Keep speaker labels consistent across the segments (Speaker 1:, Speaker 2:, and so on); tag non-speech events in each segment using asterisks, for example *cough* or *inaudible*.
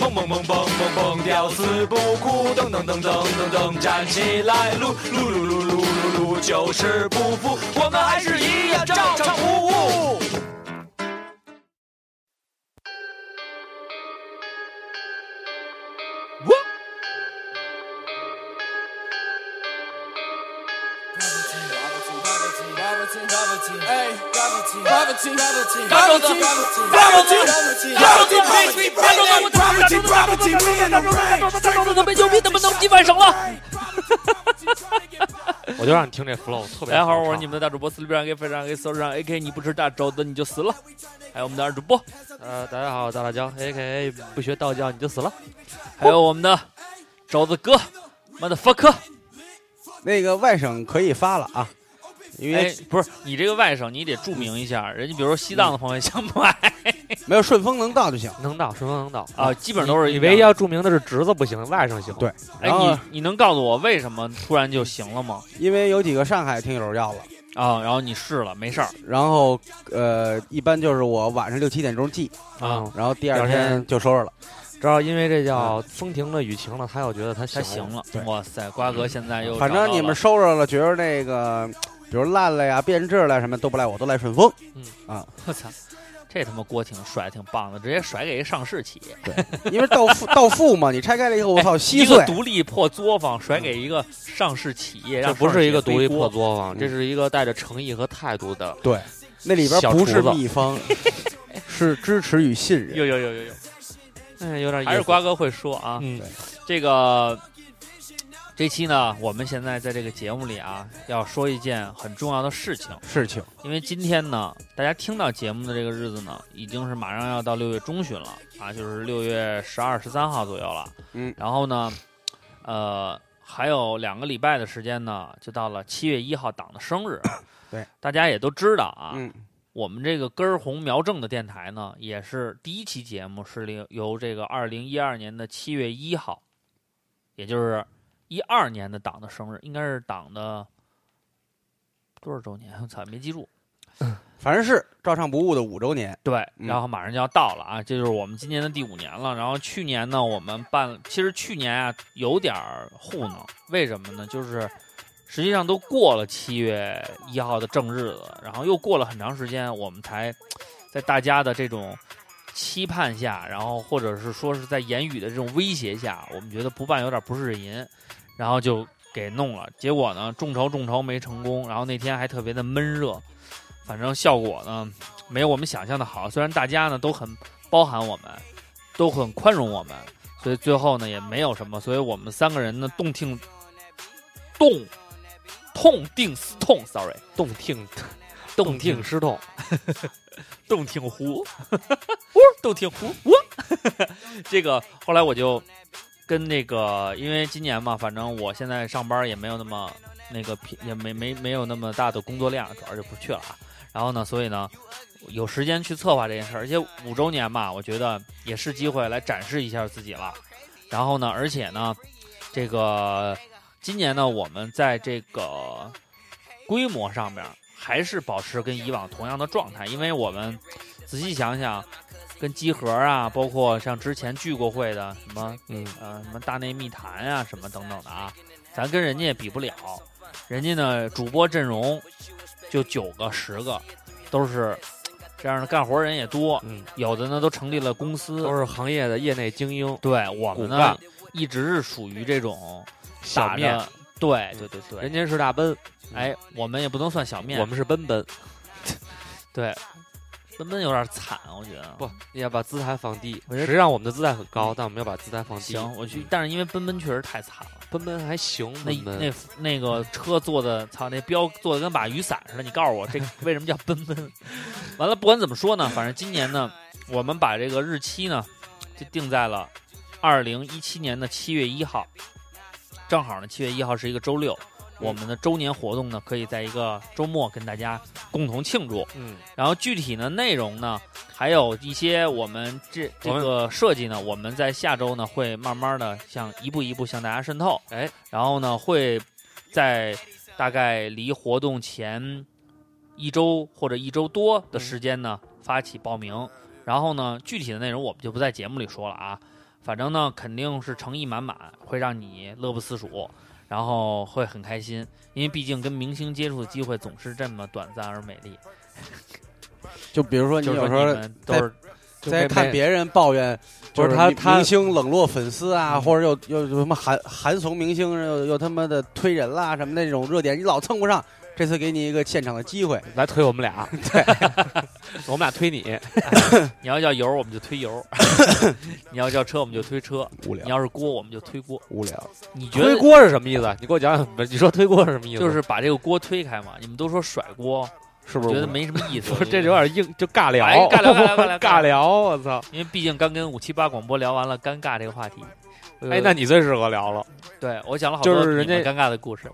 Speaker 1: 蹦蹦蹦蹦蹦蹦，吊死不哭，噔噔噔噔噔噔，站起来，撸撸撸撸撸撸撸，就是不服，我们还是一样照常服务。
Speaker 2: *laughs* 我就让你听这 flow 特别。
Speaker 3: 大家哎好，我是你们的大主播四六让 A 非常 A 搜让 AK，你不吃大肘子你就死了。还有我们的二主播，
Speaker 2: 呃，大家好，我大辣椒，A K A 不学道教你就死了。
Speaker 3: 还有我们的肘子哥，motherfucker。
Speaker 4: 那个外省可以发了啊，因为
Speaker 3: 哎，不是你这个外省，你得注明一下，人家比如说西藏的朋友想买
Speaker 4: 没有顺丰能到就行。
Speaker 2: 能到，顺丰能到
Speaker 3: 啊，！基本都是
Speaker 2: 你
Speaker 3: 一
Speaker 2: 唯一
Speaker 3: 样。
Speaker 2: 要注明的是侄子不行，外甥行。
Speaker 4: 对，
Speaker 3: 哎，
Speaker 4: 然后
Speaker 3: 你你能告诉我为什么突然就行了吗？
Speaker 4: 因为有几个上海听友要了，
Speaker 3: 啊，然后你试了，没事儿
Speaker 4: 然后呃，一般就是我晚上六七点钟寄，
Speaker 2: 啊，
Speaker 4: 然后第
Speaker 2: 第
Speaker 4: 二
Speaker 2: 二天
Speaker 4: 天就收拾了。
Speaker 2: 知道，因为这叫风停了雨晴了，他又觉得他
Speaker 3: 才行了。哇塞，瓜哥现在又
Speaker 4: 反正你们
Speaker 3: 找
Speaker 4: 收拾了，觉得那个比如烂了呀、变质了什么都不赖我，都赖顺
Speaker 3: *laughs*
Speaker 4: 丰。
Speaker 3: 到了我操，这他妈锅挺甩挺棒的，直接甩给一上市企业。
Speaker 4: 因为到付到付嘛，你拆开了以后，我操，
Speaker 3: 一
Speaker 4: 稀
Speaker 3: 个
Speaker 4: 碎。
Speaker 3: 独立破作坊甩给一个上市企业，
Speaker 2: 这
Speaker 3: 让
Speaker 2: 不
Speaker 3: 上市
Speaker 2: 是
Speaker 3: 企
Speaker 2: 一
Speaker 3: 业
Speaker 2: 个独立
Speaker 3: 背
Speaker 2: 破
Speaker 3: 锅
Speaker 2: 作坊，
Speaker 4: 嗯
Speaker 2: 这是一个带着诚意和态度的。
Speaker 4: 对，那里边
Speaker 2: 小
Speaker 4: 不是
Speaker 2: 厨子
Speaker 4: 秘方， *laughs* 是支持与信任。
Speaker 3: 有有有有有，
Speaker 2: 哎，有点意思。
Speaker 3: 还是瓜哥会说啊。
Speaker 2: 嗯，
Speaker 3: 这个这期呢，我们现在在这个节目里啊，要说一件很重要的事情，
Speaker 4: 事情，
Speaker 3: 因为今天呢，大家听到节目的这个日子呢，已经是马上要到六月中旬了啊，就是六月十二、十三号左右了。
Speaker 4: 嗯
Speaker 3: 然后呢，呃，还有两个礼拜的时间呢，就到了七月一号党的生日。
Speaker 4: 对，
Speaker 3: 大家也都知道啊，
Speaker 4: 嗯，
Speaker 3: 我们这个根儿红苗正的电台呢，也是第一期节目是由由这个二零一二年的七月一号，也就是一二年的党的生日，应该是党的多少周年？我操，没记住。
Speaker 4: 反正是照唱不误的五周年。
Speaker 3: 对，
Speaker 4: 嗯
Speaker 3: 然后马上就要到了啊，这就是我们今年的第五年了。然后去年呢，我们办，其实去年啊有点儿糊弄，为什么呢？就是实际上都过了七月一号的正日子，然后又过了很长时间，我们才在大家的这种期盼下，然后或者是说是在言语的这种威胁下，我们觉得不办有点不是人，然后就给弄了。结果呢，众筹众筹没成功，然后那天还特别的闷热，反正效果呢没有我们想象的好。虽然大家呢都很包含我们，都很宽容我们，所以最后呢也没有什么。所以我们三个人呢动听动痛定思痛，sorry，
Speaker 2: 动听
Speaker 3: 动
Speaker 2: 听
Speaker 3: 听
Speaker 2: 失痛，
Speaker 3: 洞庭
Speaker 2: *laughs*
Speaker 3: 湖，洞庭湖，我 *laughs* 这个后来我就跟那个，因为今年嘛，反正我现在上班也没有那么那个疲，也没没没有那么大的工作量，主要就不去了啊。然后呢，所以呢，有时间去策划这件事儿，而且五周年嘛，我觉得也是机会来展示一下自己了。然后呢，而且呢，这个今年呢，我们在这个规模上面还是保持跟以往同样的状态，因为我们仔细想想，跟集合啊，包括像之前聚过会的什么
Speaker 2: 嗯，
Speaker 3: 呃什么大内密谈啊什么等等的啊，咱跟人家也比不了，人家呢主播阵容就九个十个，都是这样的干活人也多，
Speaker 2: 嗯
Speaker 3: 有的呢都成立了公司，
Speaker 2: 都是行业的业内精英，
Speaker 3: 对我们
Speaker 2: 骨干
Speaker 3: 呢一直是属于这种
Speaker 2: 小
Speaker 3: 打着
Speaker 2: 面，嗯
Speaker 3: 对对对对，
Speaker 2: 人家是大奔，
Speaker 3: 哎，我们也不能算小面，
Speaker 2: 我们是奔奔，
Speaker 3: 对，奔奔有点惨，我觉得。
Speaker 2: 不，你要把姿态放低。
Speaker 3: 我觉得
Speaker 2: 实际上我们的姿态很高，但我们要把姿态放低。
Speaker 3: 行，我去，但是因为奔奔确实太惨了，
Speaker 2: 奔奔还行，
Speaker 3: 那
Speaker 2: 奔奔
Speaker 3: 那那个车做的，操，那标做的跟把雨伞似的。你告诉我，这为什么叫奔奔？ *laughs* 完了，不管怎么说呢，反正今年呢，我们把这个日期呢，就定在了二零一七年的七月一号，正好呢，七月一号是一个周六。
Speaker 2: 嗯
Speaker 3: 我们的周年活动呢，可以在一个周末跟大家共同庆祝。
Speaker 2: 嗯，
Speaker 3: 然后具体呢内容呢，还有一些我们这这
Speaker 2: 我们
Speaker 3: 个设计呢，我们在下周呢会慢慢的向一步一步向大家渗透，
Speaker 2: 哎，
Speaker 3: 然后呢会在大概离活动前一周或者一周多
Speaker 2: 嗯
Speaker 3: 的时间呢发起报名，然后呢具体的内容我们就不在节目里说了啊，反正呢，肯定是诚意满满，会让你乐不思蜀，然后会很开心，因为毕竟跟明星接触的机会总是这么短暂而美丽。
Speaker 4: 就比如说你
Speaker 3: 就是
Speaker 4: 有时
Speaker 3: 说你
Speaker 4: 候
Speaker 3: 们都是就
Speaker 4: 在
Speaker 3: 被
Speaker 4: 看
Speaker 3: 被
Speaker 4: 别人抱怨，
Speaker 2: 就
Speaker 4: 就是
Speaker 2: 是
Speaker 4: 他
Speaker 2: 明
Speaker 4: 他
Speaker 2: 明
Speaker 4: 星冷落粉丝啊，
Speaker 3: 嗯
Speaker 4: 或者又又又什么韩韩怂明星，又又他妈的推人啦什么那种热点，你老蹭不上。这次给你一个现场的机会，
Speaker 2: 来推我们俩， *laughs*
Speaker 3: *laughs*
Speaker 2: 对，我们俩 *laughs* 推你，
Speaker 3: *laughs* 你要叫油，我们就推油；
Speaker 2: *laughs*
Speaker 3: 你要叫车，我们就推车；
Speaker 4: 无
Speaker 3: 你，要是锅，我们就推锅。
Speaker 4: 无聊。
Speaker 3: 你觉
Speaker 2: 推
Speaker 3: 得
Speaker 2: 锅是什么意思？啊你给我讲讲，不是你说推锅是什么意思？
Speaker 3: 就是把这个锅推开嘛？你们都说甩锅，
Speaker 2: 是不
Speaker 3: 我
Speaker 2: 是
Speaker 3: 觉得
Speaker 2: 无聊？
Speaker 3: 没什么意
Speaker 2: *laughs*
Speaker 3: 思。
Speaker 2: 不是，这有点硬，就尬聊，
Speaker 3: 哎尬聊
Speaker 2: *laughs*
Speaker 3: 尬聊尬聊
Speaker 2: 尬聊，我操！
Speaker 3: 因为毕竟刚跟五七八广播聊完了尴尬这个话题。呃
Speaker 2: 哎，那你最适合聊了，
Speaker 3: 对我讲了好
Speaker 2: 就
Speaker 3: 多
Speaker 2: 是人
Speaker 3: 你们
Speaker 2: 家
Speaker 3: 尴尬的故事，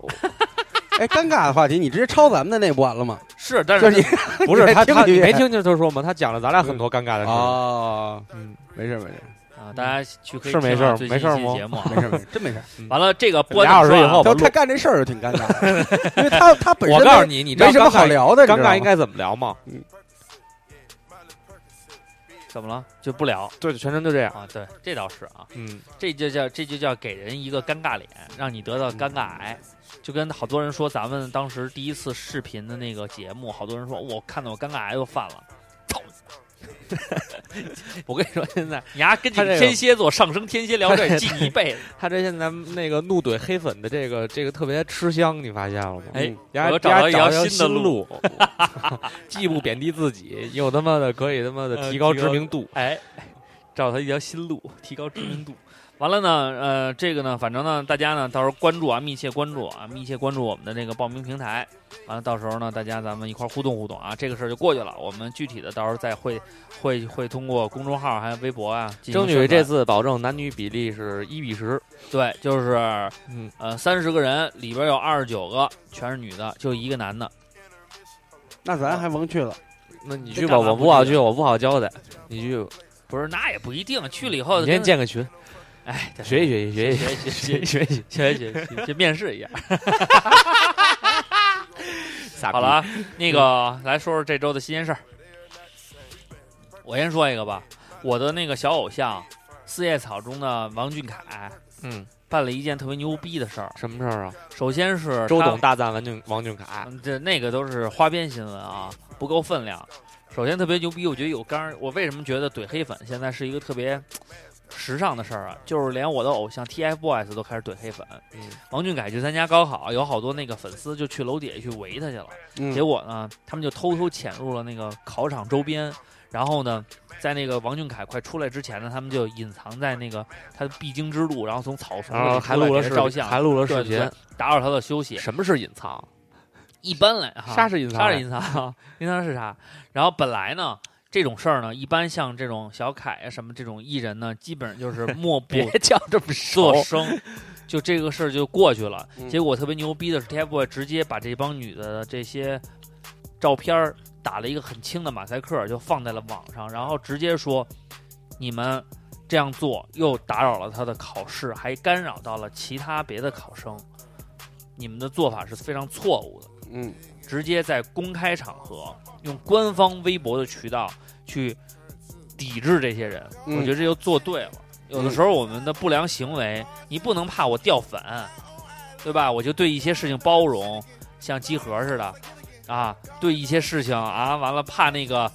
Speaker 4: *laughs* 哎，尴尬的话题，你直接抄咱们的那不完了吗？
Speaker 3: 是，
Speaker 2: *laughs*
Speaker 3: 但
Speaker 4: 就是是你
Speaker 2: 不是
Speaker 4: 你
Speaker 2: 他
Speaker 4: 听
Speaker 2: 他
Speaker 4: 你
Speaker 2: 你没听见他说吗？他讲了咱俩很多尴尬的事儿，
Speaker 4: 哦，
Speaker 2: 嗯，
Speaker 4: 没事没事
Speaker 3: 啊，大家去可以
Speaker 2: 是没
Speaker 3: 听
Speaker 2: 事儿
Speaker 3: 啊最新
Speaker 2: 没事儿
Speaker 3: 一期
Speaker 2: 吗
Speaker 3: 节目啊。
Speaker 4: 没事没事，真没事。
Speaker 3: 完了，这个播
Speaker 2: 俩小时
Speaker 3: 怎么说啊
Speaker 2: 以后
Speaker 4: 他
Speaker 2: 吧
Speaker 4: 他干这事儿就挺尴尬的，因为他他本身
Speaker 2: 我告诉你，你知道
Speaker 4: 没什么
Speaker 2: 尴尬
Speaker 4: 好聊的，你
Speaker 2: 尴
Speaker 4: 知道吗
Speaker 2: 尬应该怎么聊吗？
Speaker 3: 怎么了？就不聊
Speaker 2: 对，全程就这样，
Speaker 3: 啊？对，这倒是啊，
Speaker 2: 嗯，
Speaker 3: 这就叫这就叫给人一个尴尬脸，让你得到尴尬癌。就跟好多人说，咱们当时第一次视频的那个节目，好多人说我看到我尴尬癌又犯了。操你我跟你说，现在你丫跟你
Speaker 2: 他这个
Speaker 3: 天蝎座上升天蝎聊 *laughs* 这记你一辈子。
Speaker 2: 他这现在那个怒怼黑粉的这个这个特别吃香，你发现了吗？
Speaker 3: 哎，
Speaker 2: 家
Speaker 3: 我找到
Speaker 2: 家
Speaker 3: 一
Speaker 2: 找
Speaker 3: 条
Speaker 2: 到
Speaker 3: 新的
Speaker 2: *laughs* 路，既不贬低自己，又他妈的可以他妈的
Speaker 3: 呃
Speaker 2: 提高
Speaker 3: 提
Speaker 2: 知
Speaker 3: 高
Speaker 2: 名度。
Speaker 3: 哎，找他一条新路，提高知名度。 *clears throat* 完了呢，呃，这个呢，反正呢，大家呢，到时候关注啊，密切关注啊，密切关注我们的这个报名平台。完了，到时候呢，大家咱们一块儿互动互动啊，这个事儿就过去了。我们具体的到时候再会会会通过公众号还有微博啊，进行
Speaker 2: 争取
Speaker 3: 宣传
Speaker 2: 这次保证男女比例是一比十，
Speaker 3: 对，就是
Speaker 2: 嗯，
Speaker 3: 呃，三十个人里边有二十九个全是女的，就一个男的。
Speaker 4: 那咱还甭去了，
Speaker 2: 那你
Speaker 3: 这
Speaker 2: 去吧，
Speaker 3: 干嘛
Speaker 2: 我
Speaker 3: 不
Speaker 2: 不好
Speaker 3: 去
Speaker 2: 去，啊我不好交代。你去吧，
Speaker 3: 不是，那也不一定。去了以后
Speaker 2: 你
Speaker 3: 跟，
Speaker 2: 先建个群，
Speaker 3: 哎，
Speaker 2: 学一
Speaker 3: *laughs*
Speaker 2: 学习，学一学
Speaker 3: 学学
Speaker 2: 习， *laughs* 学一学。
Speaker 3: 学学学学面试一下。
Speaker 2: *laughs* 傻逼
Speaker 3: 好了，啊，那个
Speaker 2: 嗯
Speaker 3: 来说说这周的新鲜事儿。我先说一个吧，我的那个小偶像《四叶草》中的王俊凯
Speaker 2: 嗯，
Speaker 3: 办了一件特别牛逼的事儿。
Speaker 2: 什么事儿啊？
Speaker 3: 首先是他
Speaker 2: 周董，大赞王俊王俊凯，
Speaker 3: 嗯这那个都是花边新闻啊，不够分量。首先特别牛逼，我觉得有刚儿，我为什么觉得怼黑粉现在是一个特别时尚的事儿啊？就是连我的偶像 TFBOYS 都开始怼黑粉。
Speaker 2: 嗯，
Speaker 3: 王俊凯去参加高考，有好多那个粉丝就去楼底下去围他去了。
Speaker 4: 嗯
Speaker 3: 结果呢，他们就偷偷潜入了那个考场周边，然后呢，在那个王俊凯快出来之前呢，他们就隐藏在那个他的必经之路，然后从草丛
Speaker 2: 然后
Speaker 3: 里
Speaker 2: 啊还
Speaker 3: 出来
Speaker 2: 录了
Speaker 3: 给
Speaker 2: 视频
Speaker 3: 他照相，
Speaker 2: 还录了
Speaker 3: 对
Speaker 2: 视频
Speaker 3: 对对。打扰他的休息。
Speaker 2: 什么是隐藏？
Speaker 3: 一般来哈，
Speaker 2: 啊啥是隐藏
Speaker 3: 啥是隐藏？隐藏是啥？然后本来呢。这种事儿呢，一般像这种小凯呀、什么这种艺人呢，基本上
Speaker 2: *laughs*
Speaker 3: 就是默不
Speaker 2: 别叫这么
Speaker 3: 作
Speaker 2: 熟，
Speaker 3: 声，就这个事儿就过去了。
Speaker 4: 嗯
Speaker 3: 结果特别牛逼的是，TFBOY 直接把这帮女的这些照片儿打了一个很轻的马赛克，就放在了网上，然后直接说你们这样做又打扰了他的考试，还干扰到了其他别的考生，你们的做法是非常错误的。
Speaker 4: 嗯，
Speaker 3: 直接在公开场合用官方微博的渠道去抵制这些人，
Speaker 4: 嗯
Speaker 3: 我觉得这就做对了。有的时候我们的不良行为，你不能怕我掉粉，对吧？我就对一些事情包容，像集合似的，啊，对一些事情啊，完了怕那个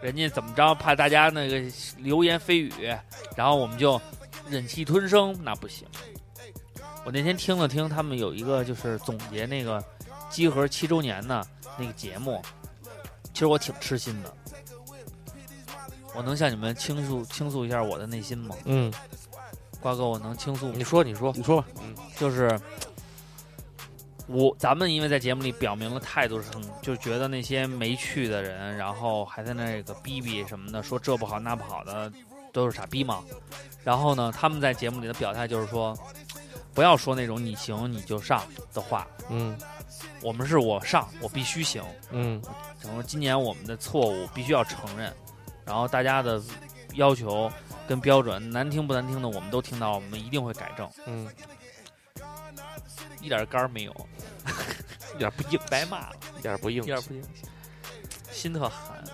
Speaker 3: 人家怎么着，怕大家那个流言蜚语，然后我们就忍气吞声，那不行。我那天听了听他们有一个就是总结那个集合七周年呢那个节目，其实我挺痴心的。我能向你们倾诉倾诉一下我的内心吗？
Speaker 2: 嗯，
Speaker 3: 瓜哥，我能倾诉吗
Speaker 2: 你说你说，
Speaker 4: 你说吧，
Speaker 3: 就是我咱们因为在节目里表明了态度是很，就觉得那些没趣的人，然后还在那个逼逼什么的，说这不好那不好的，都是傻逼嘛。然后呢，他们在节目里的表态就是说，不要说那种你行你就上的话，
Speaker 2: 嗯
Speaker 3: 我们是我上，我必须行。
Speaker 2: 嗯
Speaker 3: 然后今年我们的错误必须要承认，然后大家的要求跟标准，难听不难听的我们都听到，我们一定会改正。
Speaker 2: 嗯，
Speaker 3: 一点杆儿没有，
Speaker 2: *laughs* 一点不硬，
Speaker 3: *laughs* 白骂了，
Speaker 2: 一点不硬
Speaker 3: 一，点不行，心特寒。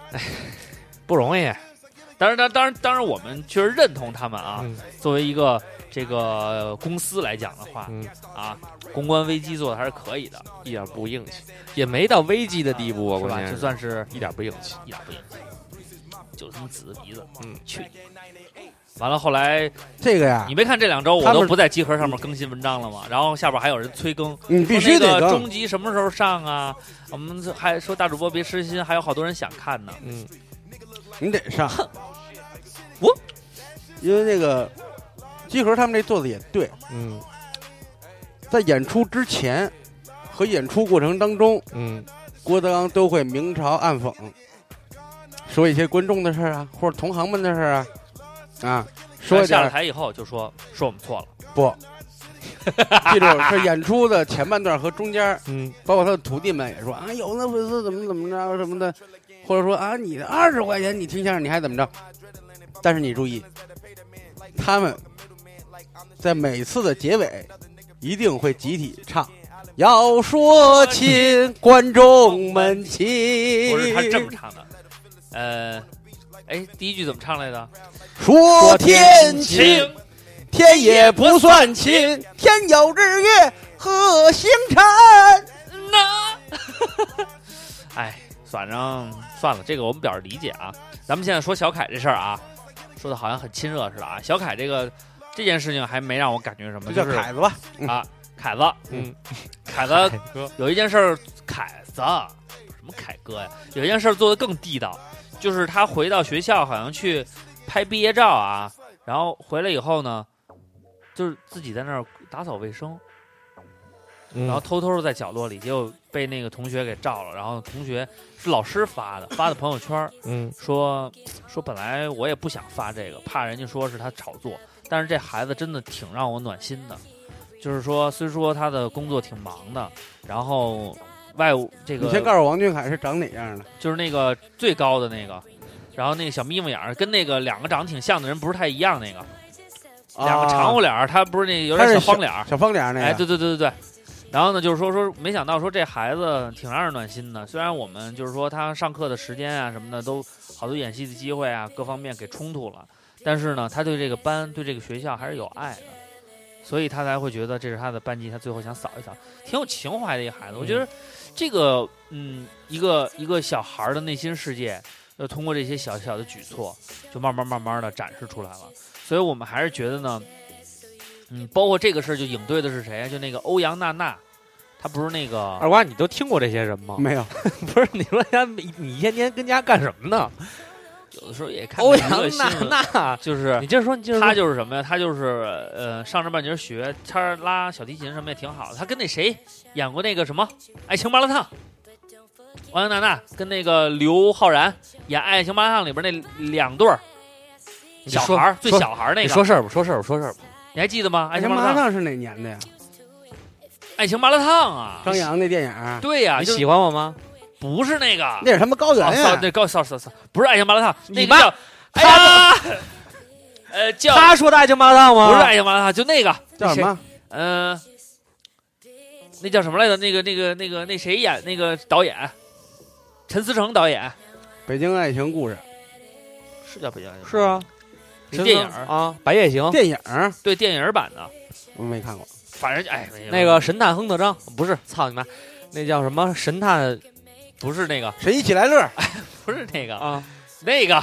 Speaker 2: 不容易。
Speaker 3: 当然，当当然，当然，我们确实认同他们啊。
Speaker 2: 嗯
Speaker 3: 作为一个这个公司来讲的话，
Speaker 2: 嗯，
Speaker 3: 啊，公关危机做的还是可以的，
Speaker 2: 一点不硬气，也没到危机的地步啊，
Speaker 3: 是
Speaker 2: 关
Speaker 3: 吧？
Speaker 2: 键
Speaker 3: 就是算是
Speaker 2: 一点不硬气。
Speaker 3: 一点不硬气，就这么指着鼻子，
Speaker 2: 嗯，
Speaker 3: 去。完了，后来
Speaker 4: 这个呀
Speaker 3: 你，没看这两周我
Speaker 4: 啊他
Speaker 3: 都
Speaker 4: 们
Speaker 3: 不在集合上面更新文章了吗？然后下边还有人催更，
Speaker 4: 你 *laughs* 必须
Speaker 3: 说
Speaker 4: 得
Speaker 3: 那个
Speaker 4: 更
Speaker 3: 终极什么时候上啊？我们还说大主播别失心，还有好多人想看呢。。
Speaker 2: 嗯，
Speaker 4: 你得上
Speaker 3: 我，
Speaker 4: 因为那个集合他们这做的也对，
Speaker 2: 嗯
Speaker 4: 在演出之前和演出过程当中，
Speaker 2: 嗯
Speaker 4: 郭德纲都会明嘲暗讽，说一些观众的事儿啊，或者同行们的事儿啊，啊，说一点
Speaker 3: 下了
Speaker 4: 儿
Speaker 3: 台以后就说说我们错了，
Speaker 4: 不。记住，是演出的前半段和中间儿，
Speaker 2: 嗯
Speaker 4: 包括他的徒弟们也说啊，有那粉丝怎么怎么着什么的，或者说啊，你二十块钱你听相声你还怎么着？但是你注意，他们在每次的结尾一定会集体唱。要说亲，观众们亲，
Speaker 3: 不是他是这么唱的，呃，哎，第一句怎么唱来的？
Speaker 4: 说天亲，天也不算亲，天有日月和星辰。
Speaker 3: 那， *laughs* 哎，反正算了，这个我们表示理解啊。咱们现在说小凯这事儿啊，说的好像很亲热似的啊。小凯这个这件事情还没让我感觉什么，就
Speaker 4: 就叫
Speaker 3: 是
Speaker 4: 凯子吧，
Speaker 3: 凯子，
Speaker 2: 嗯，
Speaker 3: 凯子
Speaker 2: 哥，
Speaker 3: 有一件事儿，凯子什么凯哥呀？有一件事儿做的更地道，就是他回到学校，好像去拍毕业照啊，然后回来以后呢，就是自己在那儿打扫卫生，然
Speaker 2: 然
Speaker 3: 后偷偷的在角落里，结果被那个同学给照了。然后同学是老师发的，发的朋友圈儿
Speaker 2: 嗯
Speaker 3: 说说本来我也不想发这个，怕人家说是他炒作，但是这孩子真的挺让我暖心的。就是说，虽说他的工作挺忙的，然后外务这个
Speaker 4: 你先告诉我王俊凯是长哪样的？
Speaker 3: 就是那个最高的那个，然后那个小眯眯眼儿，跟那个两个长挺像的人不是太一样那个，两个长
Speaker 4: 啊
Speaker 3: 乎脸儿，他不是那有点
Speaker 4: 他
Speaker 3: 小
Speaker 4: 是
Speaker 3: 方脸儿，
Speaker 4: 小方脸儿那个，
Speaker 3: 哎，对对对对对。然后呢，就是说说，没想到说这孩子挺让人暖心的。虽然我们就是说他上课的时间啊什么的，都好多演戏的机会啊，各方面给冲突了，但是呢，他对这个班、对这个学校还是有爱的，所以他才会觉得这是他的班级，他最后想扫一扫，挺有情怀的一个孩子。我觉得这个，嗯，一个一个小孩儿的内心世界，呃，通过这些小小的举措，就慢慢慢慢的展示出来了。所以我们还是觉得呢，嗯，包括这个事儿，就影对的是谁啊？就那个欧阳娜娜，她不是那个
Speaker 2: 啊二瓜，你都听过这些人吗？
Speaker 3: 啊
Speaker 4: 没有，
Speaker 2: *laughs* 不是，你说家你你天天跟家干什么呢？
Speaker 3: 有的时候也看
Speaker 2: 欧
Speaker 3: 那
Speaker 2: 阳
Speaker 3: 个新
Speaker 2: 娜
Speaker 3: 闻
Speaker 2: 娜，
Speaker 3: 就是
Speaker 2: 你接着说，你接着
Speaker 3: 他
Speaker 2: 说，
Speaker 3: 就是什么呀？他就是呃，上着半截学，他拉小提琴什么也挺好的。他跟那谁演过那个什么《爱情麻辣烫》，欧阳娜娜跟那个刘昊然演《爱情麻辣烫》里边那两对儿
Speaker 2: 你
Speaker 3: 小
Speaker 2: 说
Speaker 3: 孩儿，最
Speaker 2: 说
Speaker 3: 小孩儿那
Speaker 2: 你
Speaker 3: 个，
Speaker 2: 说事儿吧，说事儿吧，说事儿吧。
Speaker 3: 你还记得吗？《爱
Speaker 4: 爱
Speaker 3: 情
Speaker 4: 情
Speaker 3: 麻
Speaker 4: 麻
Speaker 3: 辣
Speaker 4: 辣
Speaker 3: 烫》《
Speaker 4: 哎烫是哪年的呀？
Speaker 3: 啊爱情麻辣烫》啊，
Speaker 4: 张扬那电影儿，
Speaker 3: 对呀、
Speaker 2: 你
Speaker 3: 就
Speaker 2: 喜欢我吗？
Speaker 3: 不是那个，
Speaker 4: 那是他妈高
Speaker 3: 哦
Speaker 4: 原
Speaker 3: 骚
Speaker 4: 呀！
Speaker 3: 那高骚骚骚，不是《爱情麻辣烫》，那
Speaker 2: 你
Speaker 3: 个
Speaker 2: 妈
Speaker 3: 叫哎呀，呃，叫
Speaker 2: 他说的爱情麻辣烫吗？
Speaker 3: 不是《爱情麻辣烫》，就那个
Speaker 4: 叫什么？
Speaker 3: 嗯，那叫什么来着？那个、那个、那个、那谁演那个导演？陈思诚导演
Speaker 4: 北京爱情故事
Speaker 3: 是叫北京爱情
Speaker 2: 是啊，
Speaker 3: 那电影
Speaker 2: 陈
Speaker 3: 儿
Speaker 2: 思诚啊，《白夜行》
Speaker 3: 哦
Speaker 4: 电影儿
Speaker 3: 对电影版的，
Speaker 4: 我没看过，
Speaker 3: 反正哎，
Speaker 2: 那个神探亨特章哦不是，操你妈，那叫什么神探
Speaker 3: 不是那个，
Speaker 4: 谁一起来乐儿，
Speaker 3: 哎不是那个，
Speaker 2: 啊？
Speaker 3: 那个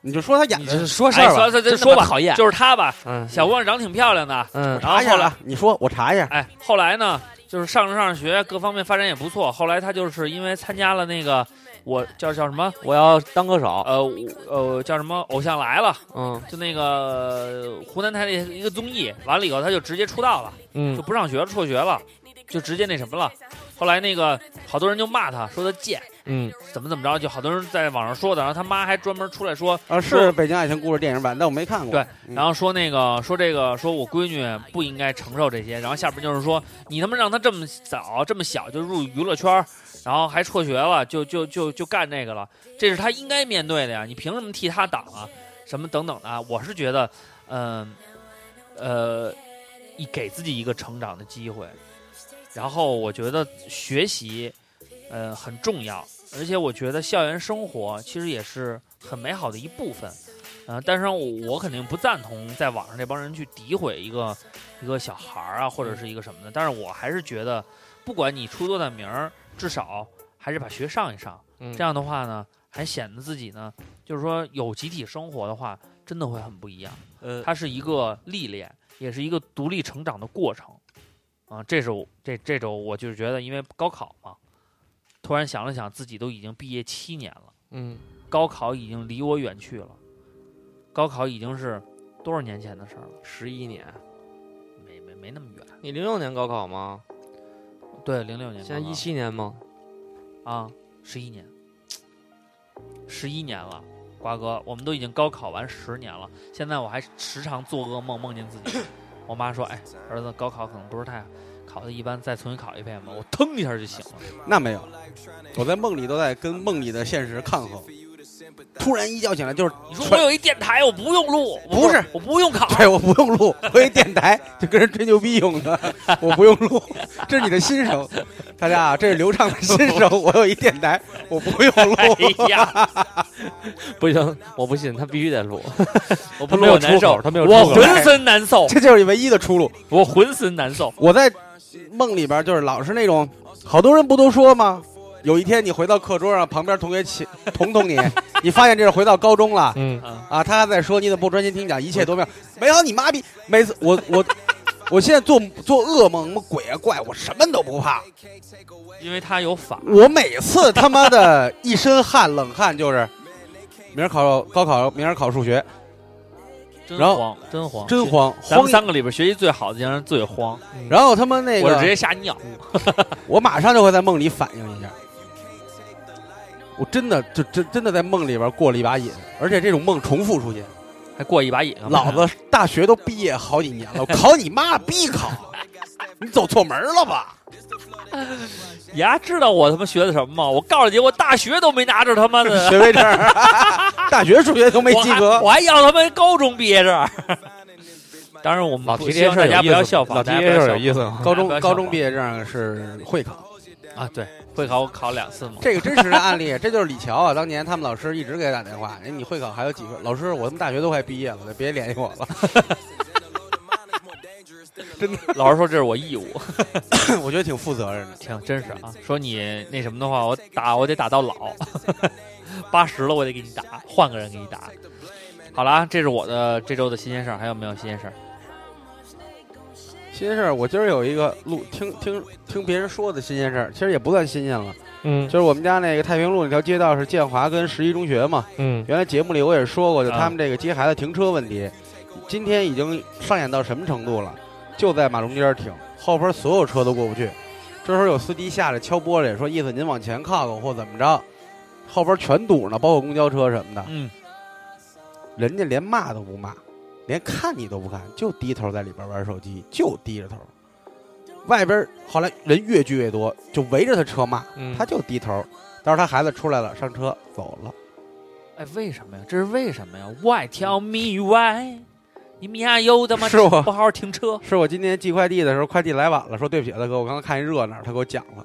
Speaker 4: 你就说他演
Speaker 2: 你
Speaker 4: 的
Speaker 2: 就说事儿
Speaker 3: 哎
Speaker 2: 吧，
Speaker 3: 说
Speaker 2: 就
Speaker 3: 说
Speaker 2: 说吧，
Speaker 3: 那么
Speaker 2: 讨厌，
Speaker 3: 就是他吧？
Speaker 2: 嗯
Speaker 3: 小姑娘长挺漂亮的，
Speaker 2: 嗯
Speaker 3: 然后
Speaker 4: 查一
Speaker 3: 后
Speaker 4: 下
Speaker 3: 来
Speaker 4: 啊，你说我查一下，
Speaker 3: 哎，后来呢，就是上着上着学，各方面发展也不错。后来他就是因为参加了那个我叫叫什么
Speaker 2: 我要当歌手，
Speaker 3: 呃我呃叫什么偶像来了，
Speaker 2: 嗯
Speaker 3: 就那个湖南台的一个综艺，完了以后他就直接出道了。就
Speaker 2: 嗯
Speaker 3: 不上学了，辍学了，就直接那什么了。后来那个好多人就骂他，说他贱，
Speaker 2: 嗯，
Speaker 3: 怎么怎么着，就好多人在网上说的。然后他妈还专门出来说，
Speaker 4: 啊，
Speaker 3: 说
Speaker 4: 是北京爱情故事电影版，但我没看过。
Speaker 3: 对
Speaker 4: 嗯，
Speaker 3: 然后说那个说这个说我闺女不应该承受这些。然后下边就是说你他妈让她这么早这么小就入娱乐圈儿，然后还辍学了，就就就就干这个了，这是她应该面对的呀。你凭什么替她挡啊？什么等等的啊？我是觉得，嗯、呃，一给自己一个成长的机会。然后我觉得学习，呃，很重要。而且我觉得校园生活其实也是很美好的一部分。啊、但是我我肯定不赞同在网上这帮人去诋毁一个一个小孩儿啊，或者是一个什么的。但是我还是觉得，不管你出多大名儿，至少还是把学上一上。
Speaker 2: 嗯
Speaker 3: 这样的话呢，还显得自己呢，就是说有集体生活的话，真的会很不一样。
Speaker 2: 呃，
Speaker 3: 它是一个历练，也是一个独立成长的过程。啊，这是我这这周我就是觉得，因为高考嘛，突然想了想，自己都已经毕业七年了，
Speaker 2: 嗯
Speaker 3: 高考已经离我远去了，高考已经是多少年前的事儿了，
Speaker 2: 十一年，
Speaker 3: 没没没那么远。
Speaker 2: 你零六年高考吗？
Speaker 3: 对，零六年高
Speaker 2: 现
Speaker 3: 考，
Speaker 2: 在一七年吗？
Speaker 3: 啊，十一年，十一年了，瓜哥，我们都已经高考完十年了，现在我还时常做噩梦，梦见自 *coughs* 己。我妈说：“哎，儿子，高考可能不是太考的一般，再重新考一遍哎吧。”我腾一下就醒了。
Speaker 4: 那没有，我在梦里都在跟梦里的现实抗衡。突然一觉醒来就是
Speaker 3: 你说我
Speaker 4: 全
Speaker 3: 有一电台，我不用录，我
Speaker 4: 不是
Speaker 3: 我不用考，
Speaker 4: 对，我不用录，我一电台就跟人吹牛逼用的，我不用录，这是你的心声，大家啊，这是刘畅的心声，我有一电台，我不用录
Speaker 3: *laughs* *laughs* 哎，呀，
Speaker 2: 不行，我不信，他必须得录。他
Speaker 3: 我不
Speaker 2: 没
Speaker 3: 录
Speaker 2: 有
Speaker 3: 我难
Speaker 2: 出口
Speaker 3: 受，
Speaker 2: 他没有
Speaker 3: 我
Speaker 2: 出口
Speaker 3: 浑身难受，
Speaker 4: 这就是唯一的出路。
Speaker 3: 我浑身难受。
Speaker 4: 我在梦里边就是老是那种，好多人不都说吗？有一天你回到课桌上，旁边同
Speaker 3: *laughs*
Speaker 4: 学起捅捅你，你发现这是回到高中了
Speaker 2: 嗯，
Speaker 3: 啊，
Speaker 4: 啊！他还在说你怎么不专心听讲，一切都没有，没有你妈逼！每次我我 *laughs* 我现在做做噩梦，什么鬼啊怪，我什么都不怕。
Speaker 3: 因为他有法，
Speaker 4: 我每次他妈的一身汗冷汗，就是明儿考高考，明儿考数学，
Speaker 3: 真
Speaker 4: 然后
Speaker 3: 慌，真慌，
Speaker 4: 真慌
Speaker 3: 咱
Speaker 4: 慌
Speaker 3: 们。三个里边学习最好的竟然是最慌，
Speaker 4: 然后他妈那
Speaker 3: 我是直
Speaker 4: 个，嗯
Speaker 3: 接吓尿。
Speaker 4: 我马上就会在梦里反应一下。我真的就真真的在梦里边过了一把瘾，而且这种梦重复出现。
Speaker 3: 还过一把瘾啊，
Speaker 4: 老子大学都毕业好几年了，我考你妈逼考，你走错门了吧？
Speaker 3: 牙知道我他妈学的什么吗？我告诉你，我大学都没拿着他妈的，
Speaker 4: *laughs* 学位证儿， *laughs* 大学数学都没
Speaker 3: 我
Speaker 4: 及
Speaker 3: 还
Speaker 4: 格。
Speaker 3: 我还要他妈高中毕
Speaker 2: *laughs*
Speaker 3: 业证。当然，我们
Speaker 2: 老
Speaker 3: 不
Speaker 2: 提这
Speaker 3: 希
Speaker 2: 些
Speaker 3: 望
Speaker 2: 事儿
Speaker 3: 大
Speaker 2: 有
Speaker 3: 家
Speaker 2: 意
Speaker 3: 不要
Speaker 2: 思
Speaker 3: 效
Speaker 2: 吗
Speaker 3: 仿，
Speaker 2: 老提
Speaker 3: 大家
Speaker 2: 这
Speaker 3: 不
Speaker 2: 些事儿
Speaker 3: 要效
Speaker 2: 有
Speaker 3: 仿
Speaker 2: 意思吗？
Speaker 4: 高中
Speaker 3: 大家不要效
Speaker 4: 高
Speaker 3: 仿
Speaker 4: 中毕业证是会考，
Speaker 3: 啊！对，会考我考两次嘛，
Speaker 4: 这个真实的案例，这就是李乔啊，当年他们老师一直给他打电话，哎，你会考还有几个？老师，我他妈大学都快毕业了，别联系我了。 *laughs*
Speaker 3: 老师说这是我义务，
Speaker 4: 我觉得挺负责任的。
Speaker 3: 挺真是啊。说你那什么的话，我打我得打到老， *laughs* 八十了我得给你打，换个人给你打。好了啊，这是我的这周的新鲜事儿，还有没有新鲜事儿？
Speaker 4: 新鲜事儿，我今儿有一个录听听听别人说的新鲜事儿，其实也不算新鲜了，
Speaker 2: 嗯
Speaker 4: 就是我们家那个太平路那条街道是建华跟十一中学嘛。
Speaker 2: 嗯
Speaker 4: 原来节目里我也说过，就
Speaker 3: 啊
Speaker 4: 他们这个接孩子停车问题，今天已经上演到什么程度了？就在马路中间停，后边所有车都过不去。这时候有司机下来敲玻璃，说意思您往前靠靠或怎么着，后边全堵呢，包括公交车什么的。
Speaker 3: 嗯，
Speaker 4: 人家连骂都不骂，连看你都不看，就低头在里边玩手机，就低着头。外边后来人越聚越多，就围着他车骂，
Speaker 2: 嗯，。
Speaker 4: 他就低头。到时候他孩子出来了，上车走了。
Speaker 3: 哎，为什么呀？这是为什么呀？Why tell me why？你们家有他妈
Speaker 4: 是我
Speaker 3: 不好好停车，
Speaker 4: 是我今天寄快递的时候，快递来晚了，说对不起，啊大哥，我刚刚看一热闹，他给我讲了，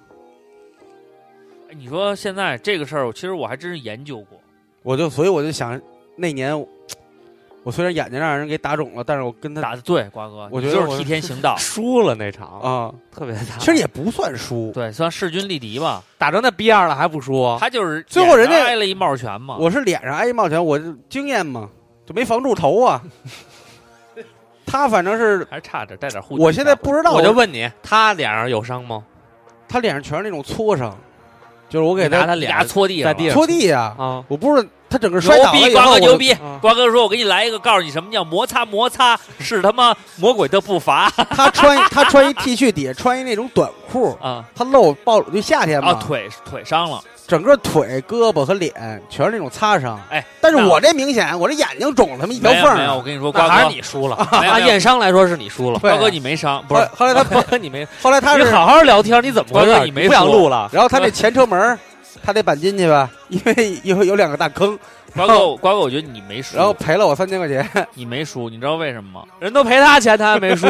Speaker 3: 哎你说现在这个事儿，其实我还真是研究过。
Speaker 4: 我就所以我就想，那年我我虽然眼睛让人给打肿了，但是我跟他
Speaker 3: 打的对，瓜哥，
Speaker 4: 我
Speaker 3: 你
Speaker 4: 觉得
Speaker 3: 就是
Speaker 4: 我
Speaker 3: 替天行道
Speaker 2: 输了那场，
Speaker 4: 啊，
Speaker 2: 特别大
Speaker 4: 其，实也不算输，
Speaker 3: 对，算势均力敌吧。
Speaker 2: 打成那逼样了还不输？
Speaker 3: 他就是
Speaker 4: 最后人家
Speaker 3: 脸上挨了一帽拳嘛。
Speaker 4: 我是脸上挨一帽拳，我就经验嘛，就没防住
Speaker 3: *laughs*
Speaker 4: 头啊。他反正是，
Speaker 3: 还是差点带点护具。
Speaker 4: 我现在不知道，
Speaker 2: 我就问你，他脸上有伤吗？
Speaker 4: 他脸上全是那种挫伤，就是我给
Speaker 2: 你拿
Speaker 4: 他
Speaker 2: 他
Speaker 3: 你
Speaker 2: 脸
Speaker 3: 丫搓地
Speaker 2: 在
Speaker 3: 上
Speaker 2: 地上
Speaker 3: 了
Speaker 4: 戳地啊，
Speaker 2: 啊，
Speaker 4: 我不是他整个摔倒
Speaker 3: 牛
Speaker 4: 了
Speaker 3: 逼，
Speaker 4: 以后，
Speaker 3: 瓜
Speaker 4: 我
Speaker 3: 哥
Speaker 4: 就
Speaker 3: 牛逼
Speaker 2: 啊！
Speaker 3: 瓜哥说：“我给你来一个，告诉你什么叫摩擦摩擦，是他妈魔鬼的步伐
Speaker 4: *laughs* 他穿一他穿一 T 恤，底下穿一那种短裤，
Speaker 3: 啊！
Speaker 4: 他露暴露就夏天嘛，
Speaker 3: 啊，腿腿伤了，
Speaker 4: 整个腿、胳膊和脸全是那种擦伤。
Speaker 3: 哎，
Speaker 4: 但是
Speaker 3: 那
Speaker 4: 我这明显，我这眼睛肿了他妈一条
Speaker 3: 没有
Speaker 4: 缝
Speaker 3: 没有，
Speaker 4: 儿啊
Speaker 3: 我。跟你说，
Speaker 2: 那
Speaker 3: 瓜
Speaker 2: 还
Speaker 3: 哥
Speaker 2: 是你输了。啊
Speaker 3: 没有
Speaker 2: 按
Speaker 3: 没有
Speaker 2: 验伤来说是你输
Speaker 3: *laughs*
Speaker 2: 了，
Speaker 4: 对
Speaker 3: 瓜哥你没伤，不
Speaker 4: 后来
Speaker 3: 是
Speaker 4: 后来他
Speaker 2: 瓜哥 *laughs* 你没，
Speaker 4: 后来他
Speaker 2: 你
Speaker 4: 是，
Speaker 2: 好好聊天，你怎么回
Speaker 3: 瓜
Speaker 2: 事？
Speaker 3: 哥你没
Speaker 2: 不想
Speaker 3: 输
Speaker 2: 录了？
Speaker 4: 然后他那前车门儿，他得钣金去吧，因为有有两个大坑，
Speaker 3: 瓜哥，瓜哥，我觉得你没输，
Speaker 4: 然后赔了我三千块钱。
Speaker 3: 你没输，你知道为什么吗？
Speaker 2: 人 *laughs*
Speaker 3: *laughs* 嗯
Speaker 2: 都赔他钱，他还没输。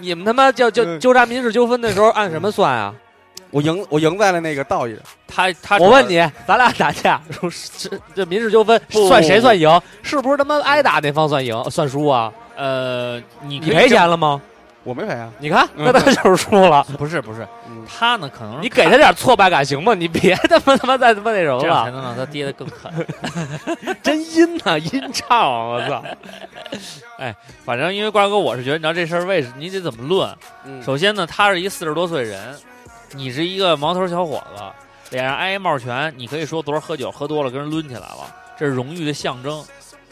Speaker 2: 你们他妈叫
Speaker 4: 嗯
Speaker 2: 叫纠察民事纠纷的时候按什么算啊？
Speaker 4: *laughs* 我赢，我赢在了那个道义上。
Speaker 3: 他嗯他
Speaker 2: 我问你，咱俩打架，说是这民事纠纷
Speaker 3: 不
Speaker 2: 算谁算赢？是不是他妈挨打那方算赢算输啊？
Speaker 3: 呃，你
Speaker 2: 你
Speaker 3: 可以
Speaker 2: 赔
Speaker 3: 这嗯么
Speaker 2: 钱了吗？
Speaker 4: 我没赔啊，
Speaker 2: 你看，
Speaker 4: 嗯
Speaker 2: 那他就是输了。
Speaker 3: 不是不是，
Speaker 4: 嗯
Speaker 3: 他呢可能
Speaker 2: 你给他点挫败感行吗？你别他妈他妈再他妈那什么
Speaker 3: 这样才
Speaker 2: 了，
Speaker 3: 能让他跌得更狠。
Speaker 2: 真阴呐，阴唱，我操！
Speaker 3: 反正因为瓜哥，我是觉得你知道这事儿为什你得怎么论？
Speaker 4: 嗯
Speaker 3: 首先呢，他是一四十多岁人，你是一个毛头小伙子，脸上挨一帽拳，你可以说昨儿喝酒喝多了跟人抡起来了，这是荣誉的象征。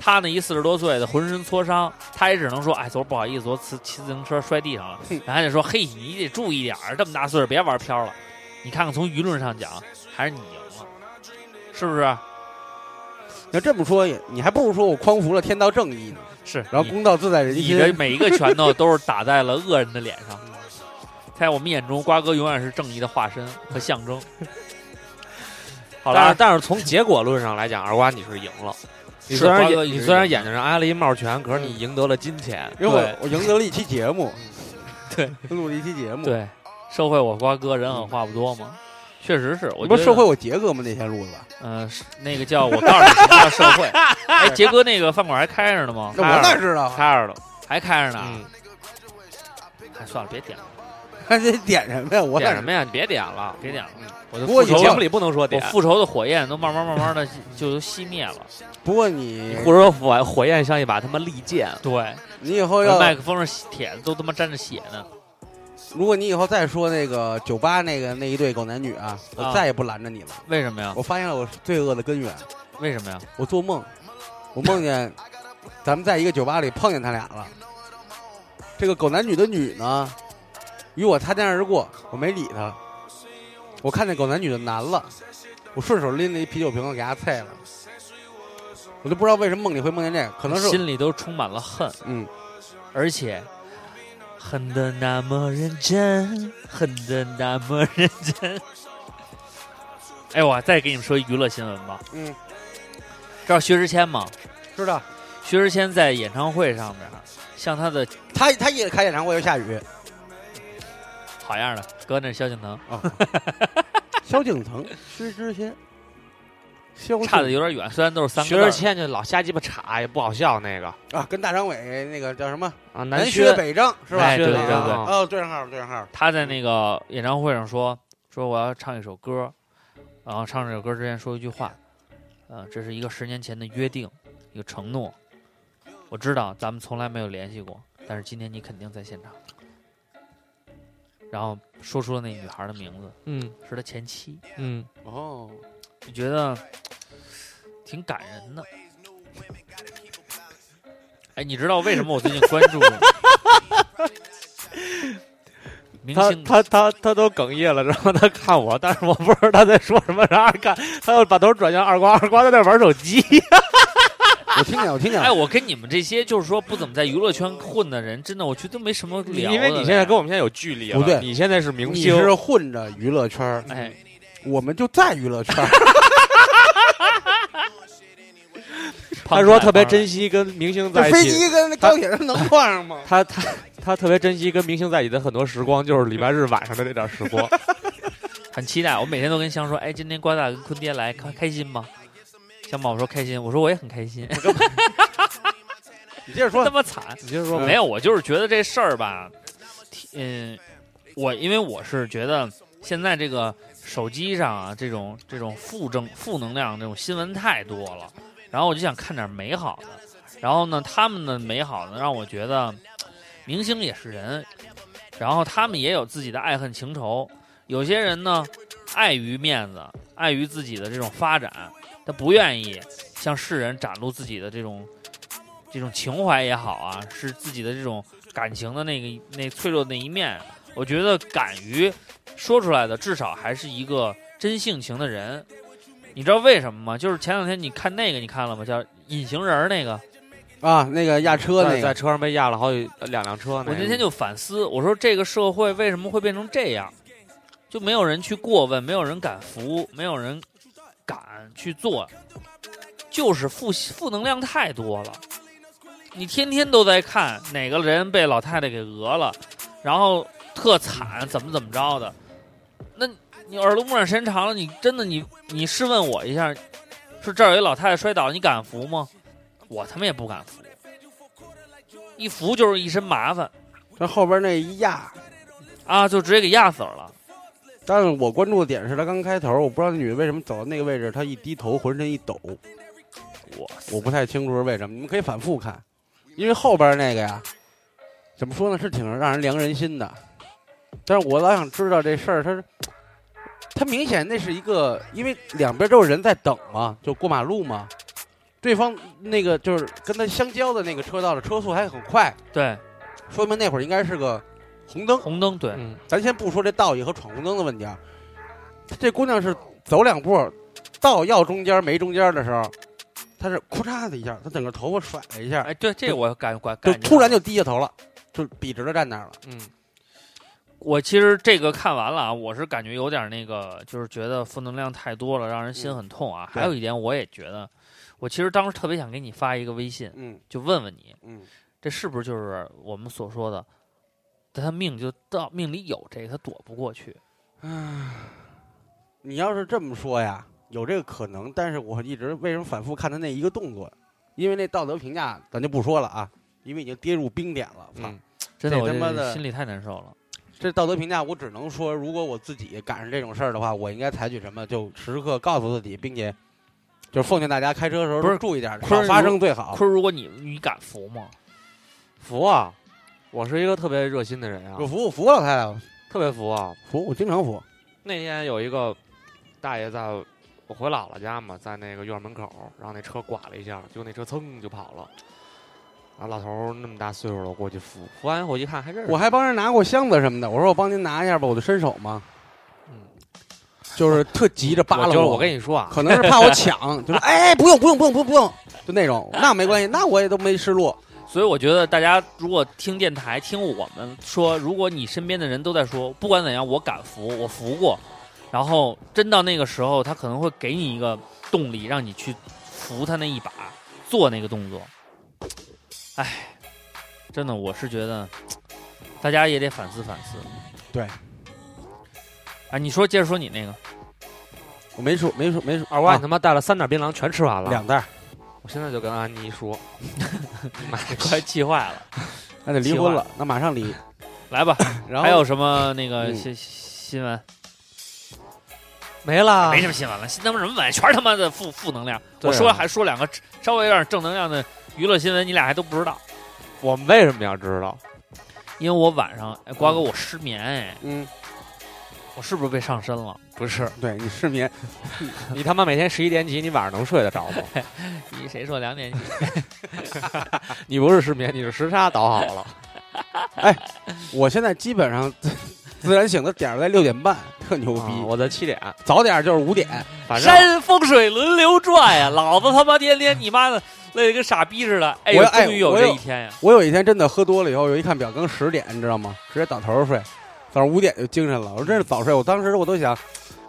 Speaker 3: 他那一四十多岁的浑身挫伤，他也只能说，哎，昨儿不好意思，昨儿骑骑自行车摔地上了，然后还得说，嘿，你得注意点儿，这么大岁数别玩飘了。你看看从舆论上讲，还是你赢了，是啊不是？
Speaker 4: 你要这么说也，你还不如说我匡扶了天道正义呢。
Speaker 3: 是，
Speaker 4: 然后公道自在嗯人
Speaker 3: 你
Speaker 4: 心。
Speaker 3: 的每一个拳头都是打在了恶人的脸上， *laughs* 在我们眼中，瓜哥永远是正义的化身和象征。好
Speaker 1: 但
Speaker 3: 了
Speaker 1: 是，但是从结果论上来讲，二瓜你是赢 *laughs* 了。你
Speaker 3: 是
Speaker 1: 虽然
Speaker 3: 瓜哥
Speaker 1: 眼
Speaker 3: 你
Speaker 1: 你
Speaker 3: 是
Speaker 1: 虽然
Speaker 3: 赢了
Speaker 1: 眼睛上挨了一嗯帽拳，可是你赢得了金钱。
Speaker 4: 因为我
Speaker 3: 对
Speaker 4: 我赢得了一期节 *laughs* 目，
Speaker 3: 对，
Speaker 4: 录了一期节目。，
Speaker 3: 对，社会我瓜哥人狠话不多嘛，确实是。我觉
Speaker 4: 不是
Speaker 3: 得
Speaker 4: 社会，我杰哥吗？那天录的吧？
Speaker 3: 嗯，是那个叫我告诉你什么叫社会。哎，杰哥那个饭馆还开着呢吗？
Speaker 4: *laughs* 那我哪知道？ *laughs* 啊？
Speaker 3: 开着了，还开着呢。
Speaker 1: 嗯，
Speaker 3: 哎，算了，别点了，
Speaker 4: 还得点什么呀？我
Speaker 1: 点什
Speaker 4: 哪知道？
Speaker 1: 么呀？你别点了，
Speaker 3: 别点了。我
Speaker 4: 不过
Speaker 3: 的
Speaker 4: 你
Speaker 3: 复
Speaker 1: 节
Speaker 3: 仇
Speaker 1: 目，里不能说
Speaker 3: 我
Speaker 1: 点。
Speaker 3: 复仇的火焰都慢慢慢慢的就都熄灭了。
Speaker 4: 不过你
Speaker 1: 胡说火火焰像一把他妈利剑，
Speaker 3: 对，
Speaker 4: 你以后
Speaker 3: 我
Speaker 4: 要，
Speaker 3: 麦克风上铁子都他妈沾着血呢。
Speaker 4: 如果你以后再说那个酒吧那个那一对狗男女啊，我再也不拦着你了。
Speaker 3: 为什么呀？
Speaker 4: 我发现了我罪恶的根源，
Speaker 3: 为什么呀？
Speaker 4: 我做梦，我梦见咱们在一个酒吧里碰见他俩了。这个狗男女的女呢，与我擦肩而过，我没理他。我看见狗男女的男了，我顺手拎了一啤酒瓶子给他啐了。我都不知道为什么梦里会梦见这个，可能是
Speaker 3: 心里都充满了恨，
Speaker 4: 嗯，
Speaker 3: 而且恨得那么认真，恨得那么认真。 *laughs* 哎，我再给你们说一娱乐新闻吧。
Speaker 4: 嗯，
Speaker 3: 知道薛之谦吗？
Speaker 4: 知道
Speaker 3: 薛之谦在演唱会上面，向他的
Speaker 4: 他他也开演唱会又下雨，
Speaker 3: 好样的哥那是萧敬腾，
Speaker 4: 萧敬腾、薛之谦，萧敬
Speaker 3: 差的有点远，虽然都是三
Speaker 1: 薛
Speaker 3: 个
Speaker 1: 之
Speaker 3: 字儿。
Speaker 1: 谦就老瞎鸡巴插，也不好笑那个
Speaker 4: 啊，跟大张伟那个叫什么
Speaker 1: 啊。
Speaker 4: 南
Speaker 1: 薛
Speaker 4: 北正是吧？
Speaker 3: 哎对
Speaker 4: 啊
Speaker 3: 对对对
Speaker 4: 哦，对上号了对上号了，
Speaker 3: 他在那个演唱会上说说我要唱一首歌，然后唱这首歌之前说一句话，呃，这是一个十年前的约定，一个承诺。我知道咱们从来没有联系过，但是今天你肯定在现场。然后说出了那女孩的名字，
Speaker 1: 嗯
Speaker 3: 是他前妻，
Speaker 1: 嗯，
Speaker 4: 哦，
Speaker 3: 就觉得挺感人的。哎，你知道为什么我最近关注
Speaker 1: *laughs*
Speaker 3: 明
Speaker 1: 他
Speaker 3: 星？
Speaker 1: 他他他都哽咽了，然后他看我，但是我不知道他在说什么，然后二看他又把头转向二瓜，二瓜在那玩手机。
Speaker 4: *laughs* 我听见我听见
Speaker 3: 哎，
Speaker 4: 了，
Speaker 3: 我跟你们这些就是说不怎么在娱乐圈混的人，真的，我觉得都没什么
Speaker 1: 你
Speaker 3: 聊的。
Speaker 1: 因为你现在跟我们现在有距离了，
Speaker 4: 不对
Speaker 1: 你现在是明
Speaker 4: 你
Speaker 1: 星，
Speaker 4: 是混着娱乐圈儿，
Speaker 1: 嗯
Speaker 3: 哎，
Speaker 4: 我们就在娱乐圈儿，
Speaker 1: 他说特别珍
Speaker 3: 惜，
Speaker 1: 惜跟明星 *laughs*
Speaker 4: 这
Speaker 1: 在一
Speaker 4: 飞
Speaker 1: 起，
Speaker 4: 机跟高铁上能撞上吗？
Speaker 1: 他他他特别珍惜跟明星在一起的很多时光，就是礼拜日晚上的那点时光。
Speaker 3: 很期待。我每天都跟香说，哎，今天瓜大跟坤爹来，开开心吗？香宝我说开心，我说我也很开心，
Speaker 4: 你接着说
Speaker 3: 那，么惨。
Speaker 1: 你接着说
Speaker 3: 没有，我就是觉得这事儿吧，嗯，我因为我是觉得现在这个手机上啊，这种这种负正负能量这种新闻太多了，然后我就想看点美好的，然后呢，他们的美好呢，让我觉得明星也是人，然后他们也有自己的爱恨情仇，有些人呢，碍于面子，碍于自己的这种发展，他不愿意向世人展露自己的这种这种情怀也好啊，是自己的这种感情的那个那脆弱的那一面。我觉得敢于说出来的，至少还是一个真性情的人。你知道为什么吗？就是前两天你看那个，你看了吗？叫《隐形人》那个，
Speaker 4: 啊，那个压车
Speaker 1: 在
Speaker 4: 那
Speaker 1: 在
Speaker 4: 个，
Speaker 1: 车上被压了好几呃两辆车呢。
Speaker 3: 我那天就反思，我说这个社会为什么会变成这样？就没有人去过问，没有人敢服，没有人敢去做，就是负负能量太多了。你天天都在看哪个人被老太太给讹了，然后特惨，怎么怎么着的，那你耳濡目染时间长了，你真的你你试问我一下，说这儿有一老太太摔倒了，你敢扶吗？我他妈也不敢扶，一扶就是一身麻烦
Speaker 4: 这后边那一压，
Speaker 3: 啊，就直接给压死了。
Speaker 4: 但是我关注的点是她刚开头，我不知道那女的为什么走到那个位置，她一低头，浑身一抖，
Speaker 3: 我
Speaker 4: 我不太清楚是为什么，你们可以反复看，因为后边那个呀，怎么说呢，是挺让人凉人心的。但是我老想知道这事儿，它是，它明显那是一个，因为两边都是人在等嘛，就过马路嘛，对方那个就是跟他相交的那个车道的车速还很快，
Speaker 3: 对
Speaker 4: 说明那会儿应该是个红灯。
Speaker 3: 红灯对，
Speaker 2: 嗯，
Speaker 4: 咱先不说这道义和闯红灯的问题啊，这姑娘是走两步，道要中间没中间的时候，她是咔嚓的一下，她整个头发甩了一下，
Speaker 3: 哎对，这个我感感
Speaker 4: 就
Speaker 3: 感觉啊
Speaker 4: 突然
Speaker 3: 到
Speaker 4: 就低下头了，就笔直的站那儿了。
Speaker 1: 嗯
Speaker 3: 我其实这个看完了啊，我是感觉有点那个，就是觉得负能量太多了，让人心很痛啊。
Speaker 4: 嗯对
Speaker 3: 还有一点，我也觉得，我其实当时特别想给你发一个微信，
Speaker 4: 嗯
Speaker 3: 就问问你，
Speaker 4: 嗯，
Speaker 3: 这是不是就是我们所说的，他命就到命里有这个，他躲不过去。
Speaker 4: 你要是这么说呀，有这个可能，但是我一直为什么反复看她那一个动作？因为那道德评价咱就不说了啊，因为已经跌入冰点了。操、
Speaker 2: 嗯
Speaker 3: 真的，
Speaker 4: 这
Speaker 3: 我
Speaker 4: 他妈
Speaker 3: 这
Speaker 4: 的
Speaker 3: 心里太难受了。
Speaker 4: 这道德评价我只能说，如果我自己赶上这种事儿的话，我应该采取什么？就时刻告诉自己，并且就是奉劝大家开车的时候
Speaker 3: 不是
Speaker 4: 注意点儿，
Speaker 3: 坤儿
Speaker 4: 少发生最好。
Speaker 3: 坤儿，如果你你敢扶吗？
Speaker 2: 服啊！我是一个特别热心的人啊
Speaker 4: 我，服我服老太太了，
Speaker 2: 特别服啊。
Speaker 4: 服我经常服。
Speaker 2: 那天有一个大爷在我回姥姥家嘛，在那个院门口，然后那车剐了一下，结果那车噌就跑了。然后老头儿那么大岁数了，过去扶，扶完以后一看还认识
Speaker 4: 我还帮人拿过箱子什么的，我说我帮您拿一下吧，我就伸手嘛，就是特急着扒
Speaker 2: 我
Speaker 4: 拉
Speaker 2: 就是我
Speaker 4: 给
Speaker 2: 跟
Speaker 4: 你，
Speaker 2: 你说啊，
Speaker 4: 可能是怕我抢，就是哎不用不用不用不用不用，就那种，那没关系，那我也都没失落。
Speaker 3: 所以我觉得大家如果听电台听我们说，如果你身边的人都在说，不管怎样，我敢服，我服过，然后真到那个时候，他可能会给你一个动力，让你去扶他那一把，做那个动作。哎，真的，我是觉得大家也得反思反思。
Speaker 4: 对。
Speaker 3: 啊，你说接着说你那个，
Speaker 4: 我没说没说没说，
Speaker 2: 二瓜
Speaker 4: 啊
Speaker 2: 你他妈带了三袋槟榔全吃完了
Speaker 4: 两，袋儿，
Speaker 2: 我现在就跟安妮 *laughs* 说，妈呀
Speaker 3: 快气坏了，
Speaker 4: 那得离婚了，那马上离。
Speaker 3: 来吧，
Speaker 4: 然后
Speaker 3: 还有什么那个
Speaker 4: 嗯
Speaker 3: 新新闻？
Speaker 2: 没了，
Speaker 3: 没什么新闻了，新他妈什么玩意，全是他妈的负负能量。
Speaker 2: 对啊
Speaker 3: 我说还说两个稍微有点正能量的娱乐新闻，你俩还都不知道，
Speaker 2: 我们为什么要知道？
Speaker 3: 因为我晚上，哎，瓜哥，我失眠，哎，
Speaker 4: 嗯，
Speaker 3: 我是不是被上身了？
Speaker 2: 不是
Speaker 4: 对你失眠，
Speaker 2: *laughs* 你他妈每天十一点起，你晚上能睡得着吗？ *laughs*
Speaker 3: 你 *laughs* 谁说两点几？
Speaker 2: 你不是失眠，你是时差倒好 *laughs* 了。
Speaker 4: 我现在基本上 *laughs* 自然醒的点儿在六点半， *laughs* 特牛逼。
Speaker 2: 啊我在七点，
Speaker 4: 早点就是五点，
Speaker 2: 反正
Speaker 3: 山风水轮流转呀，老子他妈天天你妈的累得跟傻逼似的。哎呦
Speaker 4: 我，哎
Speaker 3: 终于有
Speaker 4: 我
Speaker 3: 这
Speaker 4: 有
Speaker 3: 一天呀！
Speaker 4: 我有一天真的喝多了以后，我一看表更十点，你知道吗？直接倒头睡，早上五点就精神了。我真是早睡，我当时我都想，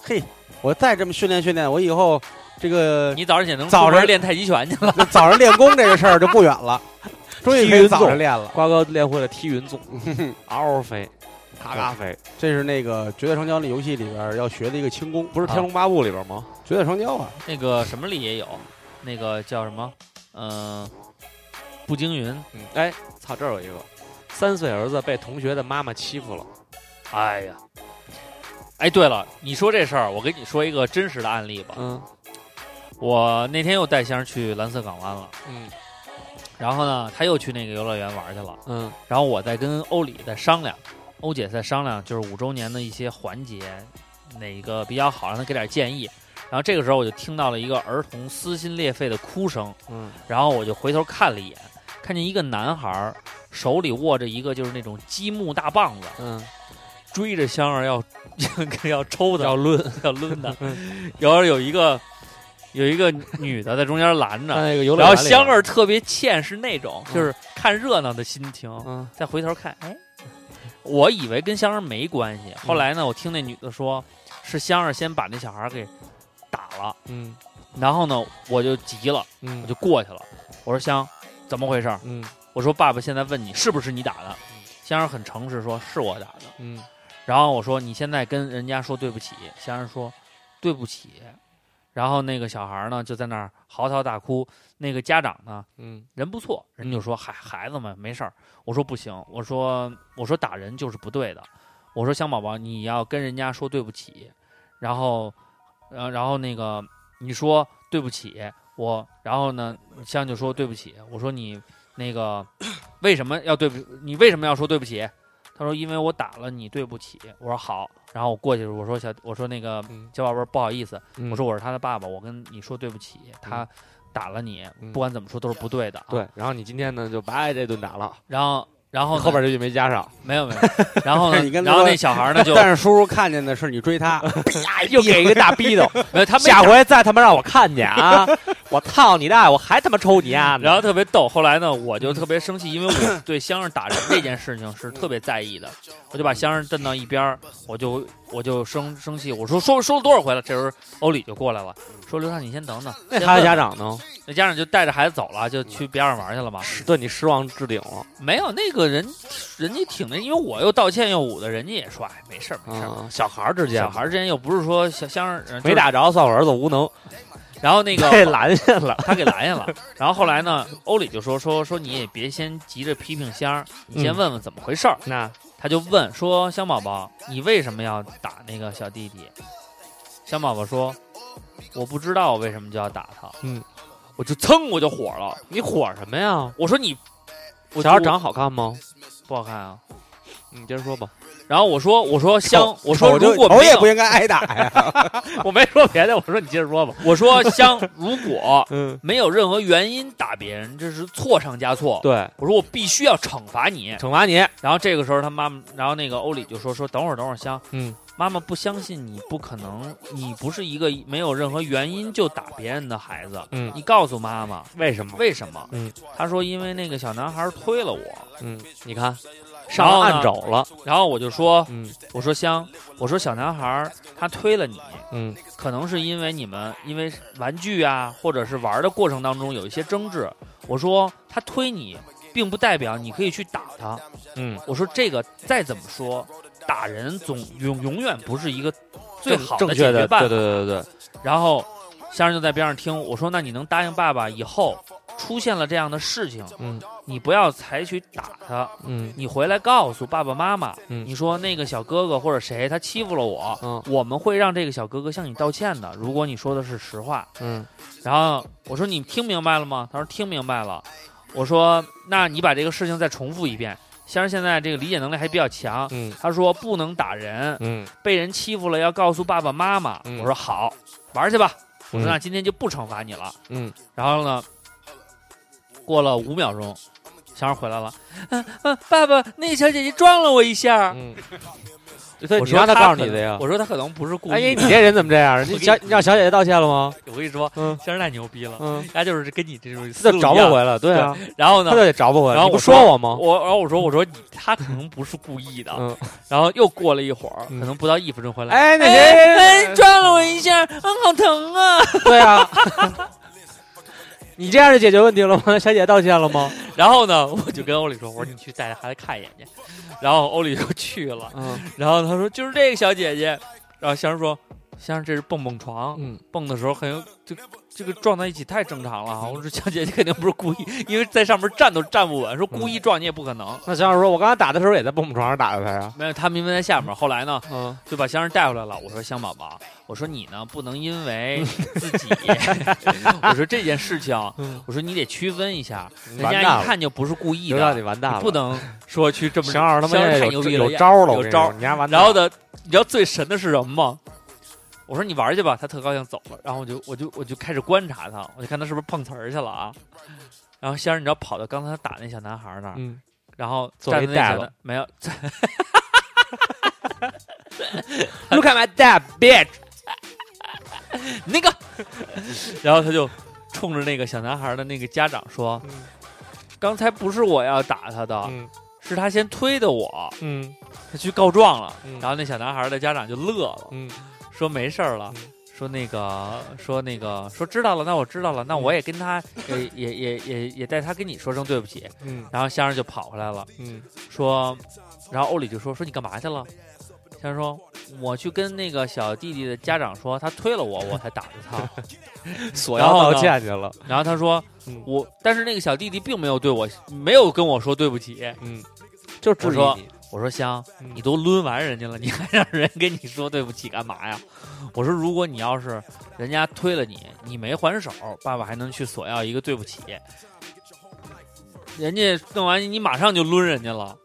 Speaker 4: 嘿，我再这么训练训练，我以后这个
Speaker 3: 你早上起来能
Speaker 4: 早
Speaker 3: 出门
Speaker 4: 上
Speaker 3: 练太极拳去了？ *laughs*
Speaker 4: 早上练功这个事儿就不远了，终于可以早上练了。
Speaker 2: 瓜哥练会了踢 *laughs* 云纵，嗷嗷飞，咔咔飞，
Speaker 4: 这是那个《绝代双骄》那游戏里边要学的一个轻功，不
Speaker 2: 不是《天龙八部》里边吗？
Speaker 4: 《绝代双骄》啊，
Speaker 3: 那个什么里也有，那个叫什么？嗯，步惊云。
Speaker 2: 嗯，哎，操，这儿有一个，三岁儿子被同学的妈妈欺负了，
Speaker 3: 哎呀，哎，对了，你说这事儿，我跟你说一个真实的案例吧。
Speaker 2: 嗯
Speaker 3: 我那天又带香去蓝色港湾了，
Speaker 2: 嗯
Speaker 3: 然后呢，他又去那个游乐园玩去了。
Speaker 2: 嗯
Speaker 3: 然后我在跟欧里在商量，欧姐在商量，就是五周年的一些环节，哪个比较好，让她给点建议。然后这个时候我就听到了一个儿童撕心裂肺的哭声，
Speaker 2: 嗯，
Speaker 3: 然后我就回头看了一眼，看见一个男孩儿手里握着一个就是那种积木大棒子，
Speaker 2: 嗯，
Speaker 3: 追着香儿要 *laughs* 要抽他，
Speaker 2: 要
Speaker 3: 抡要
Speaker 2: *laughs*
Speaker 3: 抡他，然后有一个有一个女的在中间拦着，
Speaker 2: 那个游乐园
Speaker 3: 然后
Speaker 2: 里边
Speaker 3: 香儿，特别欠是那种
Speaker 2: 嗯
Speaker 3: 就是看热闹的心情，
Speaker 2: 嗯
Speaker 3: 再回头看，哎，我以为跟香儿没关系，
Speaker 2: 嗯
Speaker 3: 后来呢，我听那女的说是香儿先把那小孩儿给打了，
Speaker 2: 嗯
Speaker 3: 然后呢，我就急了，我
Speaker 2: 嗯
Speaker 3: 就过去了，我说香，怎么回事儿？
Speaker 2: 嗯
Speaker 3: 我说爸爸现在问你是不是你打的，香儿很诚实说是我打的。
Speaker 2: 嗯
Speaker 3: 然后我说你现在跟人家说对不起，先生说对不起，然后那个小孩儿呢就在那儿嚎啕大哭，那个家长呢
Speaker 2: 嗯
Speaker 3: 人不错，人就说孩孩子们没事儿。我说不行，我说我说打人就是不对的，我说香宝宝你要跟人家说对不起，然后，呃，然后那个你说对不起我，然后呢香就说对不起，我说你那个为什么要对不你为什么要说对不起？他说因为我打了你对不起。我说好，然后我过去我说小我说那个
Speaker 2: 嗯，
Speaker 3: 小宝贝儿不好意思，
Speaker 2: 嗯
Speaker 3: 我说我是他的爸爸，我跟你说对不起，他打了你，
Speaker 2: 嗯
Speaker 3: 不管怎么说都是不对的、啊。，
Speaker 2: 对，然后你今天呢就白挨这顿打了，
Speaker 3: 然后然后呢
Speaker 2: 后边这句没加上，
Speaker 3: 没有没有，然
Speaker 2: *laughs*
Speaker 3: 后呢
Speaker 4: 你，跟他
Speaker 3: 然后
Speaker 4: 说
Speaker 3: 那小孩呢就
Speaker 4: 但是叔叔看见的是你追他，
Speaker 5: 啪又给一个大
Speaker 2: *laughs*
Speaker 5: 逼斗，
Speaker 3: 没有他没
Speaker 5: 下回再他妈让我看见啊，我操你大爷，我还他妈抽你
Speaker 2: 啊
Speaker 5: 丫的！
Speaker 3: 然后特别逗。后来呢，我就特别生气，因
Speaker 2: *laughs*
Speaker 3: 为我对香儿打人这件事情是特别在意的，我就把香儿震到一边儿，我就我就生生气，我说说说了多少回了？这时候欧里就过来了，说刘畅你先等等。
Speaker 2: 那
Speaker 3: 先
Speaker 2: 他的
Speaker 3: 问
Speaker 2: 家长呢？
Speaker 3: 那家长就带着孩子走了，就去边上玩去了嘛。
Speaker 2: 对你失望置顶了
Speaker 3: 没有那个人，人家挺那，因为我又道歉又捂的，人家也说哎没事儿没事儿。
Speaker 2: 啊！小孩儿之间，
Speaker 3: 小孩儿之间又不是说香香儿、呃就是
Speaker 2: 没打着，算我儿子无能，
Speaker 3: 然
Speaker 2: *laughs*
Speaker 3: 后那个
Speaker 5: 被拦下了，
Speaker 3: 他给拦下了。然后后来呢，欧里就说说说你也别先急着批评香儿，你先
Speaker 2: 嗯
Speaker 3: 问问怎么回事儿。
Speaker 2: 那
Speaker 3: 他就问说香宝宝，你为什么要打那个小弟弟？香宝宝说，我不知道我为什么就要打他。
Speaker 2: 嗯，
Speaker 3: 我就噌我就火了，
Speaker 2: 你火什么呀？
Speaker 3: 我说你，我
Speaker 2: 小孩
Speaker 3: 我
Speaker 2: 儿长好看吗？
Speaker 3: 不好看啊。
Speaker 2: 你接着说吧。
Speaker 3: 然后我说我说香，我说
Speaker 4: 我就
Speaker 3: 如果
Speaker 4: 我
Speaker 3: 没
Speaker 4: 也
Speaker 3: 有 *laughs*
Speaker 4: 不应该挨打呀。
Speaker 5: 我没说别的，我说你接着说吧。
Speaker 3: 我说香， *laughs* 如果
Speaker 2: 嗯，
Speaker 3: 没有任何原因打别人，这是错上加错。
Speaker 2: 对，
Speaker 3: 我说我必须要惩罚你。
Speaker 2: 惩罚你。
Speaker 3: 然后这个时候他妈妈，然后那个欧里就说说等会儿等会儿香，
Speaker 2: 嗯，
Speaker 3: 妈妈不相信你不可能，你不是一个没有任何原因就打别人的孩子。
Speaker 2: 嗯
Speaker 3: 你告诉妈妈
Speaker 2: 为什么？
Speaker 3: 为什么？
Speaker 2: 嗯，
Speaker 3: 他说因为那个小男孩推了我，
Speaker 2: 嗯，你看
Speaker 3: 然
Speaker 2: 上
Speaker 3: 后呢
Speaker 2: 岸肘了。
Speaker 3: 然后我就说
Speaker 2: 嗯
Speaker 3: 我说香，我说小男孩他推了你，
Speaker 2: 嗯
Speaker 3: 可能是因为你们因为玩具啊，或者是玩的过程当中有一些争执。我说他推你，并不代表你可以去打他。
Speaker 2: 嗯，
Speaker 3: 我说这个再怎么说，打人总永永远不是一个最好
Speaker 2: 正
Speaker 3: 的
Speaker 2: 确
Speaker 3: 解决
Speaker 2: 的，
Speaker 3: 办
Speaker 2: 对
Speaker 3: 法。
Speaker 2: 对对对对，
Speaker 3: 然后香儿就在边上听我说：“那你能答应爸爸以后出现了这样的事情，
Speaker 2: 嗯
Speaker 3: 你不要采取打他，
Speaker 2: 嗯
Speaker 3: 你回来告诉爸爸妈妈，
Speaker 2: 嗯
Speaker 3: 你说那个小哥哥或者谁他欺负了我，
Speaker 2: 嗯
Speaker 3: 我们会让这个小哥哥向你道歉的。如果你说的是实话。”
Speaker 2: 嗯
Speaker 3: 然后我说你听明白了吗？他说听明白了。我说那你把这个事情再重复一遍。先生现在这个理解能力还比较强，
Speaker 2: 嗯
Speaker 3: 他说不能打人，
Speaker 2: 嗯，
Speaker 3: 被人欺负了要告诉爸爸妈妈。
Speaker 2: 嗯
Speaker 3: 我说好，玩去吧。我
Speaker 2: 我
Speaker 3: 说那今天就不惩罚你了。
Speaker 2: 嗯
Speaker 3: 然后呢，过了五秒钟，小孩回来了，嗯、嗯、爸爸，那个小姐姐撞了我一下。
Speaker 2: 嗯，对，嗯
Speaker 3: 我
Speaker 2: 你
Speaker 3: 说
Speaker 2: 让他告
Speaker 3: 可
Speaker 2: 诉你的呀。
Speaker 3: 我说他可能不是故
Speaker 2: 哎
Speaker 3: 意
Speaker 2: 你
Speaker 4: *laughs*
Speaker 3: 的。
Speaker 2: 这人怎么这样？你小你让小姐姐道歉了吗？
Speaker 3: 我跟你说，
Speaker 2: 嗯
Speaker 3: 先生太牛逼了，
Speaker 2: 嗯，
Speaker 3: 他就是跟你这种思
Speaker 2: 这就
Speaker 3: 路一
Speaker 2: 找
Speaker 3: 样
Speaker 2: 不回来，对啊，
Speaker 3: 然后
Speaker 2: 他
Speaker 3: 呢
Speaker 2: 就，得找不回来。
Speaker 3: 然后
Speaker 2: 你不
Speaker 3: 我说
Speaker 2: 说我吗？
Speaker 3: 我然后我说我说你他可能不是故意的，
Speaker 2: 嗯，
Speaker 3: 然后又过了一会儿，可
Speaker 2: 嗯
Speaker 3: 能不到一分钟回来，
Speaker 2: 哎，那
Speaker 3: 哎
Speaker 2: 谁
Speaker 3: 哎，，撞了我一下，嗯，好疼啊！ *laughs*
Speaker 2: 对啊，你这样就解决问题了吗？那小姐姐道歉了吗？
Speaker 3: 然后呢，我就跟欧里说，我说你去带着孩子看一眼去，然后欧里就去了，
Speaker 2: 嗯
Speaker 3: 然后他说就是这个小姐姐，然后先生说，先生这是蹦蹦床，
Speaker 2: 嗯，
Speaker 3: 蹦的时候很有这这个撞在一起太正常了啊，
Speaker 2: 嗯
Speaker 3: 我说小姐姐肯定不是故意，因为在上面站都站不稳，说故
Speaker 2: 嗯
Speaker 3: 意撞你也不可能。
Speaker 2: 那小姐说，我刚才打的时候也在蹦蹦床上打的他呀。
Speaker 3: 没有，他明明在下面。后来呢，
Speaker 2: 嗯，
Speaker 3: 就把香儿带回来了。我说香宝宝，我说你呢不能因
Speaker 2: *laughs*
Speaker 3: 为自己，我说这件事情，我说你得区分一下，人
Speaker 2: 嗯完
Speaker 3: 家
Speaker 2: 蛋
Speaker 3: 一
Speaker 2: 了，
Speaker 3: 看就不是故意
Speaker 2: 刘让
Speaker 3: 的，
Speaker 2: 你完
Speaker 3: 你
Speaker 2: 蛋了，
Speaker 3: 不能说去这么
Speaker 2: 小二他妈
Speaker 3: 香儿太
Speaker 2: 现在
Speaker 3: 牛
Speaker 2: 有
Speaker 3: 逼了，
Speaker 2: 有招了，
Speaker 3: 有
Speaker 2: 我跟你
Speaker 3: 招
Speaker 2: 说，你丫完蛋
Speaker 3: 然
Speaker 2: 了。
Speaker 3: 后呢，你知道最神的是什么吗？我说你玩去吧，他特高兴走了，然后我就我就我就开始观察他，我就看他是不是碰瓷儿去了啊。然后香儿，你知道跑到刚才他打那小男孩儿那儿，
Speaker 2: 嗯，
Speaker 3: 然后
Speaker 2: 作为
Speaker 3: 站在那
Speaker 2: 带
Speaker 3: 小
Speaker 2: 了
Speaker 3: 男没有
Speaker 2: *laughs* Look at my dad, bitch！
Speaker 3: *laughs* 那个，然后他就冲着那个小男孩的那个家长说：“
Speaker 2: 嗯
Speaker 3: 刚才不是我要打他的，
Speaker 2: 嗯
Speaker 3: 是他先推的我，
Speaker 2: 嗯
Speaker 3: 他去告状了。
Speaker 2: 嗯
Speaker 3: 然后那小男孩的家长就乐了，
Speaker 2: 嗯
Speaker 3: 说没事儿了。
Speaker 2: 嗯
Speaker 3: 说那个，说那个，说知道了，那我知道了，那我也
Speaker 2: *laughs*
Speaker 3: 跟他，呃也也也也带他跟你说声对不起。
Speaker 2: 嗯
Speaker 3: 然后先生就跑回来了，
Speaker 2: 嗯
Speaker 3: 说，然后欧里就说说你干嘛去了？先他说我去跟那个小弟弟的家长说，他推了我，我才打的
Speaker 2: *laughs*
Speaker 3: 他。
Speaker 2: 索
Speaker 3: 然
Speaker 2: 要
Speaker 3: 后
Speaker 2: 道
Speaker 3: 呢
Speaker 2: 歉去了，
Speaker 3: 然后他说
Speaker 2: 嗯
Speaker 3: 我，但是那个小弟弟并没有对我，没有跟我说对不起。
Speaker 2: 嗯，
Speaker 3: 就
Speaker 2: 质
Speaker 3: 我
Speaker 2: 疑
Speaker 3: 说
Speaker 2: 你，
Speaker 3: 我说香，
Speaker 2: 嗯
Speaker 3: 你都抡完人家了，你还让人跟你说对不起干嘛呀？我说，如果你要是人家推了你，你没还手，爸爸还能去索要一个对不起。人家弄完你马上就抡人家了，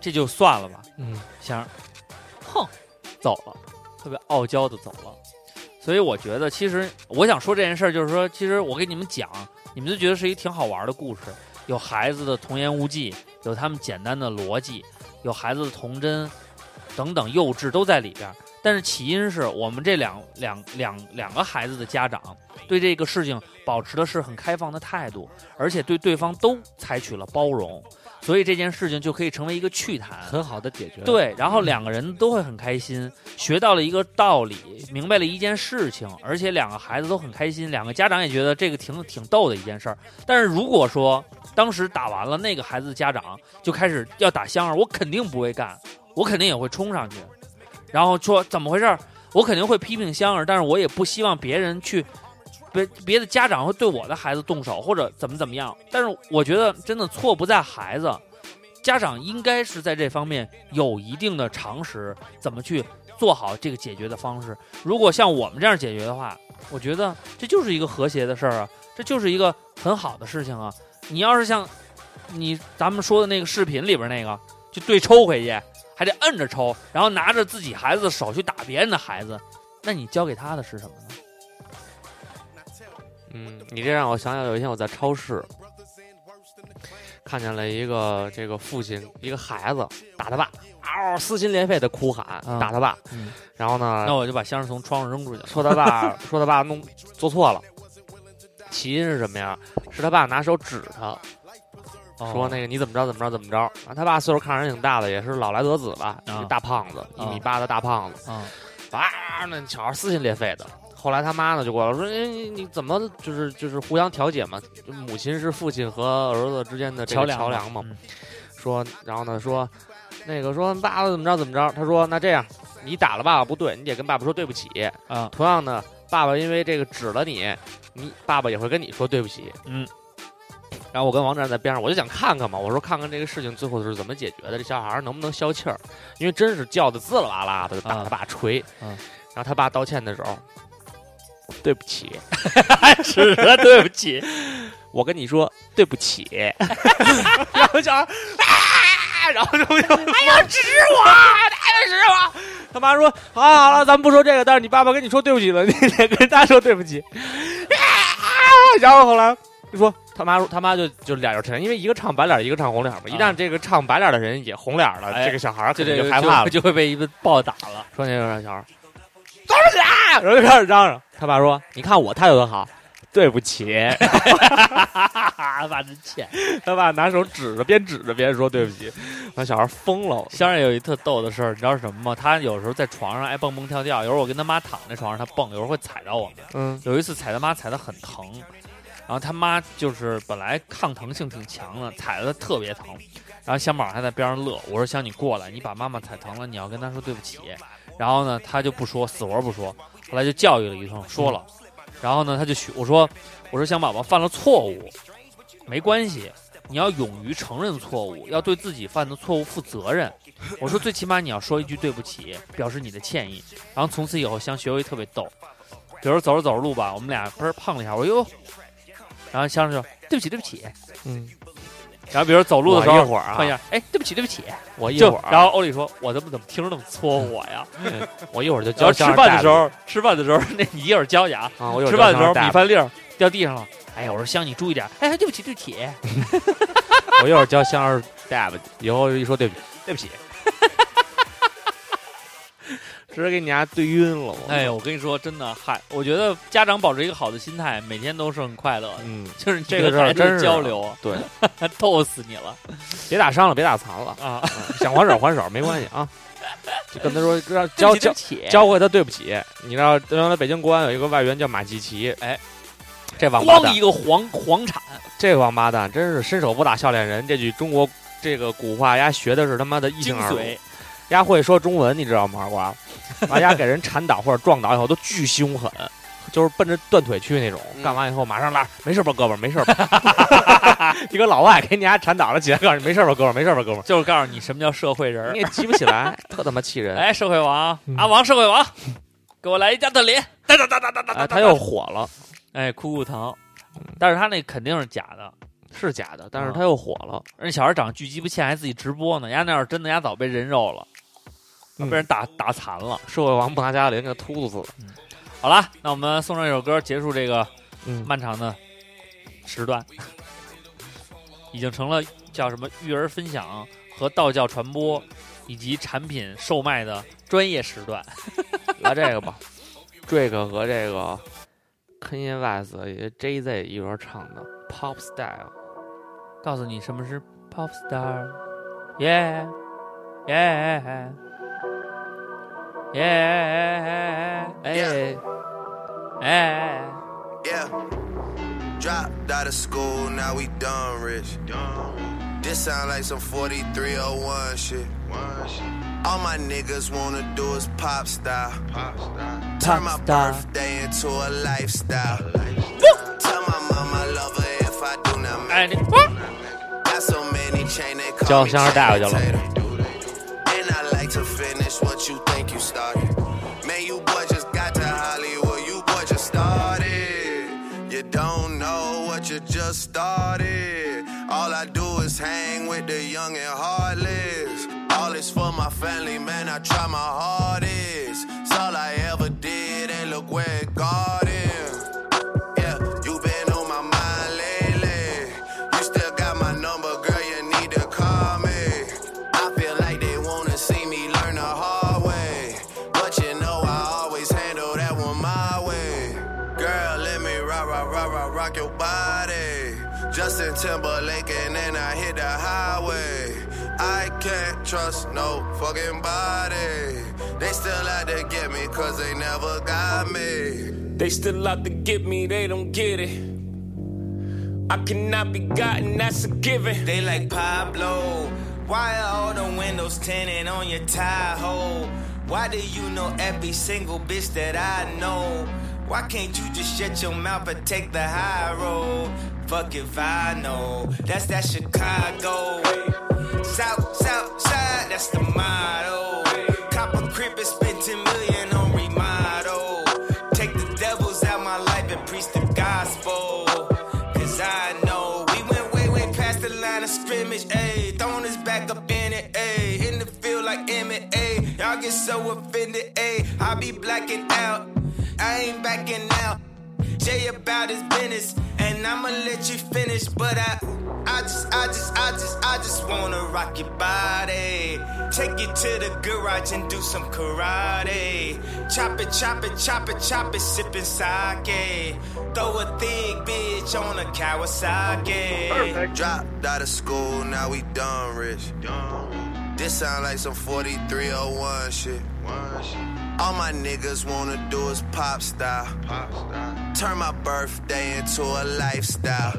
Speaker 3: 这就算了吧。
Speaker 2: 嗯，
Speaker 3: 香儿，哼，走了，特别傲娇的走了。所以我觉得，其实我想说这件事儿，就是说，其实我给你们讲，你们就觉得是一挺好玩的故事，有孩子的童言无忌，有他们简单的逻辑，有孩子的童真，等等幼稚都在里边儿。但是起因是我们这两两两两个孩子的家长对这个事情保持的是很开放的态度，而且对对方都采取了包容，所以这件事情就可以成为一个趣谈，
Speaker 2: 很好的解决，，
Speaker 3: 对，然后两个人都会很开心，学到了一个道理，明白了一件事情，而且两个孩子都很开心，两个家长也觉得这个挺挺逗的一件事儿。但是如果说当时打完了，那个孩子的家长就开始要打香儿，我肯定不会干，我肯定也会冲上去，然后说怎么回事儿，我肯定会批评香儿，但是我也不希望别人去。别别的家长会对我的孩子动手，或者怎么怎么样，但是我觉得真的错不在孩子，家长应该是在这方面有一定的常识，怎么去做好这个解决的方式。如果像我们这样解决的话，我觉得这就是一个和谐的事儿啊，这就是一个很好的事情啊。你要是像你咱们说的那个视频里边那个，就对抽回去，还得摁着抽，然后拿着自己孩子的手去打别人的孩子，那你教给他的是什么呢？
Speaker 2: 嗯，你这让我想想，有一天我在超市看见了一个这个父亲，一个孩子打他爸，嗷，撕心裂肺的哭喊，
Speaker 3: 啊
Speaker 2: 打他爸，
Speaker 3: 嗯
Speaker 2: 然后呢
Speaker 3: 那，我就把箱儿从窗户扔出去了。
Speaker 2: 说他
Speaker 3: *laughs*
Speaker 2: 爸说他爸弄做错了，起因是什么呀？是他爸拿手指他，
Speaker 3: 哦
Speaker 2: 说那个你怎么着怎么着怎么着。然后他爸岁数看着也挺大的，也是老来得子吧，
Speaker 3: 啊
Speaker 2: 一大胖子，一
Speaker 3: 啊
Speaker 2: 米八的大胖子，
Speaker 3: 啊
Speaker 2: 啊，那小孩撕心裂肺的。后来他妈呢就过来说：“哎，你你怎么就是就是互相调解嘛？就母亲是父亲和儿子之间的这个
Speaker 3: 梁
Speaker 2: 桥梁嘛。
Speaker 3: 嗯
Speaker 2: 说，然后呢说，那个说爸爸怎么着怎么着。他说那这样，你打了爸爸不对，你得跟爸爸说对不起。
Speaker 3: 啊
Speaker 2: 同样呢，爸爸因为这个指了你，你爸爸也会跟你说对不起。
Speaker 3: 嗯。
Speaker 2: 然后我跟王站在边上，我就想看看嘛，我说看看这个事情最后是怎么解决的，这小孩儿能不能消气儿，因为真是叫的滋啦啦啦的，就打
Speaker 3: 啊
Speaker 2: 他爸锤。
Speaker 3: 啊
Speaker 2: 然后他爸道歉的时候，对不起，
Speaker 3: *laughs*
Speaker 2: *laughs*
Speaker 3: 是啊，对不起，
Speaker 2: 我跟你说对不起。然后小孩儿啊，然后就就哎 *laughs* 呀指我，哎呀指我。
Speaker 6: 他妈
Speaker 2: 啊
Speaker 6: 说：“好了好了，咱们不说这个，但是你爸爸跟你说对不起了，你得跟他说对不起。
Speaker 2: 啊然后后来就说他妈他妈就就俩人沉，因为一个唱白脸，一个唱红脸嘛。一旦这个唱白脸的人也红脸了，
Speaker 3: 哎
Speaker 2: 这个小孩儿
Speaker 3: 这
Speaker 2: 肯
Speaker 3: 这
Speaker 2: 定
Speaker 3: 个
Speaker 2: 就害怕了
Speaker 3: 就，就会被一顿暴打了。 *laughs*
Speaker 2: 说那个小孩儿，走出去啊，然后就开始嚷嚷。他爸说：“你看我态度多好，对不起。 *laughs*
Speaker 3: 啊，把这钱。”
Speaker 2: 他爸拿手指着，边指着边说对不起。那小孩儿疯了，
Speaker 3: 香儿有一特逗的事儿，你知道是什么吗？他有时候在床上爱蹦蹦跳跳，有时候我跟他妈躺在床上，他蹦，有时候会踩到我们。
Speaker 2: 嗯
Speaker 3: 有一次踩他妈踩的很疼，然后他妈就是本来抗疼性挺强的，踩的特别疼。然后香宝还在边上乐，我说香你过来，你把妈妈踩疼了，你要跟她说对不起。然后呢，他就不说，死活不说，后来就教育了一通，说了。然后呢，他就学我说我说香宝宝犯了错误，没关系，你要勇于承认错误，要对自己犯的错误负责任。我说最起码你要说一句对不起，表示你的歉意。然后从此以后，香学会特别逗。比如走着走着路吧，我们俩嘣儿碰了一下，我说哟，然后香儿就对不起对不起。
Speaker 2: 嗯，
Speaker 3: 然后比如走路的时
Speaker 2: 我一
Speaker 3: 候
Speaker 2: 会儿啊
Speaker 3: 碰一下，哎对不起对不起，
Speaker 2: 我一
Speaker 3: 就
Speaker 2: 会儿，啊
Speaker 3: 然后欧里说，我怎么怎么听着那么搓我呀？
Speaker 2: 我一会儿就
Speaker 3: 然后
Speaker 2: 教
Speaker 3: 吃
Speaker 2: 小孩儿
Speaker 3: 饭
Speaker 2: 带
Speaker 3: 的时
Speaker 2: 路
Speaker 3: 候，吃饭的时候，那你一会儿教去啊。
Speaker 2: 啊，我一会儿
Speaker 3: 吃
Speaker 2: 教
Speaker 3: 饭的
Speaker 2: 小孩
Speaker 3: 时候
Speaker 2: 儿带
Speaker 3: 米
Speaker 2: 路
Speaker 3: 饭粒儿掉地上了，哎呀，我说香你注意点，哎对不起对不起， *laughs*
Speaker 2: 我一会儿教香儿带吧，以后一说对不起，对不起，直接给你家对晕了我。
Speaker 3: 哎，，我跟你说，真的，嗨，我觉得家长保持一个好的心态，每天都是很快乐的，
Speaker 2: 嗯，
Speaker 3: 就是
Speaker 2: 这个事
Speaker 3: 事儿
Speaker 2: 儿真是
Speaker 3: 交流，
Speaker 2: 对，
Speaker 3: *laughs* 逗死你了
Speaker 2: 别打伤了，别打残
Speaker 3: *laughs*
Speaker 2: 了，
Speaker 3: 啊！
Speaker 2: 想还手还手没关系
Speaker 3: *laughs*
Speaker 2: 啊。就跟他说，让
Speaker 3: 对
Speaker 2: 教
Speaker 3: 不起对
Speaker 2: 教
Speaker 3: 不起，
Speaker 2: 教会他对不起。你知道，原来北京国安有一个外援叫马季奇，
Speaker 3: 哎，
Speaker 2: 这王八
Speaker 3: 光
Speaker 2: 蛋
Speaker 3: 一，个黄黄铲，
Speaker 2: 这王八蛋真是伸手不打笑脸人，这句中国这个古话，丫学的是他妈的一
Speaker 3: 精
Speaker 2: 清二楚。
Speaker 3: 髓，
Speaker 2: 丫会说中文，你知道吗？二 *laughs* 瓜，把丫给人缠倒或者撞倒以后都巨凶狠，就是奔着断腿去那种。
Speaker 4: 嗯
Speaker 2: 干完以后马上拉，没事吧，哥们儿，没事吧。 *laughs* 一个老外给你丫缠倒了起来，告诉你没事吧，哥们儿，没事吧，哥们儿。
Speaker 3: 就是告诉你什么叫社会人儿
Speaker 2: 你。也急不起来，特他妈气 *laughs* 人。
Speaker 3: 哎，社会王，阿王，社会王，给我来一加特林，哒哒哒哒哒哒
Speaker 2: 哎，
Speaker 3: 哒，
Speaker 2: 他又火了，
Speaker 3: 哎酷酷疼，但是他那肯定是假的。
Speaker 2: 是假的，但是
Speaker 3: 嗯
Speaker 2: 他又火了。
Speaker 3: 那小孩长巨鸡巴欠，还自己直播呢。人家那要是真的，人家早被人肉了，
Speaker 2: 嗯
Speaker 3: 被人打打残了。
Speaker 2: 社会王不拿加林给秃子了。
Speaker 3: 好了，那我们送上一首歌，结束这个
Speaker 2: 嗯，
Speaker 3: 漫长的时段， *laughs* 已经成了叫什么育儿分享和道教传播以及产品售卖的专业时段。
Speaker 2: 来这个吧，Drake 和这个 Kanye West 也 JZ 一块儿唱的 Pop Style。
Speaker 3: 告诉你什么是 pop star。Yeah, yeah, yeah, 哎哎，
Speaker 7: Yeah. Dropped out of school, now we done rich. This sound like some 4301 shit. All my niggas wanna do is pop style. Turn my birthday into a lifestyle. Tell my mom I love her if I do not
Speaker 3: 哎
Speaker 7: make
Speaker 3: 你
Speaker 7: it. Got so many chain they call
Speaker 2: 叫
Speaker 7: me
Speaker 2: 相声大会去
Speaker 7: chain
Speaker 2: 了。
Speaker 7: And I like to finish what you think you started. Man, you boy just got to Hollywood. You boy just started. You don't know what you just started. All I do is hang with the young and heartless. All is for my family, man. I try my hardest. It's all I ever did, and look where it got him. Yeah, you been on my mind lately. You still got my number, girl. You need to call me. I feel like they wanna see me learn the hard way, but you know I always handle that one my way. Girl, let me rock, rock, rock, rock, rock your body. Justin Timberlake, and then I hit the highway. I can't trust no fucking body. They still out to get me, cause they never got me.
Speaker 8: They still out to get me, they don't get it. I cannot be gotten, that's a given.
Speaker 9: They like Pablo. Why are all the windows tinted on your Tahoe? Why do you know every single bitch that I know? Why can't you just shut your mouth and take the high road? Fuck if I know. That's that Chicago. South, south side, that's the motto. Cop a crib and spend 10 million on remodel. Take the devils out my life and preach the gospel. Cause I know we went way, way past the line of scrimmage. Ayy, throwing his back up in it. Ayy, in the field like MMA. Y'all get so offended. Ayy, I be blacking out. I ain't backing out. Jay about his business, and I'ma let you finish. But I, I just, I just, I just, I just wanna rock your body. Take you to the garage and do some karate. Chop it, chop it, chop it, chop it, sipping sake. Throw a thick bitch on a Kawasaki.
Speaker 7: Dropped out of school, now we done rich. This sound like some 4301 shit. All my niggas wanna do is pop style. Turn my birthday into a lifestyle.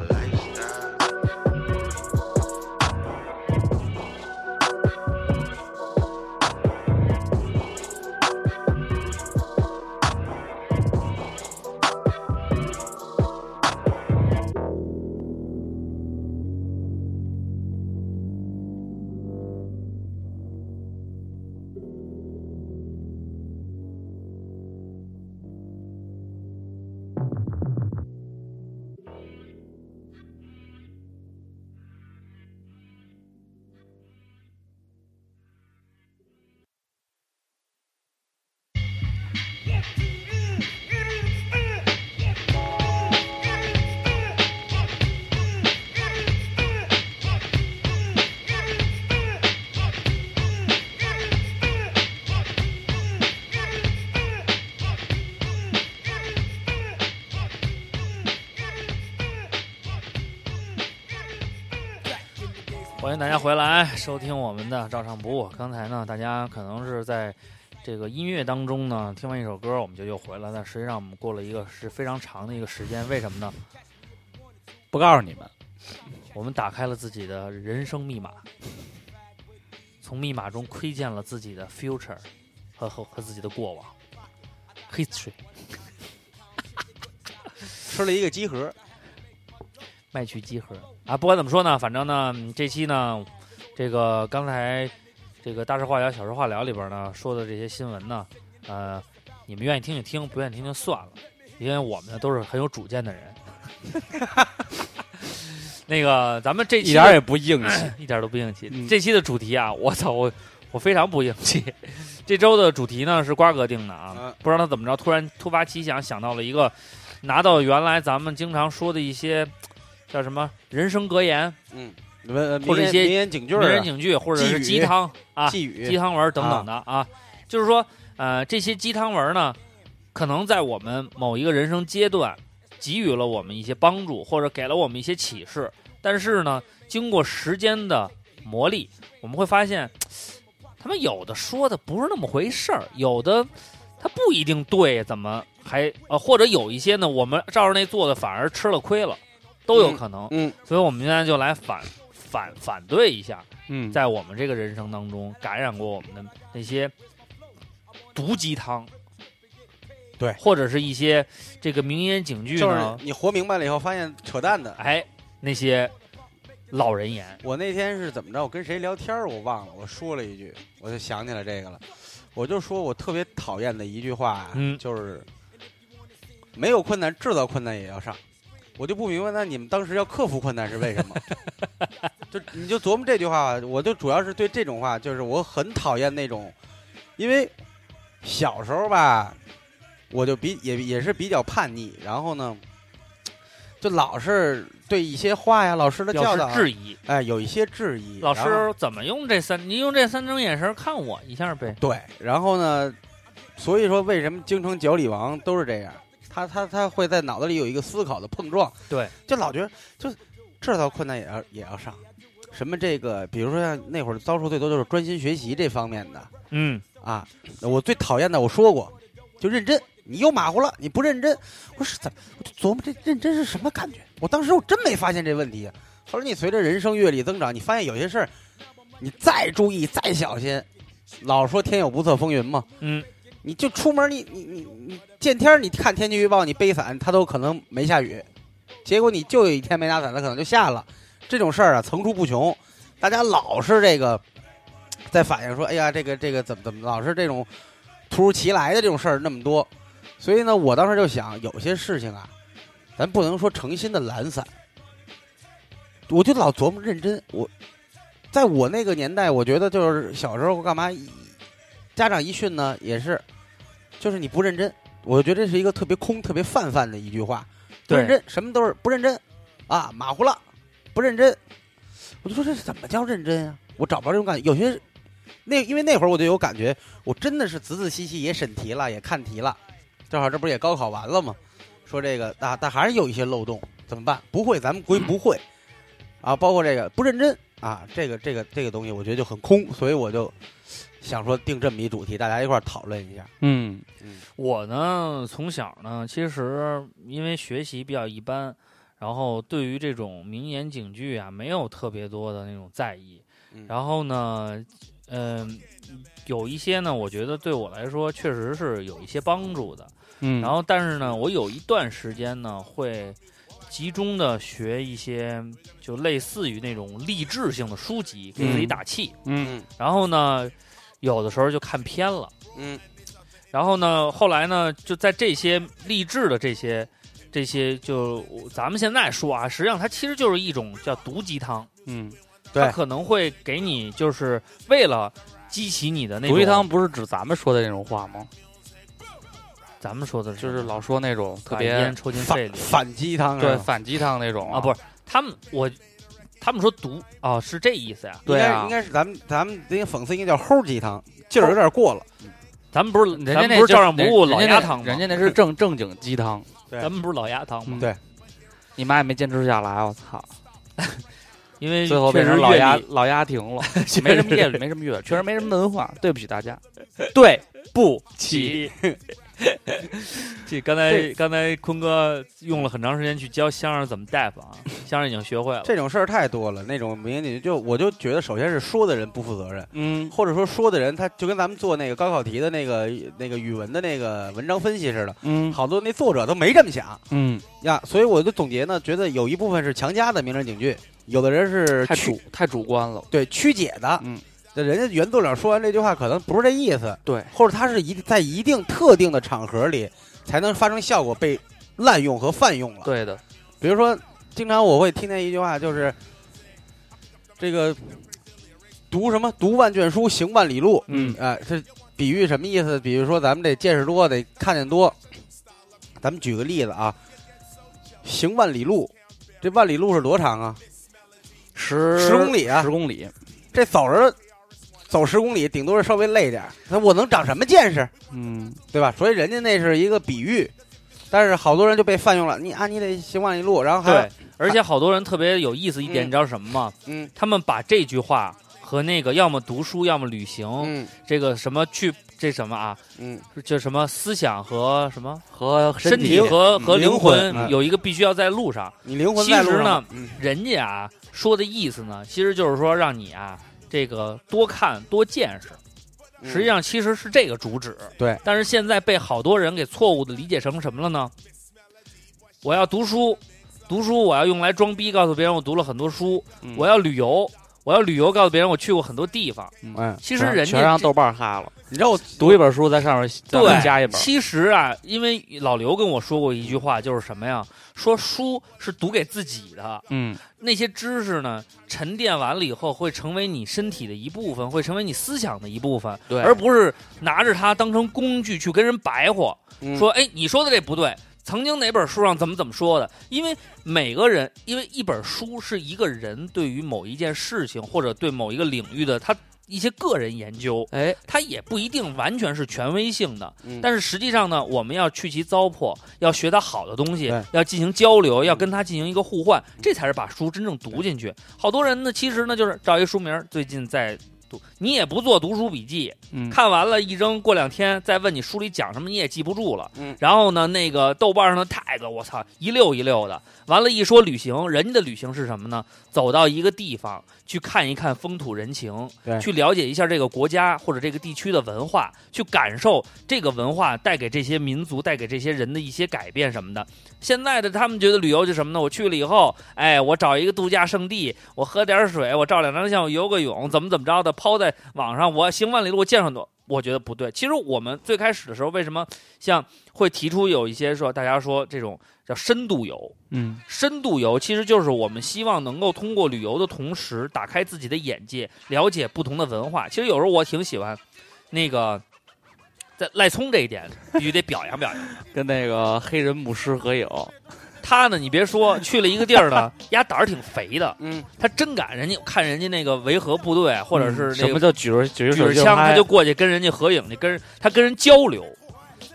Speaker 3: 欢迎大家回来收听我们的照常不误。刚才呢，大家可能是在这个音乐当中呢，听完一首歌，我们就又回来了。但实际上，我们过了一个是非常长的一个时间，为什么呢？
Speaker 10: 不告诉你们，
Speaker 3: 我们打开了自己的人生密码，从密码中窥见了自己的 future 和和和自己的过往 history。
Speaker 4: 吃了一个鸡盒，
Speaker 3: 麦曲集合啊！不管怎么说呢，反正呢，嗯这期呢，这个刚才这个大事化了、小事化了里边呢说的这些新闻呢，呃，你们愿意听就听，不愿意听就算了，因为我们呢都是很有主见的人。 *laughs* 那个，咱们这期
Speaker 11: 一点儿也不硬
Speaker 4: *laughs*
Speaker 11: 气。
Speaker 3: *clears throat* 一点儿都不硬气。
Speaker 11: 嗯
Speaker 3: 这期的主题啊， *laughs* 我操，我我非常不硬气。 *laughs* 这周的主题呢是瓜哥定的啊
Speaker 4: 嗯，
Speaker 3: 不知道他怎么着，突然突发奇想，想到了一个，拿到原来咱们经常说的一些叫什么人生格言、
Speaker 4: 嗯，文
Speaker 3: 或者一些
Speaker 4: 名言警句
Speaker 3: 名
Speaker 4: 儿
Speaker 3: 人
Speaker 4: 啊、
Speaker 3: 警句，或者是
Speaker 4: 寄语
Speaker 3: 鸡汤啊、
Speaker 4: 寄
Speaker 3: 鸡
Speaker 4: 语，
Speaker 3: 汤文等等的啊，就是说，呃，这些鸡汤文呢，可能在我们某一个人生阶段给予了我们一些帮助，或者给了我们一些启示，但是呢，经过时间的磨砺，我们会发现，他们有的说的不是那么回事儿，有的他不一定对，怎么还呃，或者有一些呢，我们照着那做的反而吃了亏了，都有可能，
Speaker 4: 嗯，
Speaker 3: 所以我们现在就来反反反对一下。
Speaker 11: 嗯，
Speaker 3: 在我们这个人生当中感染过我们的那些毒鸡汤，
Speaker 4: 对
Speaker 3: 或者是一些这个名言警句
Speaker 4: 就是
Speaker 3: 呢，
Speaker 4: 你活明白了以后，发现扯淡的。
Speaker 3: 哎，那些老人言，
Speaker 4: 我那天是怎么着？我跟谁聊天儿我忘了，我说了一句，我就想起来这个了。我就说我特别讨厌的一句话啊，
Speaker 3: 嗯
Speaker 4: 就是没有困难制造困难也要上。我就不明白，那你们当时要克服困难是为什么？就你就琢磨这句话，我就主要是对这种话，就是我很讨厌那种，因为小时候吧，我就比也也是比较叛逆，然后呢，就老是对一些话呀，老师的
Speaker 3: 表
Speaker 4: 教
Speaker 3: 示
Speaker 4: 导啊
Speaker 3: 质疑。
Speaker 4: 哎，有一些质疑。
Speaker 3: 老
Speaker 4: 然后
Speaker 3: 师怎么用这三？您用这三种眼神看我一下呗。
Speaker 4: 对，然后呢，所以说为什么京城脚里王都是这样？他他他会在脑子里有一个思考的碰撞，
Speaker 3: 对，
Speaker 4: 就老觉得就制造困难也要也要上，什么这个，比如说像那会儿遭受最多就是专心学习这方面的
Speaker 3: 嗯，
Speaker 4: 啊，我最讨厌的我说过，就认真，你又马虎了，你不认真，我是怎么我就琢磨这认真是什么感觉？我当时我真没发现这问题啊。后来你随着人生阅历增长，你发现有些事儿，你再注意再小心，老说天有不测风云嘛，
Speaker 3: 嗯，
Speaker 4: 你就出门你你你你见天儿你看天气预报你背伞，它都可能没下雨，结果你就有一天没拿伞，它可能就下了。这种事儿啊层出不穷，大家老是这个在反映说，哎呀，这个这个怎么怎么，老是这种突如其来的这种事儿那么多，所以呢，我当时就想，有些事情啊，咱不能说诚心的懒散。我就老琢磨认真，我在我那个年代，我觉得就是小时候干嘛，家长一训呢，也是，就是你不认真，我觉得这是一个特别空、特别泛泛的一句话，不
Speaker 3: 对
Speaker 4: 认真，什么都是不认真，啊，马虎了，不认真，我就说这怎么叫认真啊？我找不着这种感觉，有些那因为那会儿我就有感觉，我真的是仔仔细细也审题了，也看题了，正好这不是也高考完了吗？说这个，但但还是有一些漏洞，怎么办？不会，咱们归不会，啊，包括这个不认真啊，这个这个这个东西，我觉得就很空，所以我就想说定这么一主题，大家一块儿讨论一下。
Speaker 11: 嗯，
Speaker 3: 我呢从小呢，其实因为学习比较一般，然后对于这种名言警句啊，没有特别多的那种在意。
Speaker 11: 嗯
Speaker 3: 然后呢，嗯、有一些呢，我觉得对我来说确实是有一些帮助的。
Speaker 11: 嗯
Speaker 3: 然后，但是呢，我有一段时间呢，会集中的学一些就类似于那种励志性的书籍，给自己
Speaker 11: 嗯
Speaker 3: 打气。
Speaker 11: 嗯
Speaker 3: 然后呢，有的时候就看偏了。
Speaker 4: 嗯，
Speaker 3: 然后呢，后来呢，就在这些励志的这些这些，就咱们现在说啊，实际上它其实就是一种叫毒鸡汤。
Speaker 11: 嗯，
Speaker 4: 对
Speaker 3: 它可能会给你，就是为了激起你的那种
Speaker 2: 毒鸡汤，不是指咱们说的那种话吗？
Speaker 3: 咱们说的
Speaker 2: 就是老说那种特
Speaker 3: 把
Speaker 2: 别
Speaker 3: 烟抽
Speaker 11: 嗯
Speaker 3: 进肺
Speaker 4: 反
Speaker 3: 里
Speaker 4: 反鸡汤是
Speaker 2: 对
Speaker 4: 吧，
Speaker 2: 嗯反鸡嗯汤那种
Speaker 3: 啊，不是他们我他们说毒啊、是这意思呀、
Speaker 2: 对啊
Speaker 4: 应该应该是咱们咱们那个讽刺应该叫齁鸡汤，劲儿有点过了。
Speaker 3: 咱们不是
Speaker 2: 人
Speaker 3: 咱
Speaker 2: 家
Speaker 3: 们
Speaker 2: 那
Speaker 3: 不是
Speaker 2: 就
Speaker 3: 照样不误
Speaker 2: 人
Speaker 3: 老
Speaker 2: 家
Speaker 3: 鸭
Speaker 2: 那
Speaker 3: 汤吗？
Speaker 2: 人家那是正正经鸡汤，
Speaker 4: 对
Speaker 3: 咱们不是老鸭汤吗？
Speaker 2: 嗯
Speaker 4: 对，
Speaker 2: *laughs* 你妈也没坚持下来，啊我操！
Speaker 3: 因为
Speaker 2: 最后
Speaker 3: 确
Speaker 2: 变
Speaker 3: 实
Speaker 2: 成老
Speaker 3: 阅
Speaker 2: 鸭
Speaker 3: 历
Speaker 2: 老鸭停了，
Speaker 3: 确
Speaker 2: 没什么
Speaker 3: 实
Speaker 2: 阅历，没什么阅历，确实没什么文化，对不起大家，对不
Speaker 3: 起。这刚才刚才坤哥用了很长时间去教香儿怎么 dap 啊，香儿已经学会了。
Speaker 4: 这种事儿太多了，那种民警就我就觉得，首先是说的人不负责任，
Speaker 2: 嗯，
Speaker 4: 或者说说的人他就跟咱们做那个高考题的那个那个语文的那个文章分析似的，
Speaker 2: 嗯
Speaker 4: 好多那作者都没这么想
Speaker 2: 嗯，
Speaker 4: 呀，所以我就总结呢，觉得有一部分是强加的名人警句，有的人是
Speaker 2: 太
Speaker 4: 曲
Speaker 2: 主太主观了，
Speaker 4: 对曲解的，
Speaker 2: 嗯，
Speaker 4: 那人家原作者说完这句话可能不是这意思，
Speaker 2: 对，
Speaker 4: 或者他是一在一定特定的场合里才能发生效果被滥用和泛用了，
Speaker 2: 对的，
Speaker 4: 比如说，经常我会听见一句话，就是这个读什么“读万卷书，行万里路”。
Speaker 2: 嗯
Speaker 4: 啊、这比喻什么意思？比如说咱们这见识多，得看见多。咱们举个例子啊，行万里路，这万里路是多长啊？
Speaker 2: 十
Speaker 4: 十公里啊
Speaker 2: 十公里，
Speaker 4: 这走着走十公里，顶多是稍微累点儿，那我能长什么见识？
Speaker 2: 嗯，
Speaker 4: 对吧？所以人家那是一个比喻，但是好多人就被泛用了。你啊，你得行万里路，然后还有
Speaker 3: 对，而且好多人特别有意思一点，
Speaker 4: 嗯
Speaker 3: 你知道什么吗？
Speaker 4: 嗯
Speaker 3: 他们把这句话和那个要么读书，要么旅行，
Speaker 4: 嗯
Speaker 3: 这个什么去这什么啊，
Speaker 4: 嗯，
Speaker 3: 就什么思想和什么
Speaker 2: 和
Speaker 3: 身
Speaker 2: 体
Speaker 3: 体和和
Speaker 4: 灵
Speaker 3: 灵
Speaker 4: 魂嗯
Speaker 3: 有一个必须要在路上。
Speaker 4: 你灵魂在路上
Speaker 3: 其
Speaker 4: 嗯
Speaker 3: 人家啊说的意思呢，其实就是说让你啊这个多看多见识。
Speaker 4: 嗯
Speaker 3: 实际上其实是这个主旨。
Speaker 4: 对，
Speaker 3: 但是现在被好多人给错误的理解成什么了呢？我要读书，读书我要用来装逼，告诉别人我读了很多书；
Speaker 2: 嗯
Speaker 3: 我要旅游，我要旅游，告诉别人我去过很多地方。
Speaker 4: 嗯，
Speaker 3: 其实人家
Speaker 2: 全让
Speaker 3: 这
Speaker 2: 豆瓣儿哈了，
Speaker 4: 你知道我
Speaker 2: 读一本书在上面再
Speaker 3: 对
Speaker 2: 加一本，
Speaker 3: 其实啊，因为老刘跟我说过一句话，就是什么呀？说书是读给自己的，
Speaker 2: 嗯，
Speaker 3: 那些知识呢，沉淀完了以后会成为你身体的一部分，会成为你思想的一部分，
Speaker 2: 对，
Speaker 3: 而不是拿着它当成工具去跟人白活，
Speaker 4: 嗯
Speaker 3: 说哎，你说的这不对。曾经哪本书上怎么怎么说的？因为每个人，因为一本书是一个人对于某一件事情或者对某一个领域的他一些个人研究，
Speaker 2: *laughs* 哎，
Speaker 3: 它也不一定完全是权威性的，
Speaker 4: 嗯
Speaker 3: 但是实际上呢，我们要去其糟粕，要学到好的东西
Speaker 4: 对，嗯
Speaker 3: 要进行交流，要跟它进行一个互换，这才是把书真正读进去。好多人呢，其实呢就是照一书名儿，最近在读，你也不做读书笔记，
Speaker 2: 嗯
Speaker 3: 看完了，一扔，过两天再问你书里讲什么，你也记不住了。
Speaker 4: 嗯
Speaker 3: 然后呢，那个豆瓣上的 tag，我操，一溜一溜的。完了，一说旅行，人家的旅行是什么呢？走到一个地方去看一看风土人情
Speaker 4: 对，
Speaker 3: 去了解一下这个国家或者这个地区的文化，去感受这个文化带给这些民族、带给这些人的一些改变什么的。现在的他们觉得旅游就什么呢？我去了以后，哎，我找一个度假胜地，我喝点水，我照两张相，我游个泳，怎么怎么着的，抛在网上，我行万里路，我见很多。我觉得不对。其实我们最开始的时候，为什么像会提出有一些说大家说这种叫深度游？
Speaker 2: 嗯，
Speaker 3: 深度游其实就是我们希望能够通过旅游的同时，打开自己的眼界，了解不同的文化。其实有时候我挺喜欢那个。在赖聪这一点必须得表扬表扬。
Speaker 2: 跟那个黑人牧师合影，
Speaker 3: 他呢，你别说，去了一个地儿呢，丫胆儿挺肥的，
Speaker 4: 嗯，
Speaker 3: 他真敢。人家我看人家那个维和部队，啊或者是
Speaker 2: 嗯什
Speaker 3: 那
Speaker 2: 么
Speaker 3: 个
Speaker 2: 叫举着举着
Speaker 3: 举
Speaker 2: 手
Speaker 3: 着
Speaker 2: 机
Speaker 3: 枪，他
Speaker 2: 拍
Speaker 3: 就过去跟人家合影去，跟人他跟人交流，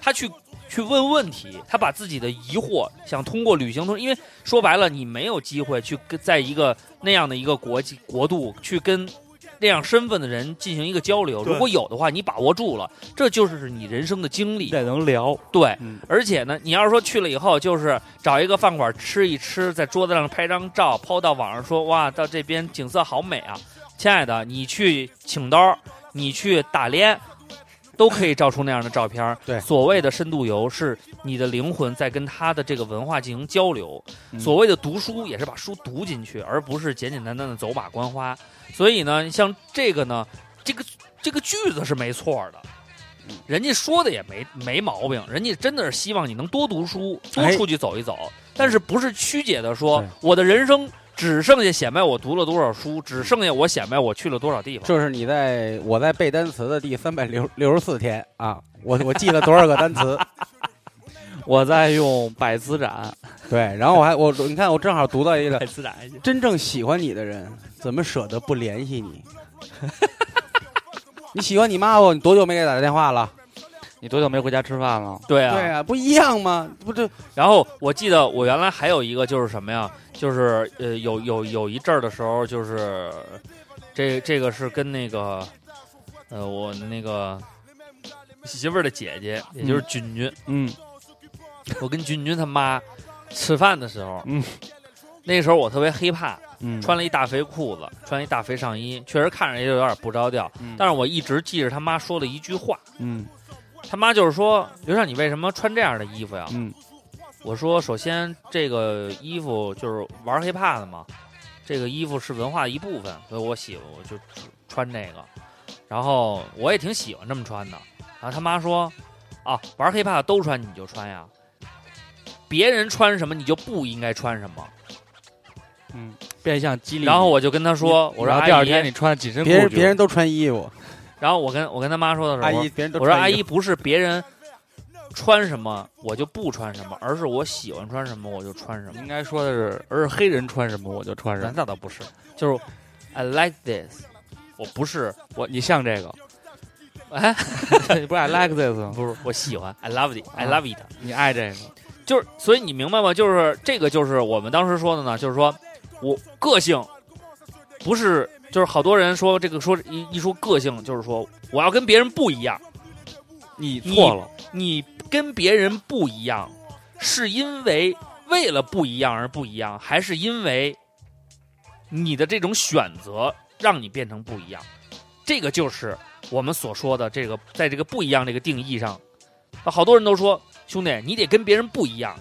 Speaker 3: 他去去问问题，他把自己的疑惑想通过旅行通，因为说白了，你没有机会去跟在一个那样的一个国际国度去跟。那样身份的人进行一个交流，
Speaker 12: 对
Speaker 3: 如果有的话，你把握住了，这就是你人生的经历。
Speaker 12: 这能聊，
Speaker 3: 对
Speaker 2: 嗯，
Speaker 3: 而且呢，你要是说去了以后，就是找一个饭馆吃一吃，在桌子上拍张照，抛到网上说哇，到这边景色好美啊！亲爱的，你去请刀，你去打猎，都可以照出那样的照片儿。
Speaker 4: 对
Speaker 3: 所谓的深度游是你的灵魂在跟他的这个文化进行交流，
Speaker 2: 嗯
Speaker 3: 所谓的读书也是把书读进去，而不是简简单单的走马观花。所以呢，像这个呢，这个这个句子是没错儿的。
Speaker 4: 嗯
Speaker 3: 人家说的也没没毛病，人家真的是希望你能多读书，多
Speaker 4: 哎
Speaker 3: 出去走一走，但是不是曲解的说
Speaker 4: 对
Speaker 3: 我的人生只剩下显摆我读了多少书，只剩下我显摆我去了多少地方。
Speaker 4: 就是你在我在背单词的第三百六 *laughs* 六十四天啊，我我记了多少个单 *laughs* 词？
Speaker 2: 我在用百词斩，
Speaker 4: 对，然后我还我你看我正好读到一个
Speaker 3: 百词斩一下，
Speaker 4: *laughs* 真正喜欢你的人，怎么舍得不联系 *laughs* 你？你喜欢你妈不？你多久没给她打电话了？
Speaker 2: 你多久没回家吃饭了？ *laughs*
Speaker 3: 对啊。
Speaker 4: 对啊，不一样吗？不这
Speaker 3: 然后我记得我原来还有一个就是什么呀，就是呃有有有一阵儿的时候，就是这这个是跟那个呃我那个媳妇儿的姐姐，也就是君君。
Speaker 2: 嗯
Speaker 3: 我跟君君他妈吃饭的时候，
Speaker 2: 嗯，
Speaker 3: 那时候我特别害怕，
Speaker 2: 嗯，
Speaker 3: 穿了一大肥裤子，穿一大肥上衣，确实看着也有点不着调。
Speaker 2: 嗯
Speaker 3: 但是我一直记着他妈说了一句话，
Speaker 2: 嗯
Speaker 3: 他妈就是说：“刘畅，你为什么穿这样的衣服呀？”
Speaker 2: 嗯
Speaker 3: 我说：“首先，这个衣服就是玩 hiphop 的嘛，这个衣服是文化的一部分，所以我喜欢我就穿这个。然后我也挺喜欢这么穿的。然后他妈说：‘啊，玩 hiphop 都穿你就穿呀，别人穿什么你就不应该穿什么。
Speaker 2: 嗯，变相激’励你。
Speaker 3: 然后我就跟他说：‘我说
Speaker 2: 然后
Speaker 3: 阿
Speaker 2: 第二
Speaker 3: 姨，
Speaker 2: 哎天你穿紧身裤，
Speaker 4: 别人
Speaker 2: 就
Speaker 4: 别人都穿衣服，
Speaker 3: 然后我跟我跟他妈说的时候，
Speaker 4: 阿姨别人都
Speaker 3: 我说阿
Speaker 4: 穿衣
Speaker 3: 姨
Speaker 4: 服，
Speaker 3: 不是别人穿什么我就不穿什么，而是我喜欢穿什么我就穿什么。
Speaker 2: 应该说的是，而是黑人穿什么我就穿什
Speaker 3: 那
Speaker 2: 么。
Speaker 3: 那倒不是，就是 I like this，我 *laughs* 不是
Speaker 2: 我你像这个，
Speaker 3: 哎，
Speaker 2: 你不是 I like this 吗？
Speaker 3: 不是我喜欢 I love it，I love it，、
Speaker 2: 你爱这个，
Speaker 3: 就是所以你明白吗？就是这个就是我们当时说的呢，就是说我个性不是。就是好多人说这个说一一说个性，就是说我要跟别人不一样，
Speaker 2: 你
Speaker 3: 你
Speaker 2: 错了，
Speaker 3: 你跟别人不一样，是因为为了不一样而不一样，还是因为你的这种选择让你变成不一样？这个就是我们所说的这个，在这个不一样这个定义上，啊好多人都说兄弟，你得跟别人不一样，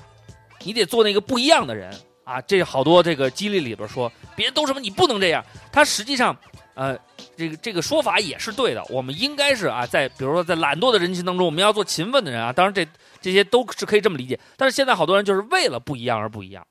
Speaker 3: 你得做那个不一样的人啊。这好多这个激励里边说，别人都什么你不能这样，他实际上，呃，这个这个说法也是对的。我们应该是啊，在比如说在懒惰的人群当中，我们要做勤奋的人啊。当然这，这些都是可以这么理解。但是现在好多人就是为了不一样而不一样，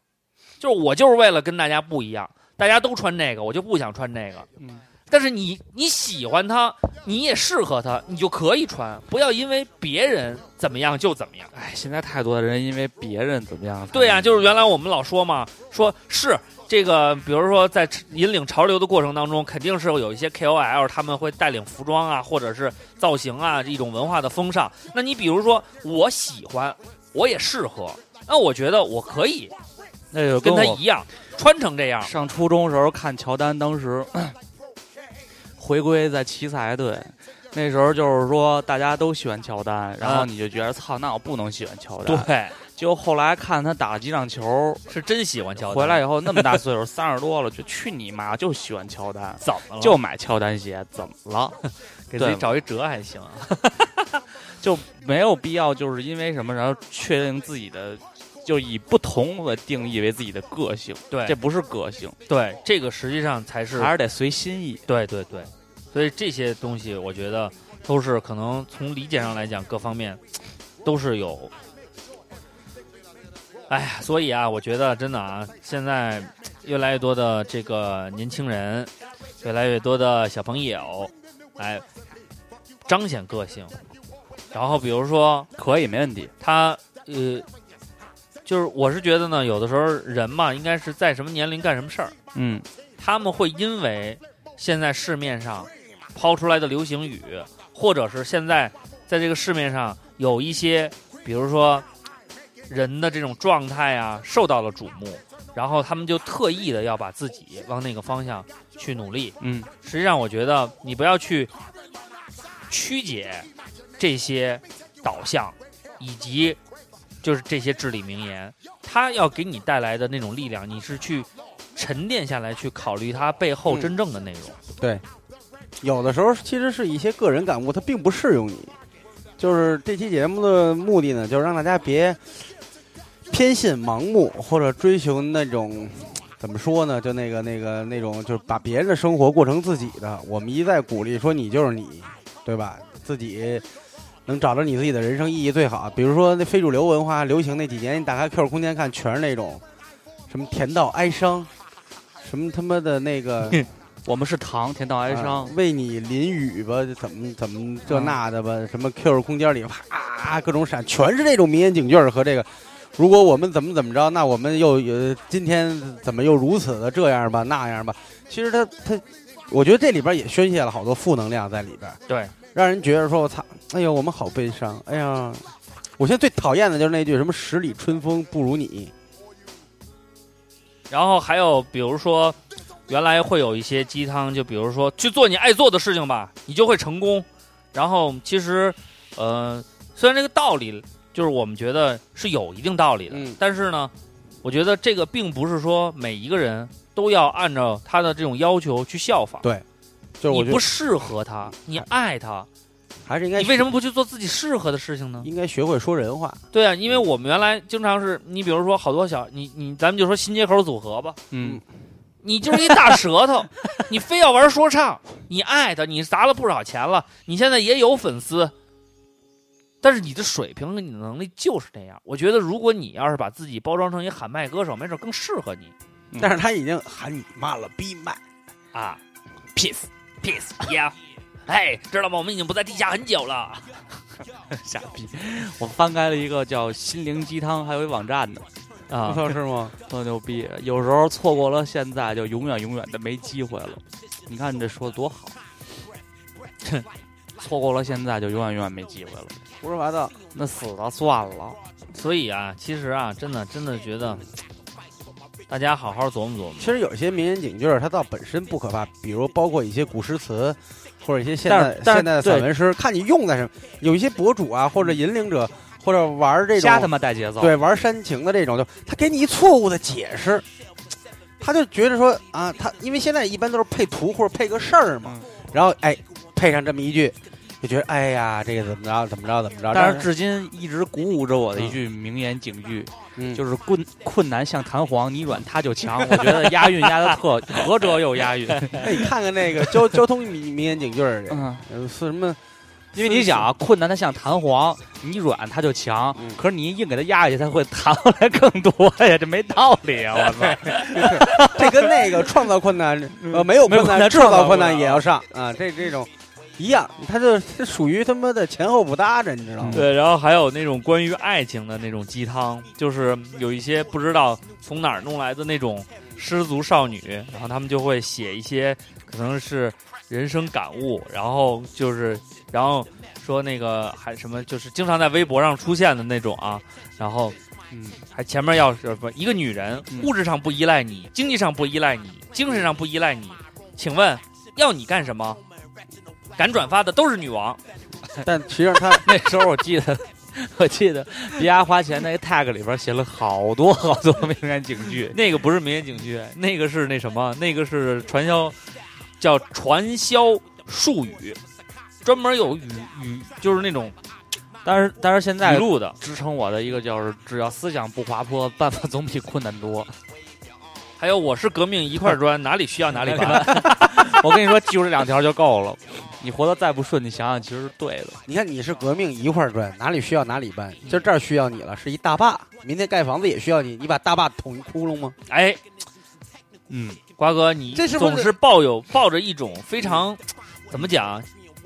Speaker 3: 就是我就是为了跟大家不一样，大家都穿这个，我就不想穿这个。
Speaker 2: 嗯
Speaker 3: 但是你你喜欢它，你也适合它，你就可以穿，不要因为别人怎么样就怎么样。
Speaker 2: 哎，现在太多的人因为别人怎么样，
Speaker 3: 对呀、啊就是原来我们老说嘛，说是这个，比如说在引领潮流的过程当中，肯定是有一些 KOL 他们会带领服装啊，或者是造型啊一种文化的风尚。那你比如说，我喜欢，我也适合，那我觉得我可以
Speaker 2: 那就
Speaker 3: 跟他
Speaker 2: 我
Speaker 3: 一样穿成这样。
Speaker 2: 上初中时候看乔丹，当时 *clears throat* 回归在奇才队，那时候就是说大家都喜欢乔丹，然后你就觉得操，那我不能喜欢乔丹。，
Speaker 3: 啊对，
Speaker 2: 结果后来看他打了几场球，
Speaker 3: 是真喜欢乔丹。
Speaker 2: 回来以后那么大岁
Speaker 3: *laughs*
Speaker 2: 数，三十多了，就去你妈，就喜欢乔丹，
Speaker 3: 怎么了？
Speaker 2: 就买乔丹鞋，怎么了？
Speaker 3: 给自己
Speaker 2: 对
Speaker 3: 找一辙还行啊。
Speaker 2: 就没有必要就是因为什么，然后确定自己的。就以不同的定义为自己的个性，
Speaker 3: 对
Speaker 2: 这不是个性，
Speaker 3: 对，这个实际上才是
Speaker 2: 还是得随心意。
Speaker 3: 对对对，所以这些东西我觉得都是可能从理解上来讲，各方面都是有。哎呀，所以啊，我觉得真的啊，现在越来越多的这个年轻人，越来越多的小朋友，哎，彰显个性。然后比如说
Speaker 2: 可以，没问题。
Speaker 3: 他呃，就是我是觉得呢，有的时候人嘛，应该是在什么年龄干什么事儿。
Speaker 2: 嗯，
Speaker 3: 他们会因为现在市面上抛出来的流行语，或者是现在在这个市面上有一些，比如说人的这种状态啊，受到了瞩目，然后他们就特意的要把自己往那个方向去努力。
Speaker 2: 嗯，
Speaker 3: 实际上，我觉得你不要去曲解这些导向，以及就是这些至理名言，它要给你带来的那种力量，你是去沉淀下来去考虑它背后
Speaker 4: 嗯
Speaker 3: 真正的内容。
Speaker 4: 有的时候其实是一些个人感悟，它并不适用你。就是这期节目的目的呢，就是让大家别偏信、盲目或者追求那种怎么说呢，就那个那个那种，就是把别人的生活过成自己的。我们一再鼓励说你就是你，对吧？自己能找着你自己的人生意义最好。比如说那非主流文化流行那几年，你打开 QQ 空间看，全是那种什么甜到哀伤，什么他妈的那个。
Speaker 2: 我们是糖，甜到哀
Speaker 3: 哎
Speaker 2: 伤
Speaker 4: 啊。为你淋雨吧，怎么怎么
Speaker 3: 啊
Speaker 4: 这那的吧，什么 QQ 空间里啪各种闪，全是这种名言警句儿和这个。如果我们怎么怎么着，那我们又呃今天怎么又如此的这样吧那样吧？其实他他，我觉得这里边也宣泄了好多负能量在里边，
Speaker 3: 对，
Speaker 4: 让人觉得说我操，哎呦我们好悲伤，哎呀，我现在最讨厌的就是那句什么十里春风不如你，
Speaker 3: 然后还有比如说，原来会有一些鸡汤，就比如说去做你爱做的事情吧，你就会成功。然后其实呃，虽然这个道理就是我们觉得是有一定道理的，
Speaker 4: 嗯
Speaker 3: 但是呢，我觉得这个并不是说每一个人都要按照他的这种要求去效仿。
Speaker 4: 对就是我
Speaker 3: 你
Speaker 4: 觉
Speaker 3: 不
Speaker 4: 得
Speaker 3: 适合他，你爱他，
Speaker 4: 还是应该
Speaker 3: 你为什么不去做自己适合的事情呢？
Speaker 4: 应该学会说人话？
Speaker 3: 对啊，因为我们原来经常是你，比如说好多小你你，咱们就说新街口组合吧，
Speaker 1: 嗯，
Speaker 3: 你就是一大舌头，你非要玩说唱，你爱他，你砸了不少钱了，你现在也有粉丝，但是你的水平和你的能力就是那样。我觉得如果你要是把自己包装成一喊麦歌手，没准更适合你
Speaker 4: 但是他已经喊你妈了，逼麦。
Speaker 3: 啊。Peace, peace, yeah。哎， *laughs* 知道吗？我们已经不在地下很久了。
Speaker 1: 傻逼！
Speaker 2: 嗯
Speaker 1: 我翻开了一个叫心灵鸡汤，还有一网站呢，
Speaker 4: 我
Speaker 3: 啊，
Speaker 4: 操，是吗？
Speaker 1: 特牛逼。有时候错过了现在，就永远永远的没机会了。你看你这说的多好，错过了现在就永远永远没机会了，
Speaker 4: 胡说八道！
Speaker 1: 那死了算了。
Speaker 3: 所以啊，其实啊，真的真的觉得，大家好好琢磨琢磨
Speaker 4: 其。实有些名言警句儿，它倒本身不可怕，比如包括一些古诗词，或者一些现
Speaker 1: 但
Speaker 4: 代
Speaker 1: 是但是
Speaker 4: 现代的散文诗，看你用在什么。有一些博主啊，或者引领者，或者玩这
Speaker 1: 瞎他
Speaker 4: 种
Speaker 1: 妈带节奏，
Speaker 4: 对玩煽情的这种，就他给你一错误的解释，他就觉得说啊，他因为现在一般都是配图或者配个事儿
Speaker 1: 嗯
Speaker 4: 嘛，然后哎配上这么一句，就觉得哎呀这个怎么着怎么着怎么着，
Speaker 1: 但是至今一直鼓舞着我的一句名言警句，
Speaker 4: 嗯
Speaker 1: 就是困困难像弹簧，你软它就强。我觉得押韵押的特 *laughs* 何者有押韵，
Speaker 4: 那你看看那个交 *laughs* 交通名名言警句儿，
Speaker 1: 嗯，
Speaker 4: 呃是什么？
Speaker 1: 因为你想啊，困难它像弹簧，你软它就强，
Speaker 4: 嗯
Speaker 1: 可是你硬给它压下去，它会弹回来更多呀，这没道理啊！我操，
Speaker 4: *laughs* 这跟那个创造困难，呃，没有
Speaker 1: 没有
Speaker 4: 困
Speaker 1: 困
Speaker 4: 难，
Speaker 1: 难
Speaker 4: 制
Speaker 1: 创
Speaker 4: 造
Speaker 1: 造困
Speaker 4: 困难
Speaker 1: 难
Speaker 4: 也要上啊，这这种一样，它就它属于他妈的前后不搭着，你
Speaker 1: 嗯
Speaker 4: 知道吗？
Speaker 3: 对，然后还有那种关于爱情的那种鸡汤，就是有一些不知道从哪儿弄来的那种失足少女，然后他们就会写一些可能是人生感悟，然后就是然后说那个还什么，就是经常在微博上出现的那种啊，然后
Speaker 1: 嗯，
Speaker 3: 还前面要是不一个女人
Speaker 1: 嗯
Speaker 3: 物质上不依赖你，经济上不依赖你，精神上不依赖你，请问要你干什么？敢转发的都是女王，
Speaker 4: 但实际上它
Speaker 3: *laughs*
Speaker 1: 那时候我记得。我记得别压花钱那个 tag 里边写了好多好多名言警句，
Speaker 3: *laughs* 那个不是民间景区，那个是那什么，那个是传销，叫传销术语，专门有语语，就是那种
Speaker 1: 但是但是现在
Speaker 3: 语录的，
Speaker 1: 支撑我的一个就是，只要思想不滑坡，办法总比困难多。 *laughs*
Speaker 3: 还有我是革命一块砖，哪里需要哪里搬。
Speaker 1: 我跟你说，记住这两条就够了。你活得再不顺，你想想其实是对的。
Speaker 4: 你看你是革命一块儿砖，哪里需要哪里搬，就这儿需要你了，是一大坝，明天盖房子也需要你，你把大坝捅一窟窿吗？
Speaker 3: 哎，
Speaker 1: 嗯，
Speaker 3: 瓜哥，你
Speaker 4: 这是不是
Speaker 3: 总是抱有抱着一种非常怎么讲，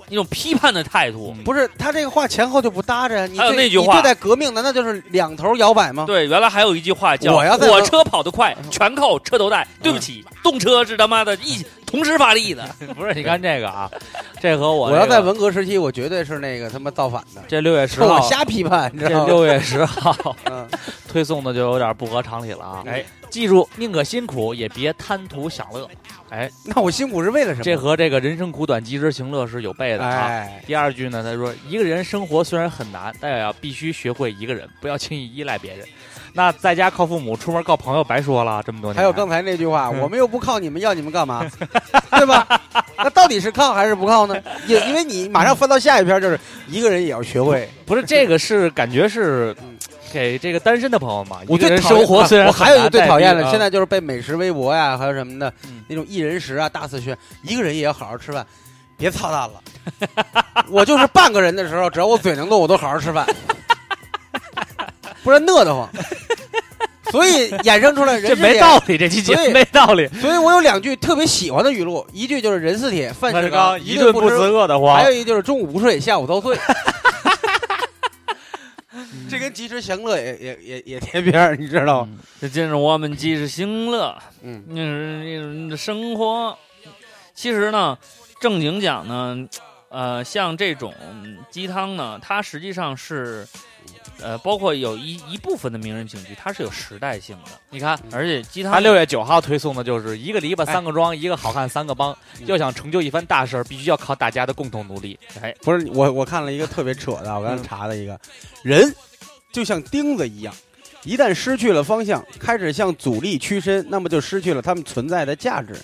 Speaker 3: 一种批判的态度。
Speaker 4: 不是，他这个话前后就不搭着。你
Speaker 3: 还有
Speaker 4: 对
Speaker 3: 那句话
Speaker 4: 你对待革命难道就是两头摇摆
Speaker 1: 啊
Speaker 4: 吗？
Speaker 3: 对，原来还有一句话叫
Speaker 4: 我要
Speaker 3: “
Speaker 4: 再
Speaker 3: 火车跑得快，全靠车头带”。
Speaker 1: 嗯
Speaker 3: 对不起，动车是他妈的一同时发力的。
Speaker 1: *laughs* 不是，你看这个啊，这和我、
Speaker 4: 我要在文革时期，我绝对是那个他妈造反的，
Speaker 1: 这六月十
Speaker 4: 冲我
Speaker 1: 号，
Speaker 4: 瞎批判，你知
Speaker 1: 这
Speaker 4: 道吗？
Speaker 1: 六月十号 *laughs*
Speaker 4: 嗯，
Speaker 1: 推送的就有点不合常理了啊。
Speaker 3: 哎，
Speaker 1: 记住，宁可辛苦，也别贪图享乐。哎，
Speaker 4: 那我辛苦是为了什么？
Speaker 1: 这和这个人生苦短，及时行乐是有悖的啊。
Speaker 4: 哎，
Speaker 1: 第二句呢，他说一个人生活虽然很难，但也要必须学会一个人，不要轻易依赖别人。那在家靠父母，出门靠朋友，白说了这么多年。
Speaker 4: 还有刚才那句话，
Speaker 1: 嗯
Speaker 4: 我们又不靠你们，要你们
Speaker 1: *laughs*
Speaker 4: 干嘛？对吧？那到底是靠还是不靠呢？也因为你马上翻到下一篇，就是一个人也要学会。
Speaker 1: 不是这个是感觉是
Speaker 4: 嗯
Speaker 1: 给这个单身的朋友嘛？
Speaker 4: 我
Speaker 1: 一个
Speaker 4: 最
Speaker 1: 人
Speaker 4: 讨厌啊
Speaker 1: 生活虽然
Speaker 4: 我还有一个
Speaker 1: 很
Speaker 4: 最
Speaker 1: 难
Speaker 4: 讨厌
Speaker 1: 但
Speaker 4: 的，
Speaker 1: 是
Speaker 4: 现在就是被美食微博呀，还有什么的
Speaker 1: 嗯
Speaker 4: 那种一人食啊、大肆宣，一个人也要好好吃饭，别操蛋了。 *laughs* 我就是半个人的时候，只要我嘴能动，我都好好吃
Speaker 1: *laughs*
Speaker 4: 饭，不然饿得慌。所以衍生出来人
Speaker 1: 这
Speaker 4: 是
Speaker 1: 没
Speaker 4: 铁
Speaker 1: 道理，这期节
Speaker 4: 所以
Speaker 1: 目没道
Speaker 4: *laughs*
Speaker 1: 理。
Speaker 4: 所以我有两句特别喜欢的语录，一句就是“人是铁，饭
Speaker 1: 万
Speaker 4: 是啊
Speaker 1: 志刚
Speaker 4: 一
Speaker 1: 一顿不
Speaker 4: 吃
Speaker 1: 辞饿得慌
Speaker 4: 还，有一就是中午不睡，下午遭罪。 *laughs* 这跟及时行乐也也也也贴边儿，你知道吗？
Speaker 3: 这今日我们既是行乐，
Speaker 4: 嗯，
Speaker 3: 那是那种生活。其实呢，正经讲呢，呃，像这种鸡汤呢，它实际上是
Speaker 1: 呃，包括有一一部分的名人景区，它是有时代性的，
Speaker 3: 你看，
Speaker 1: 而且鸡汤哎
Speaker 3: 他六月九号推送的就是一个篱笆三个庄，一个好汉三个帮。
Speaker 1: 嗯
Speaker 3: 要想成就一番大事儿，必须要靠大家的共同努力。
Speaker 1: 哎，
Speaker 4: 不是我，我看了一个特别扯的，我刚才查了一个，人就像钉子一样，一旦失去了方向，开始向阻力屈伸，那么就失去了他们存在的价值。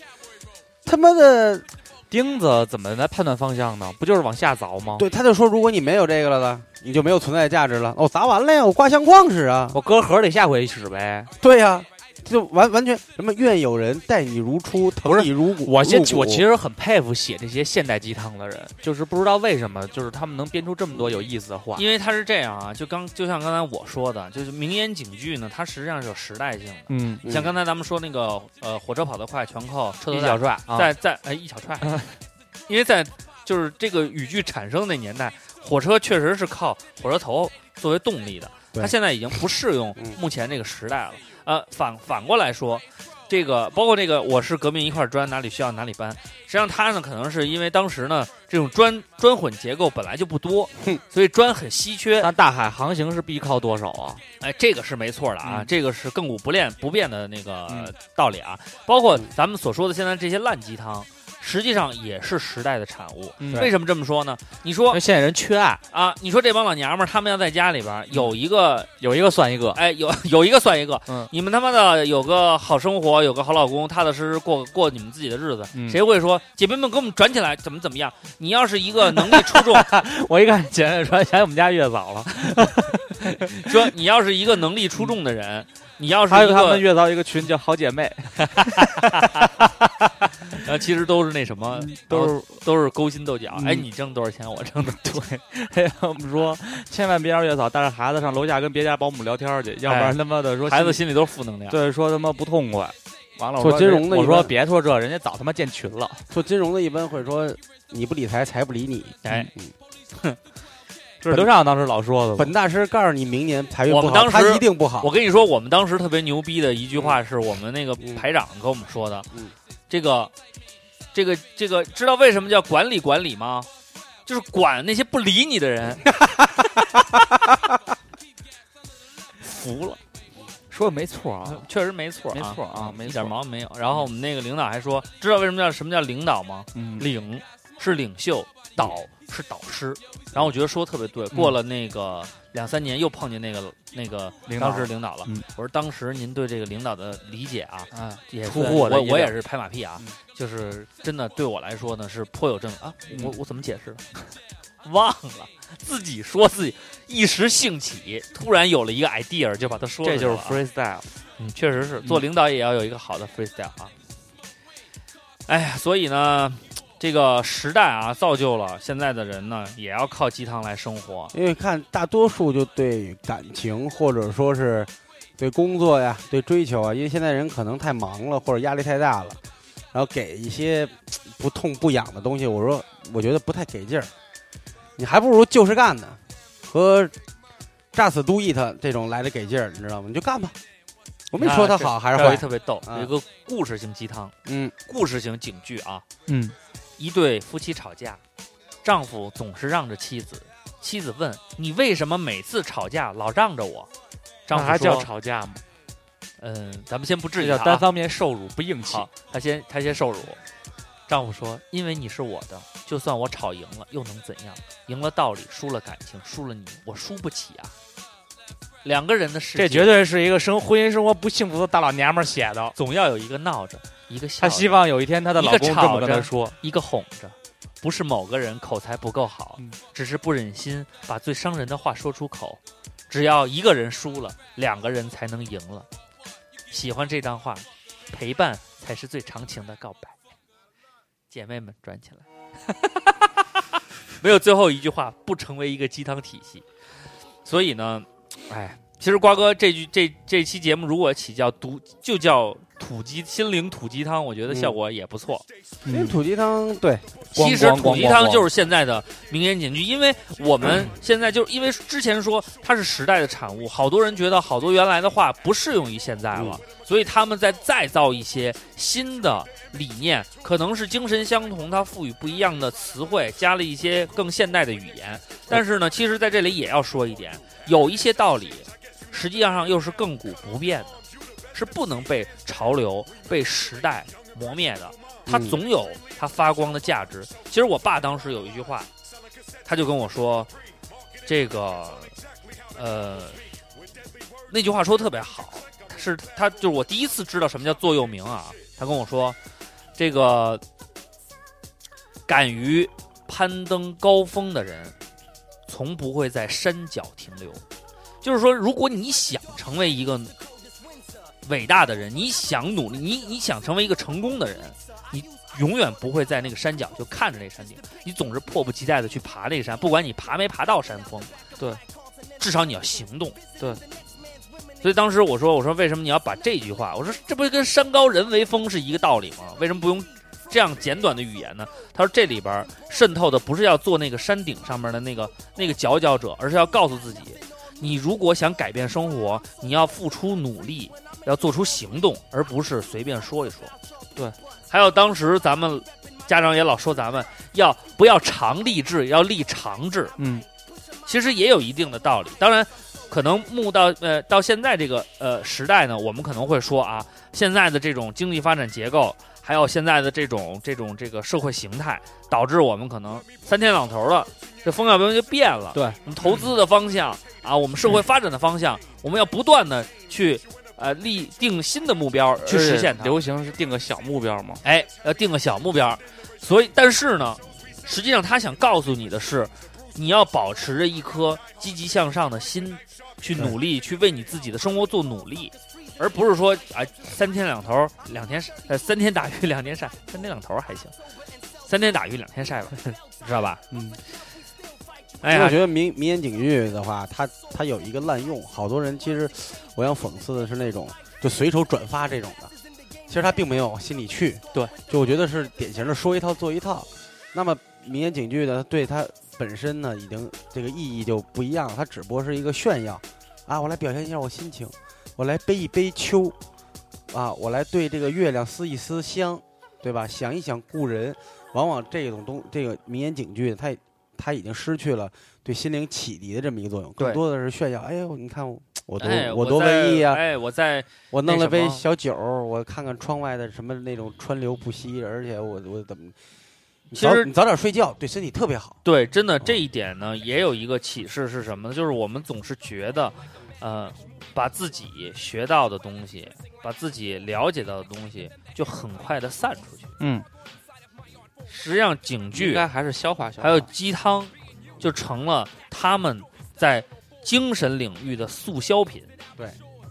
Speaker 4: 他妈的，
Speaker 3: 钉子怎么来判断方向呢？不就是往下凿吗？
Speaker 4: 对，他就说，如果你没有这个了呢，你就没有存在的价值了。我、哦砸完了呀，我挂相框使啊，
Speaker 3: 我搁盒里下回使呗。
Speaker 4: 对呀、就完完全什么愿有人待你如初，疼你如骨。
Speaker 3: 我先
Speaker 4: 入，骨
Speaker 3: 我其实很佩服写这些现代鸡汤的人，就是不知道为什么，就是他们能编出这么多有意思的话。
Speaker 1: 因为它是这样啊，就刚就像刚才我说的，就是名言警句呢，它实际上是有时代性的。
Speaker 3: 嗯，
Speaker 1: 像刚才咱们说那个呃，火车跑得快，全靠车头
Speaker 3: 一
Speaker 1: 带
Speaker 3: 小帅啊，
Speaker 1: 在在哎一小踹，
Speaker 3: *laughs*
Speaker 1: 因为在就是这个语句产生那年代，火车确实是靠火车头作为动力的，
Speaker 4: 对
Speaker 1: 它现在已经不适用
Speaker 4: 嗯
Speaker 1: 目前这个时代了。呃，反反过来说，这个包括这个我是革命一块砖，哪里需要哪里搬，实际上它呢可能是因为当时呢这种砖砖混结构本来就不多，所以砖很稀缺，
Speaker 3: 但大海航行是必靠多少啊？
Speaker 1: 哎，这个是没错的啊，
Speaker 3: 嗯
Speaker 1: 这个是亘古不变不变的那个
Speaker 3: 嗯
Speaker 1: 道理啊。包括咱们所说的现在这些烂鸡汤，实际上也是时代的产物。
Speaker 3: 嗯
Speaker 1: 为什么这么说呢？你
Speaker 3: 因
Speaker 1: 说
Speaker 3: 为现在人缺爱，
Speaker 1: 啊，你说这帮老娘们儿，他们要在家里边儿啊有一个，
Speaker 3: 有一个算一个。
Speaker 1: 哎，有有一个算一个，
Speaker 3: 嗯
Speaker 1: 你们他妈的有个好生活，有个好老公，踏踏实实过过你们自己的日子，
Speaker 3: 嗯
Speaker 1: 谁会说姐妹们给我们转起来，怎么怎么样？你要是一个能力出众，
Speaker 3: 我一看前面说，想起我们家月嫂了，
Speaker 1: 说你要是一个能力出众的人，你要是
Speaker 3: 还
Speaker 1: 一
Speaker 3: 有他们
Speaker 1: 个
Speaker 3: 月嫂一个群叫好姐妹，
Speaker 1: 呃，其实都是那什么，
Speaker 3: 都
Speaker 1: 是。
Speaker 3: 是
Speaker 1: 都是勾心斗角。哎，
Speaker 3: 嗯
Speaker 1: 你挣多少钱，我挣多少钱。
Speaker 3: 嘿， *laughs* 我们说千万别让月嫂带着孩子上楼下跟别家保姆聊天去，要不然他妈的说
Speaker 1: 哎
Speaker 3: *laughs*
Speaker 1: 孩子
Speaker 3: 心
Speaker 1: 心里啊都是负能量。
Speaker 3: 对说他妈不痛快。完了，我
Speaker 4: 做
Speaker 3: 说
Speaker 4: 金
Speaker 3: 这
Speaker 4: 融的
Speaker 3: 我
Speaker 4: 一
Speaker 3: 说
Speaker 4: 般
Speaker 3: 别说这，人家早他妈建群了。
Speaker 4: 做金融的一般会说，你不理财，财不理你。
Speaker 1: 哎
Speaker 4: 嗯，
Speaker 3: 这是刘畅当时老说的嘛，
Speaker 4: 本大师告诉你，明年财运
Speaker 1: 我
Speaker 4: 不
Speaker 1: 们
Speaker 4: 好，
Speaker 1: 当时
Speaker 4: 他一定不好。
Speaker 1: 我跟你说，我们当时特别牛逼的一句话是我们那个排长跟我们说的
Speaker 4: 嗯，
Speaker 1: 这个，这个，这个，知道为什么叫管理管理吗？就是管那些不理你的人。服了，
Speaker 3: 说的没错啊，
Speaker 1: 确实没错啊，
Speaker 3: 没错啊没
Speaker 1: 一
Speaker 3: 错
Speaker 1: 点毛病没有。然后我们那个领导还说，知道为什么叫什么叫领导吗？
Speaker 3: 嗯，
Speaker 1: 领是领袖，导是导师。然后我觉得说得特别对。
Speaker 3: 嗯
Speaker 1: 过了那个两三年，又碰见那个那个
Speaker 3: 领导
Speaker 1: 当时领导了。
Speaker 3: 嗯
Speaker 1: 我说当时您对这个领导的理解啊，
Speaker 3: 啊，
Speaker 1: 也
Speaker 3: 出
Speaker 1: 虽然
Speaker 3: 乎我的
Speaker 1: 我
Speaker 3: 意
Speaker 1: 我也
Speaker 3: 料
Speaker 1: 是拍马屁啊，
Speaker 3: 嗯
Speaker 1: 就是真的对我来说呢是颇有正啊。我
Speaker 3: 嗯
Speaker 1: 我怎么解释？ *laughs* 忘了。自己说自己一时兴起，突然有了一个 idea 就把它说出
Speaker 3: 这
Speaker 1: 来
Speaker 3: 就是
Speaker 1: 了啊
Speaker 3: freestyle。
Speaker 1: 嗯，确实是，做领导也要有一个好的 freestyle 啊。哎呀，所以呢，这个时代啊，造就了现在的人呢，也要靠鸡汤来生活。
Speaker 4: 因为看大多数就对感情或者说是对工作呀、对追求啊，因为现在人可能太忙了或者压力太大了，然后给一些不痛不痒的东西，我说我觉得不太给劲儿，你还不如就事干呢，和炸死 do it 这种来的给劲儿，你知道吗？你就干吧，我没说它好还是
Speaker 1: 这有一
Speaker 4: 坏，
Speaker 1: 特别逗，
Speaker 4: 啊
Speaker 1: 有一个故事型鸡汤，
Speaker 4: 嗯，
Speaker 1: 故事型警句啊。
Speaker 3: 嗯，
Speaker 1: 一对夫妻吵架，丈夫总是让着妻子，妻子问：“你为什么每次吵架老让着我？”
Speaker 2: 那
Speaker 1: 丈夫
Speaker 2: 还叫
Speaker 1: 说
Speaker 2: 吵架吗？：“
Speaker 1: 嗯，咱们先不
Speaker 3: 这
Speaker 1: 质疑
Speaker 3: 叫
Speaker 1: 他啊
Speaker 3: 单方面受辱不硬气。
Speaker 1: 好，他先他先受辱。丈夫说：“因为你是我的，就算我吵赢了又能怎样？赢了道理，输了感情，输了你，我输不起啊。”两个人的世界，
Speaker 3: 这绝对是一个生婚姻生活不幸福的大老娘们儿写的。
Speaker 1: 总要有一个闹着，一个笑着，
Speaker 3: 她希望有一天她的
Speaker 1: 一
Speaker 3: 老
Speaker 1: 个
Speaker 3: 公这
Speaker 1: 吵
Speaker 3: 么跟她
Speaker 1: 着
Speaker 3: 说，
Speaker 1: 一个哄着，不是某个人口才不够好，
Speaker 3: 嗯
Speaker 1: 只是不忍心把最伤人的话说出口。只要一个人输了，两个人才能赢了。喜欢这段话，陪伴才是最长情的告白。姐妹们，转起来！ *laughs* 没有最后一句话，不成为一个鸡汤体系。所以呢，哎，其实瓜哥这句这这期节目如果起叫毒，就叫土鸡心灵土鸡汤，我觉得效果也不错。
Speaker 4: 因为土鸡汤对
Speaker 3: 咣
Speaker 1: 其实
Speaker 3: 咣
Speaker 1: 土
Speaker 3: 咣
Speaker 1: 鸡
Speaker 3: 咣
Speaker 1: 汤
Speaker 3: 咣
Speaker 1: 就是现在的名言警句，因为我们现在就是因为之前说它是时代的产物，好多人觉得好多原来的话不适用于现在了，所以他们在再造一些新的理念，可能是精神相同，它赋予不一样的词汇，加了一些更现代的语言。但是呢，其实在这里也要说一点，有一些道理，实际上又是亘古不变的，是不能被潮流、被时代磨灭的。它
Speaker 4: 嗯
Speaker 1: 总有它发光的价值。其实我爸当时有一句话，他就跟我说，这个，呃，那句话说得特别好，是他就是我第一次知道什么叫座右铭啊。他跟我说，这个敢于攀登高峰的人，从不会在山脚停留。就是说，如果你想成为一个伟大的人，你想努力，你你想成为一个成功的人，你永远不会在那个山脚就看着那山顶，你总是迫不及待的去爬那个山，不管你爬没爬到山峰，
Speaker 2: 对，
Speaker 1: 至少你要行动，
Speaker 2: 对。
Speaker 1: 所以当时我说，我说为什么你要把这句话，我说这不是跟“山高人为峰”是一个道理吗？为什么不用这样简短的语言呢？他说这里边儿渗透的不是要做那个山顶上面的那个那个佼佼者，而是要告诉自己，你如果想改变生活，你要付出努力，要做出行动，而不是随便说一说。
Speaker 2: 对，
Speaker 1: 还有当时咱们家长也老说咱们要不要常立志，要立长志。
Speaker 3: 嗯，
Speaker 1: 其实也有一定的道理。当然，可能目到呃到现在这个呃时代呢，我们可能会说啊，现在的这种经济发展结构，还有现在的这种这种这个社会形态，导致我们可能三天两头了，这风向标就变了。
Speaker 2: 对
Speaker 1: 我们投资的方向啊，我们社会发展的方向，我们要不断的去呃立定新的目标呃去实现它。
Speaker 3: 流行是定个小目标嘛，
Speaker 1: 哎，要定个小目标。所以，但是呢，实际上他想告诉你的是，你要保持着一颗积极向上的心，去努力，去为你自己的生活做努力，而不是说啊、三天两头儿两天呃三天打鱼两天晒，三天两头儿还行，三天打鱼两天晒吧， *laughs* 知道吧？
Speaker 4: 嗯。
Speaker 1: 哎
Speaker 4: 因为我
Speaker 1: 呀，
Speaker 4: 觉得民民言警句的话，它它有一个滥用，好多人其实我想讽刺的是那种就随手转发这种的，其实他并没有往心里去。
Speaker 3: 对，
Speaker 4: 就我觉得是典型的说一套做一套。那么民言警句呢，对它本身呢，已经这个意义就不一样了，它只不过是一个炫耀啊，我来表现一下我心情，我来背一杯秋，啊，我来对这个月亮思一思乡，对吧？想一想故人，往往这种东这个民言警句，它它已经失去了对心灵启迪的这么一个作用，更
Speaker 1: 对
Speaker 4: 多的是炫耀。哎呦，你看我我多、
Speaker 1: 哎，
Speaker 4: 多文艺啊呀、
Speaker 1: 哎，我在
Speaker 4: 我弄
Speaker 1: 那
Speaker 4: 了
Speaker 1: 什
Speaker 4: 杯
Speaker 1: 么
Speaker 4: 小酒儿，我看看窗外的什么那种川流不息，而且我我怎么，你
Speaker 1: 其
Speaker 4: 早
Speaker 1: 实
Speaker 4: 你早点睡觉对身体特别好。
Speaker 1: 对，真的
Speaker 2: 嗯
Speaker 1: 这一点呢，也有一个启示是什么呢？就是我们总是觉得，呃，把自己学到的东西，把自己了解到的东西，就很快的散出去。
Speaker 3: 嗯，
Speaker 1: 实际上，警
Speaker 2: 应
Speaker 1: 句
Speaker 2: 该还是消化消化。
Speaker 1: 还有鸡汤，就成了他们在精神领域的速销品。
Speaker 4: 对，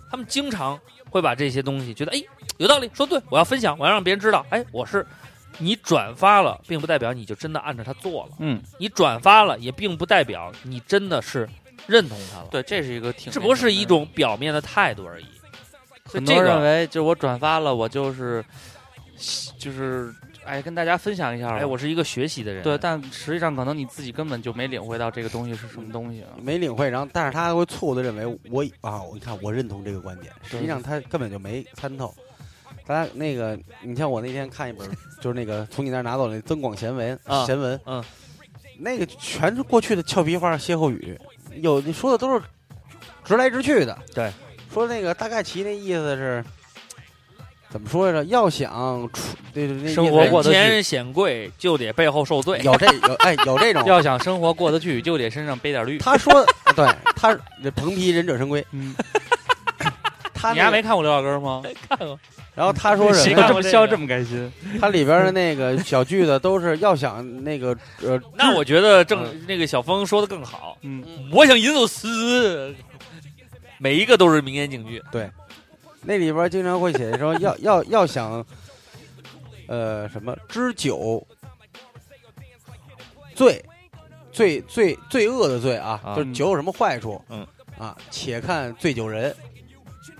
Speaker 1: 他们经常会把这些东西觉得，哎，有道理，说对，我要分享，我要让别人知道，哎，我是你转发了，并不代表你就真的按照它做了。
Speaker 3: 嗯，
Speaker 1: 你转发了，也并不代表你真的是认同他了。，
Speaker 2: 对，这是一个挺
Speaker 1: 只不过是一种表面的态度而已。所以
Speaker 3: 很
Speaker 1: 这
Speaker 3: 多认
Speaker 1: 个，
Speaker 3: 为就是我转发了，我就是就是哎跟大家分享一下吧，
Speaker 1: 哎，我是一个学习的人。
Speaker 3: 对，但实际上可能你自己根本就没领会到这个东西是什么东西啊。
Speaker 4: 没领会，然后但是他会错误的认为我啊，我你看我认同这个观点，实际上他根本就没参透。大家那个，你像我那天看一本，就是那个从你那儿拿走那《增广贤文》
Speaker 1: 啊
Speaker 4: 贤文，
Speaker 1: 嗯，
Speaker 4: 那个全是过去的俏皮话、歇后语，有你说的都是直来直去的。
Speaker 1: 对，
Speaker 4: 说那个大概其那意思是，怎么说来着？要想出对对，那
Speaker 3: 生
Speaker 4: 意思
Speaker 3: 活
Speaker 4: 是
Speaker 3: 过得
Speaker 1: 人前显贵，就得背后受罪。
Speaker 3: *laughs*
Speaker 4: 有这有哎有这种，
Speaker 3: *laughs* 要想生活过得去，就得身上背点绿。
Speaker 4: 他说对他这蓬皮忍者神龟，
Speaker 3: 嗯，
Speaker 4: *laughs* 他
Speaker 3: 你还
Speaker 4: 那个
Speaker 3: 没看过刘老根 *laughs* 吗？
Speaker 4: 然后他说什
Speaker 3: 谁
Speaker 4: 么
Speaker 3: 看
Speaker 4: 呢？
Speaker 3: 过这笑这么开心？
Speaker 4: 他里边的那个小句子都是要想那个呃，
Speaker 1: 那我觉得郑那个小峰说的更好。
Speaker 3: 嗯，
Speaker 1: 我想吟首诗，每一个都是名言警句。
Speaker 4: 那里边经常会写说要要要想，呃什么知酒罪罪罪罪恶的罪啊，
Speaker 1: 啊
Speaker 4: 就是酒有什么坏处？
Speaker 1: 嗯
Speaker 4: 啊，且看醉酒人，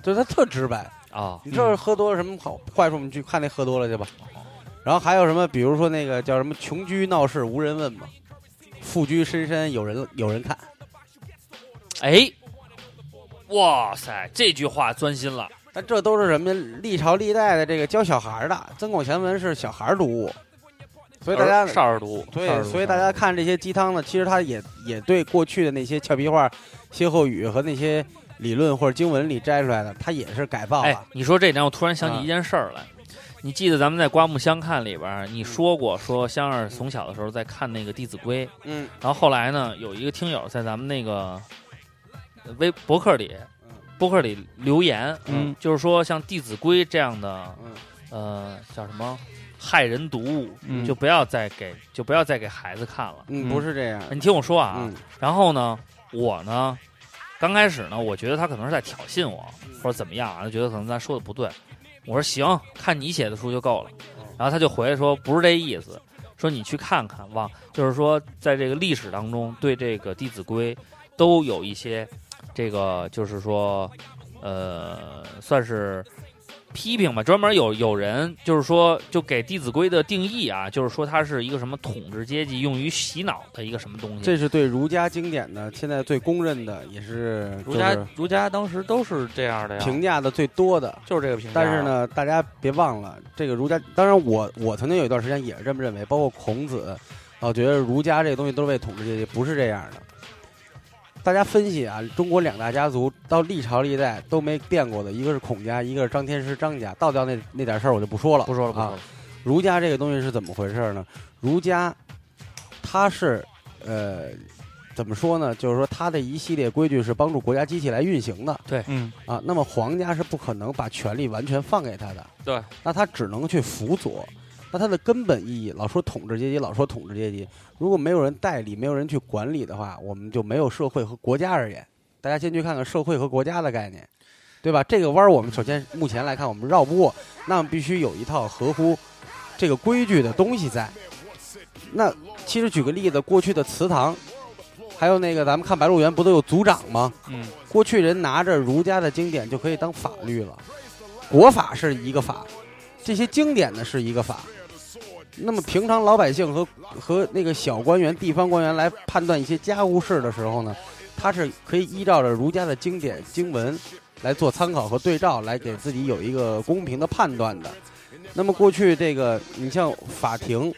Speaker 4: 就是他特直白。
Speaker 1: 啊，
Speaker 4: 你知道喝多了什么好坏处？你去看那喝多了去吧。然后还有什么？比如说那个叫什么“穷居闹市无人问”嘛，“富居深山有人有人看”。
Speaker 1: 哎，哇塞，这句话钻心了。
Speaker 4: 那这都是什么呀？历朝历代的这个教小孩儿的《增广贤文》是小孩儿读物，所以大家
Speaker 2: 少儿毒，少儿
Speaker 4: 对，
Speaker 2: 毒
Speaker 4: 所以大家看这些鸡汤呢，其实它也也对过去的那些俏皮话、歇后语和那些理论或者经文里摘出来的，它也是改造
Speaker 1: 哎
Speaker 4: 了。，
Speaker 1: 你说这点，我突然想起一件事儿来。你记得咱们在《刮目相看》里边儿，你说过说香儿从小的时候在看那个《弟子规》，
Speaker 4: 嗯，
Speaker 1: 然后后来呢，有一个听友在咱们那个呃微博客里，博客里留言，
Speaker 3: 嗯，
Speaker 1: 就是说像《弟子规》这样的
Speaker 4: 嗯，
Speaker 1: 呃，叫什么害人读物，
Speaker 3: 嗯
Speaker 1: 就不要再给就不要再给孩子看了。
Speaker 3: 嗯
Speaker 4: 嗯，不是这样。
Speaker 1: 你听我说啊，
Speaker 4: 嗯
Speaker 1: 然后呢，我呢，刚开始呢，我觉得他可能是在挑衅我，或者怎么样啊，就觉得可能咱说的不对。我说行，看你写的书就够了。然后他就回来说不是这意思，说你去看看，往就是说在这个历史当中，对这个《弟子规》都有一些这个就是说呃，算是。批评吧，专门有有人就是说，就给《弟子规》的定义啊，就是说它是一个什么统治阶级用于洗脑的一个什么东西。
Speaker 4: 这是对儒家经典的现在最公认的，也是
Speaker 2: 儒家
Speaker 4: 就是
Speaker 2: 儒家当时都是这样
Speaker 1: 哎
Speaker 2: 的呀，
Speaker 4: 评价的最多的。
Speaker 2: 就是这个评价。
Speaker 3: 啊
Speaker 4: 但是，呢，大家别忘了，这个儒家，当然我我曾经有一段时间也是这么认为，包括孔子，老觉得儒家这个东西都是为统治阶级，不是这样的。大家分析啊，中国两大家族到历朝历代都没变过的，一个是孔家，一个是张天师张家。道教那那点事儿我就不说了，
Speaker 1: 不说了，不说
Speaker 4: 啊
Speaker 1: 了。
Speaker 4: 儒家这个东西是怎么回事呢？儒家，它是，呃，怎么说呢？就是说，它的一系列规矩是帮助国家机器来运行的
Speaker 3: 嗯
Speaker 4: 啊。那么皇家是不可能把权力完全放给他的，
Speaker 2: 对，
Speaker 4: 那他只能去辅佐。那它的根本意义，老说统治阶级，老说统治阶级，如果没有人代理，没有人去管理的话，我们就没有社会和国家而言。大家先去看看社会和国家的概念，对吧？这个弯儿我们首先目前来看，我们绕不过，那么必须有一套合乎这个规矩的东西在。那其实举个例子，过去的祠堂，还有那个咱们看《白鹿原》，不都有族长吗？
Speaker 3: 嗯，
Speaker 4: 过去人拿着儒家的经典就可以当法律了，国法是一个法，这些经典呢是一个法。那么平常老百姓和和那个小官员、地方官员来判断一些家务事的时候呢，他是可以依照着儒家的经典经文来做参考和对照，来给自己有一个公平的判断的。那么过去这个，你像法庭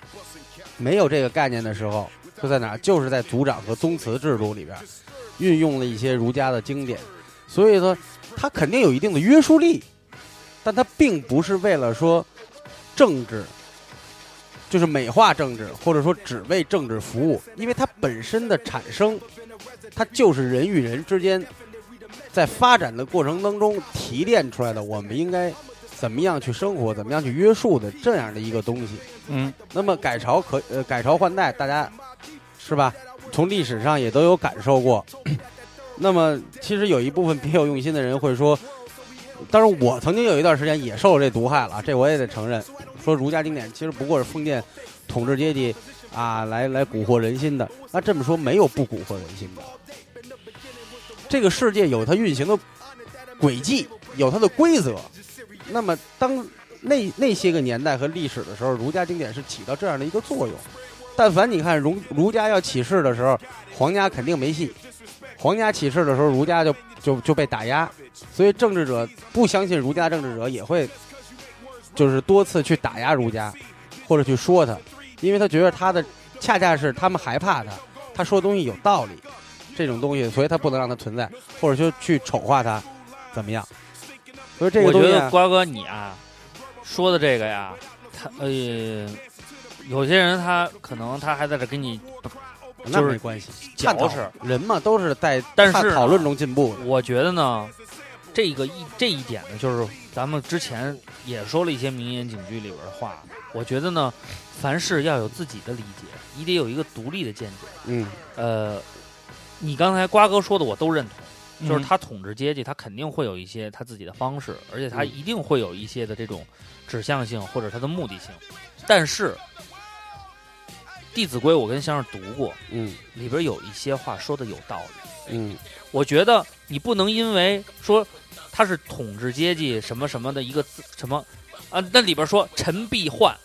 Speaker 4: 没有这个概念的时候，就在哪儿？就是在族长和宗祠制度里边儿，运用了一些儒家的经典，所以说它肯定有一定的约束力，但它并不是为了说政治，就是美化政治，或者说只为政治服务，因为它本身的产生，它就是人与人之间在发展的过程当中提炼出来的，我们应该怎么样去生活，怎么样去约束的这样的一个东西。
Speaker 3: 嗯，
Speaker 4: 那么改朝可呃改朝换代，大家是吧？从历史上也都有感受过。那么其实有一部分别有用心的人会说，当然我曾经有一段时间也受了这毒害了，这我也得承认。说儒家经典其实不过是封建统治阶级啊来来蛊惑人心的。那这么说没有不蛊惑人心的，这个世界有它运行的轨迹，有它的规则。那么当那那些个年代和历史的时候，儒家经典是起到这样的一个作用。但凡你看儒儒家要起事的时候，皇家肯定没戏；皇家起事的时候，儒家就就就被打压。所以政治者不相信儒家，政治者也会就是多次去打压儒家，或者去说他，因为他觉得他的恰恰是他们害怕他，他说的东西有道理，这种东西，所以他不能让它存在，或者说去丑化他，怎么样？所以这个
Speaker 1: 我觉
Speaker 4: 东西
Speaker 1: 得
Speaker 4: 啊、
Speaker 1: 瓜哥你啊说的这个呀，他呃，有些人他可能他还在这跟你
Speaker 4: 那
Speaker 1: 就是
Speaker 4: 没关系。
Speaker 1: 嚼
Speaker 4: 探讨
Speaker 1: 是，
Speaker 4: 人嘛，都是在
Speaker 1: 但是
Speaker 4: 探
Speaker 1: 呢
Speaker 4: 讨论中进步的。
Speaker 1: 我觉得呢，这个一这一点呢，就是咱们之前也说了一些名言警句里边的话。我觉得呢，凡事要有自己的理解，你得有一个独立的见解。
Speaker 4: 嗯，
Speaker 1: 呃，你刚才瓜哥说的我都认同，就是
Speaker 3: 嗯
Speaker 1: 他统治阶级，他肯定会有一些他自己的方式，而且他
Speaker 4: 嗯
Speaker 1: 一定会有一些的这种指向性或者他的目的性。但是，《弟子规》我跟先生读过，
Speaker 4: 嗯
Speaker 1: 里边有一些话说的有道理。
Speaker 4: 嗯
Speaker 1: 我觉得你不能因为说他是统治阶级什么什么的一个字什么啊，那里边说臣必患，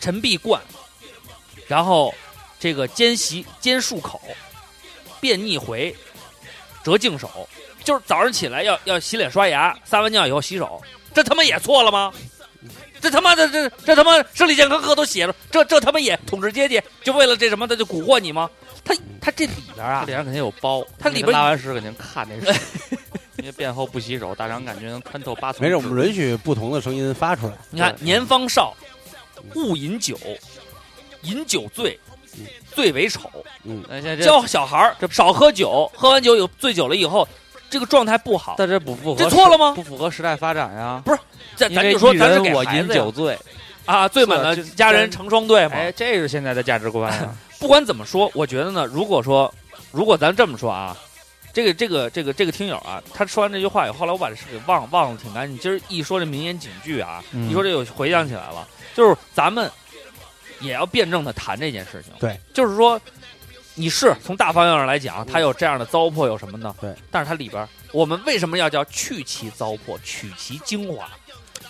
Speaker 1: 臣必冠，然后这个奸习奸漱口，便逆回，折净手，就是早上起来要要洗脸刷牙，撒完尿以后洗手，这他妈也错了吗？ *laughs* 这他妈的这这他妈生理健康课都写着，这这他妈也统治阶级，就为了这什么他就蛊惑你吗？他他这里边
Speaker 3: 他
Speaker 1: 啊，
Speaker 3: 脸上肯定有包，
Speaker 1: 他里边
Speaker 3: 拉完屎肯定看那个， *laughs* 因为便后不洗手，大肠杆菌能穿透八层。
Speaker 4: 没事，我们允许不同的声音发出来。
Speaker 1: 你看年方少，
Speaker 3: 嗯
Speaker 1: 勿饮酒，饮酒醉，最为丑。
Speaker 4: 嗯
Speaker 3: 哎，现在嗯这
Speaker 1: 教小孩儿少喝酒，喝完酒有醉酒了以后，这个状态不好。
Speaker 3: 但这不符合
Speaker 1: 这错了吗
Speaker 3: *laughs* 不符合时代发展呀。
Speaker 1: *laughs* 咱咱
Speaker 3: 因为
Speaker 1: 就说，
Speaker 3: 一
Speaker 1: 咱是
Speaker 3: 人
Speaker 1: 给
Speaker 3: 我
Speaker 1: 孩
Speaker 3: 饮
Speaker 1: 子呀
Speaker 3: 酒醉，
Speaker 1: 啊，醉满了
Speaker 3: 是啊就
Speaker 1: 家人成双对嘛。
Speaker 3: 哎，这是现在的价值观呀。
Speaker 1: 不管怎么说，我觉得呢，如果说，如果咱这么说啊，这个这个这个这个听友啊，他说完这句话以后，后来我把这事给忘忘了挺干净。今儿一说这名言警句啊，
Speaker 3: 嗯
Speaker 1: 一说这又回想起来了，就是咱们也要辩证的谈这件事情。
Speaker 4: 对，
Speaker 1: 就是说，你是从大方向上来讲，他有这样的糟粕，有什么呢？
Speaker 4: 对，
Speaker 1: 但是它里边儿，我们为什么要叫去其糟粕，取其精华？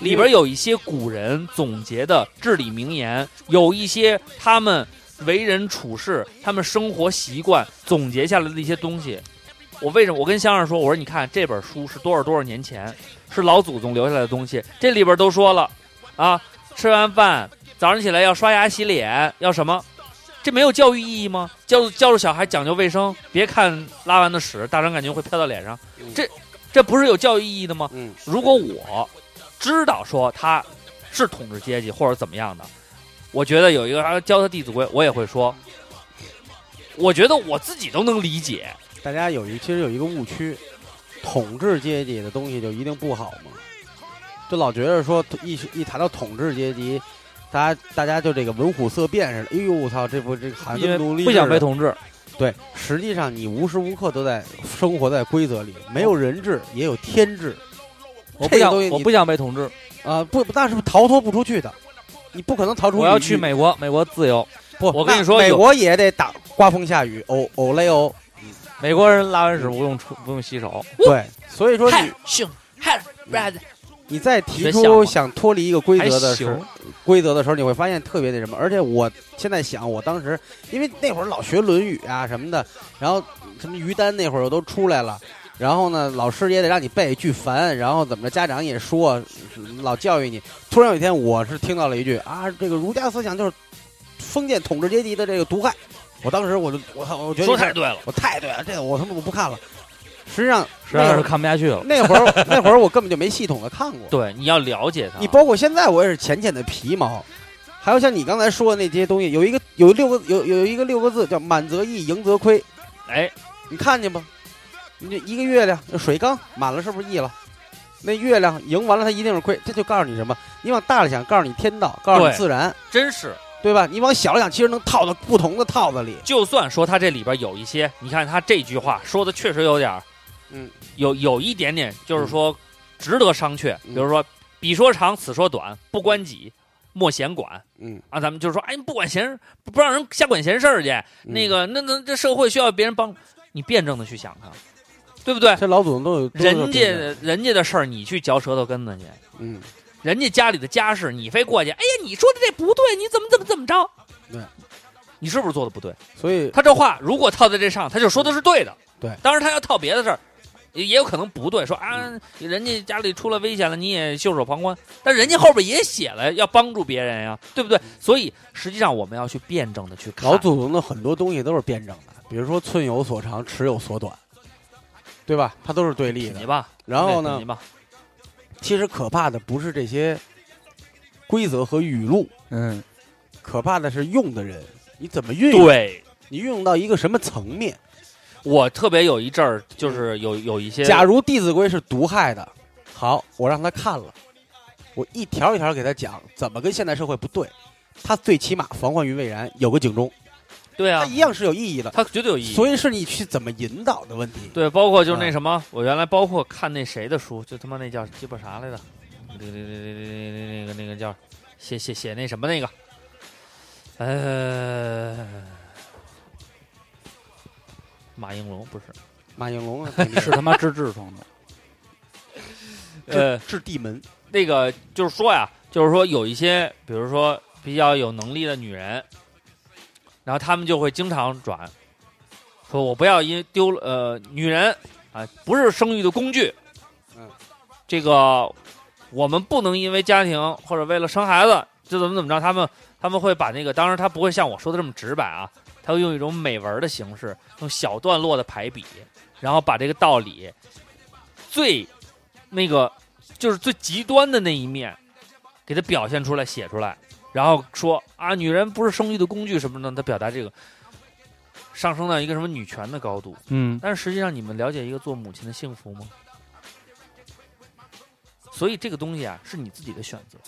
Speaker 1: 里边有一些古人总结的至理名言，有一些他们为人处事、他们生活习惯总结下来的一些东西。我为什么我跟香儿说，我说你看这本书是多少多少年前，是老祖宗留下来的东西，这里边都说了啊，吃完饭早上起来要刷牙洗脸，要什么？这没有教育意义吗？教教育小孩讲究卫生，别看拉完的屎，大肠杆菌会飘到脸上，这这不是有教育意义的吗？
Speaker 4: 嗯，
Speaker 1: 如果我知道说他是统治阶级或者怎么样的，我觉得有一个啊教他《弟子规》，我也会说。我觉得我自己都能理解，
Speaker 4: 大家有一其实有一个误区，统治阶级的东西就一定不好吗？就老觉着说一一谈到统治阶级，大家大家就这个文虎色变似的。哎呦我操，这不这韩
Speaker 3: 因为
Speaker 4: 跟奴隶
Speaker 3: 不 *laughs* 想被
Speaker 4: 统
Speaker 3: 统治，
Speaker 4: 对，实际上你无时无刻都在生活在规则里，没有人治，也有天治
Speaker 3: 我不
Speaker 4: 这个
Speaker 3: 想
Speaker 4: 东西，你
Speaker 3: 我不想被统治，
Speaker 4: 啊、不，但是逃脱不出去的，你不可能逃出。
Speaker 3: 我要去美国，美国自由。
Speaker 4: 不，
Speaker 1: 我跟你
Speaker 4: 那
Speaker 1: 说
Speaker 4: 美
Speaker 1: 有
Speaker 4: 国也得打刮风下雨，哦哦嘞哦，
Speaker 3: 美国人拉完屎不用出不用
Speaker 1: *laughs*
Speaker 3: 洗手，
Speaker 4: 对，所以说你
Speaker 1: 嗨兄，嗨 brother，
Speaker 4: 你再提
Speaker 1: 学像
Speaker 4: 出
Speaker 1: 吗
Speaker 4: 想脱离一个规
Speaker 3: 还
Speaker 4: 则的时
Speaker 3: 行
Speaker 4: 候，。规则的时候，你会发现特别那什么。而且我现在想，我当时因为那会儿老学《论语》啊什么的，然后什么于丹那会儿都出来了，然后呢，老师也得让你背，巨烦。然后怎么着，家长也说，老教育你。突然有一天，我是听到了一句啊，这个儒家思想就是封建统治阶级的这个毒害。我当时我就我操，我觉得
Speaker 1: 说
Speaker 4: 这
Speaker 1: 太对了，
Speaker 4: 我太对了，这个我他妈我不看了。实际上，
Speaker 3: 实在是看不下去了。
Speaker 4: 那会儿那会儿那会儿我根本就没系统的看过。
Speaker 1: 对，你要了解他，
Speaker 4: 你包括现在我也是浅浅的皮毛，还有像你刚才说的那些东西，有一个有六个有有一个六个字叫满则溢，盈则亏，
Speaker 1: 哎，
Speaker 4: 你看见吧？你这一个月亮水缸满了是不是溢了？那月亮盈完了，它一定是亏，这就告诉你什么？你往大了想，告诉你天道，告诉你
Speaker 1: 对
Speaker 4: 自然，
Speaker 1: 真是，
Speaker 4: 对吧？你往小了想，其实能套到不同的套子里。
Speaker 1: 就算说他这里边有一些，你看他这句话说的确实有点儿，
Speaker 4: 嗯，
Speaker 1: 有有一点点，就是说值得商榷。
Speaker 4: 嗯
Speaker 1: 比如说，彼说长，此说短，不关己，莫闲管。
Speaker 4: 嗯，
Speaker 1: 啊，咱们就是说，哎，不管闲事，不不让人瞎管闲事儿去。
Speaker 4: 嗯
Speaker 1: 那个，那那这社会需要别人帮，你辩证的去想它，对不对？
Speaker 4: 这老祖宗都有都有
Speaker 1: 人家
Speaker 4: 这个
Speaker 1: 人家的事儿，你去嚼舌头根子去。
Speaker 4: 嗯，
Speaker 1: 人家家里的家事，你非过去，哎呀，你说的这不对，你怎么怎么怎么着？
Speaker 4: 对，
Speaker 1: 你是不是做的不对？
Speaker 4: 所以
Speaker 1: 他这话如果套在这上，他就说的是对的。
Speaker 4: 对
Speaker 1: 当然他要套别的事儿，也也有可能不对，说啊，人家家里出了危险了，你也袖手旁观。但人家后边也写了要帮助别人呀，对不对？所以实际上我们要去辩证的去看。
Speaker 4: 嗯老祖宗的很多东西都是辩证的，比如说寸有所长，尺有所短，对吧？它都是对立的
Speaker 1: 你。吧，
Speaker 4: 然后
Speaker 1: 对
Speaker 4: 呢
Speaker 1: 你，吧，
Speaker 4: 其实可怕的不是这些规则和语录，
Speaker 3: 嗯，
Speaker 4: 可怕的是用的人，你怎么运用？
Speaker 1: 对。
Speaker 4: 你运用到一个什么层面？
Speaker 1: 我特别有一阵儿，就是有有一些，
Speaker 4: 假如《弟子规》是毒害的，好，我让他看了，我一条一条给他讲怎么跟现代社会不对，他最起码防患于未然，有个警钟，
Speaker 1: 对
Speaker 4: 它
Speaker 1: 啊
Speaker 4: 一，样是有意义的。
Speaker 1: 他绝对有意义。
Speaker 4: 所以是你去怎么引导的问题。
Speaker 1: 对，包括就是那
Speaker 4: 嗯
Speaker 1: 什么，我原来包括看那谁的书，就他妈那叫鸡巴啥来着？那那那那那那个那个叫写写写那什么那个，呃，马应龙不是？
Speaker 4: 马应龙啊，
Speaker 3: 是他妈治痔
Speaker 1: *laughs*
Speaker 3: 疮的。
Speaker 1: 呃，
Speaker 4: 治地门，
Speaker 1: 那个就是说呀，就是说有一些，比如说比较有能力的女人，然后她们就会经常转，说我不要因丢了呃，女人啊、不是生育的工具，
Speaker 4: 嗯，
Speaker 1: 这个我们不能因为家庭或者为了生孩子就怎么怎么着，他们他们会把那个，当然他不会像我说的这么直白啊，他会用一种美文的形式，用小段落的排比，然后把这个道理最那个就是最极端的那一面给它表现出来、写出来，然后说啊，女人不是生育的工具什么的，他表达这个上升到一个什么女权的高度。
Speaker 3: 嗯，
Speaker 1: 但是实际上，你们了解一个做母亲的幸福吗？所以这个东西啊，是你自己的选择，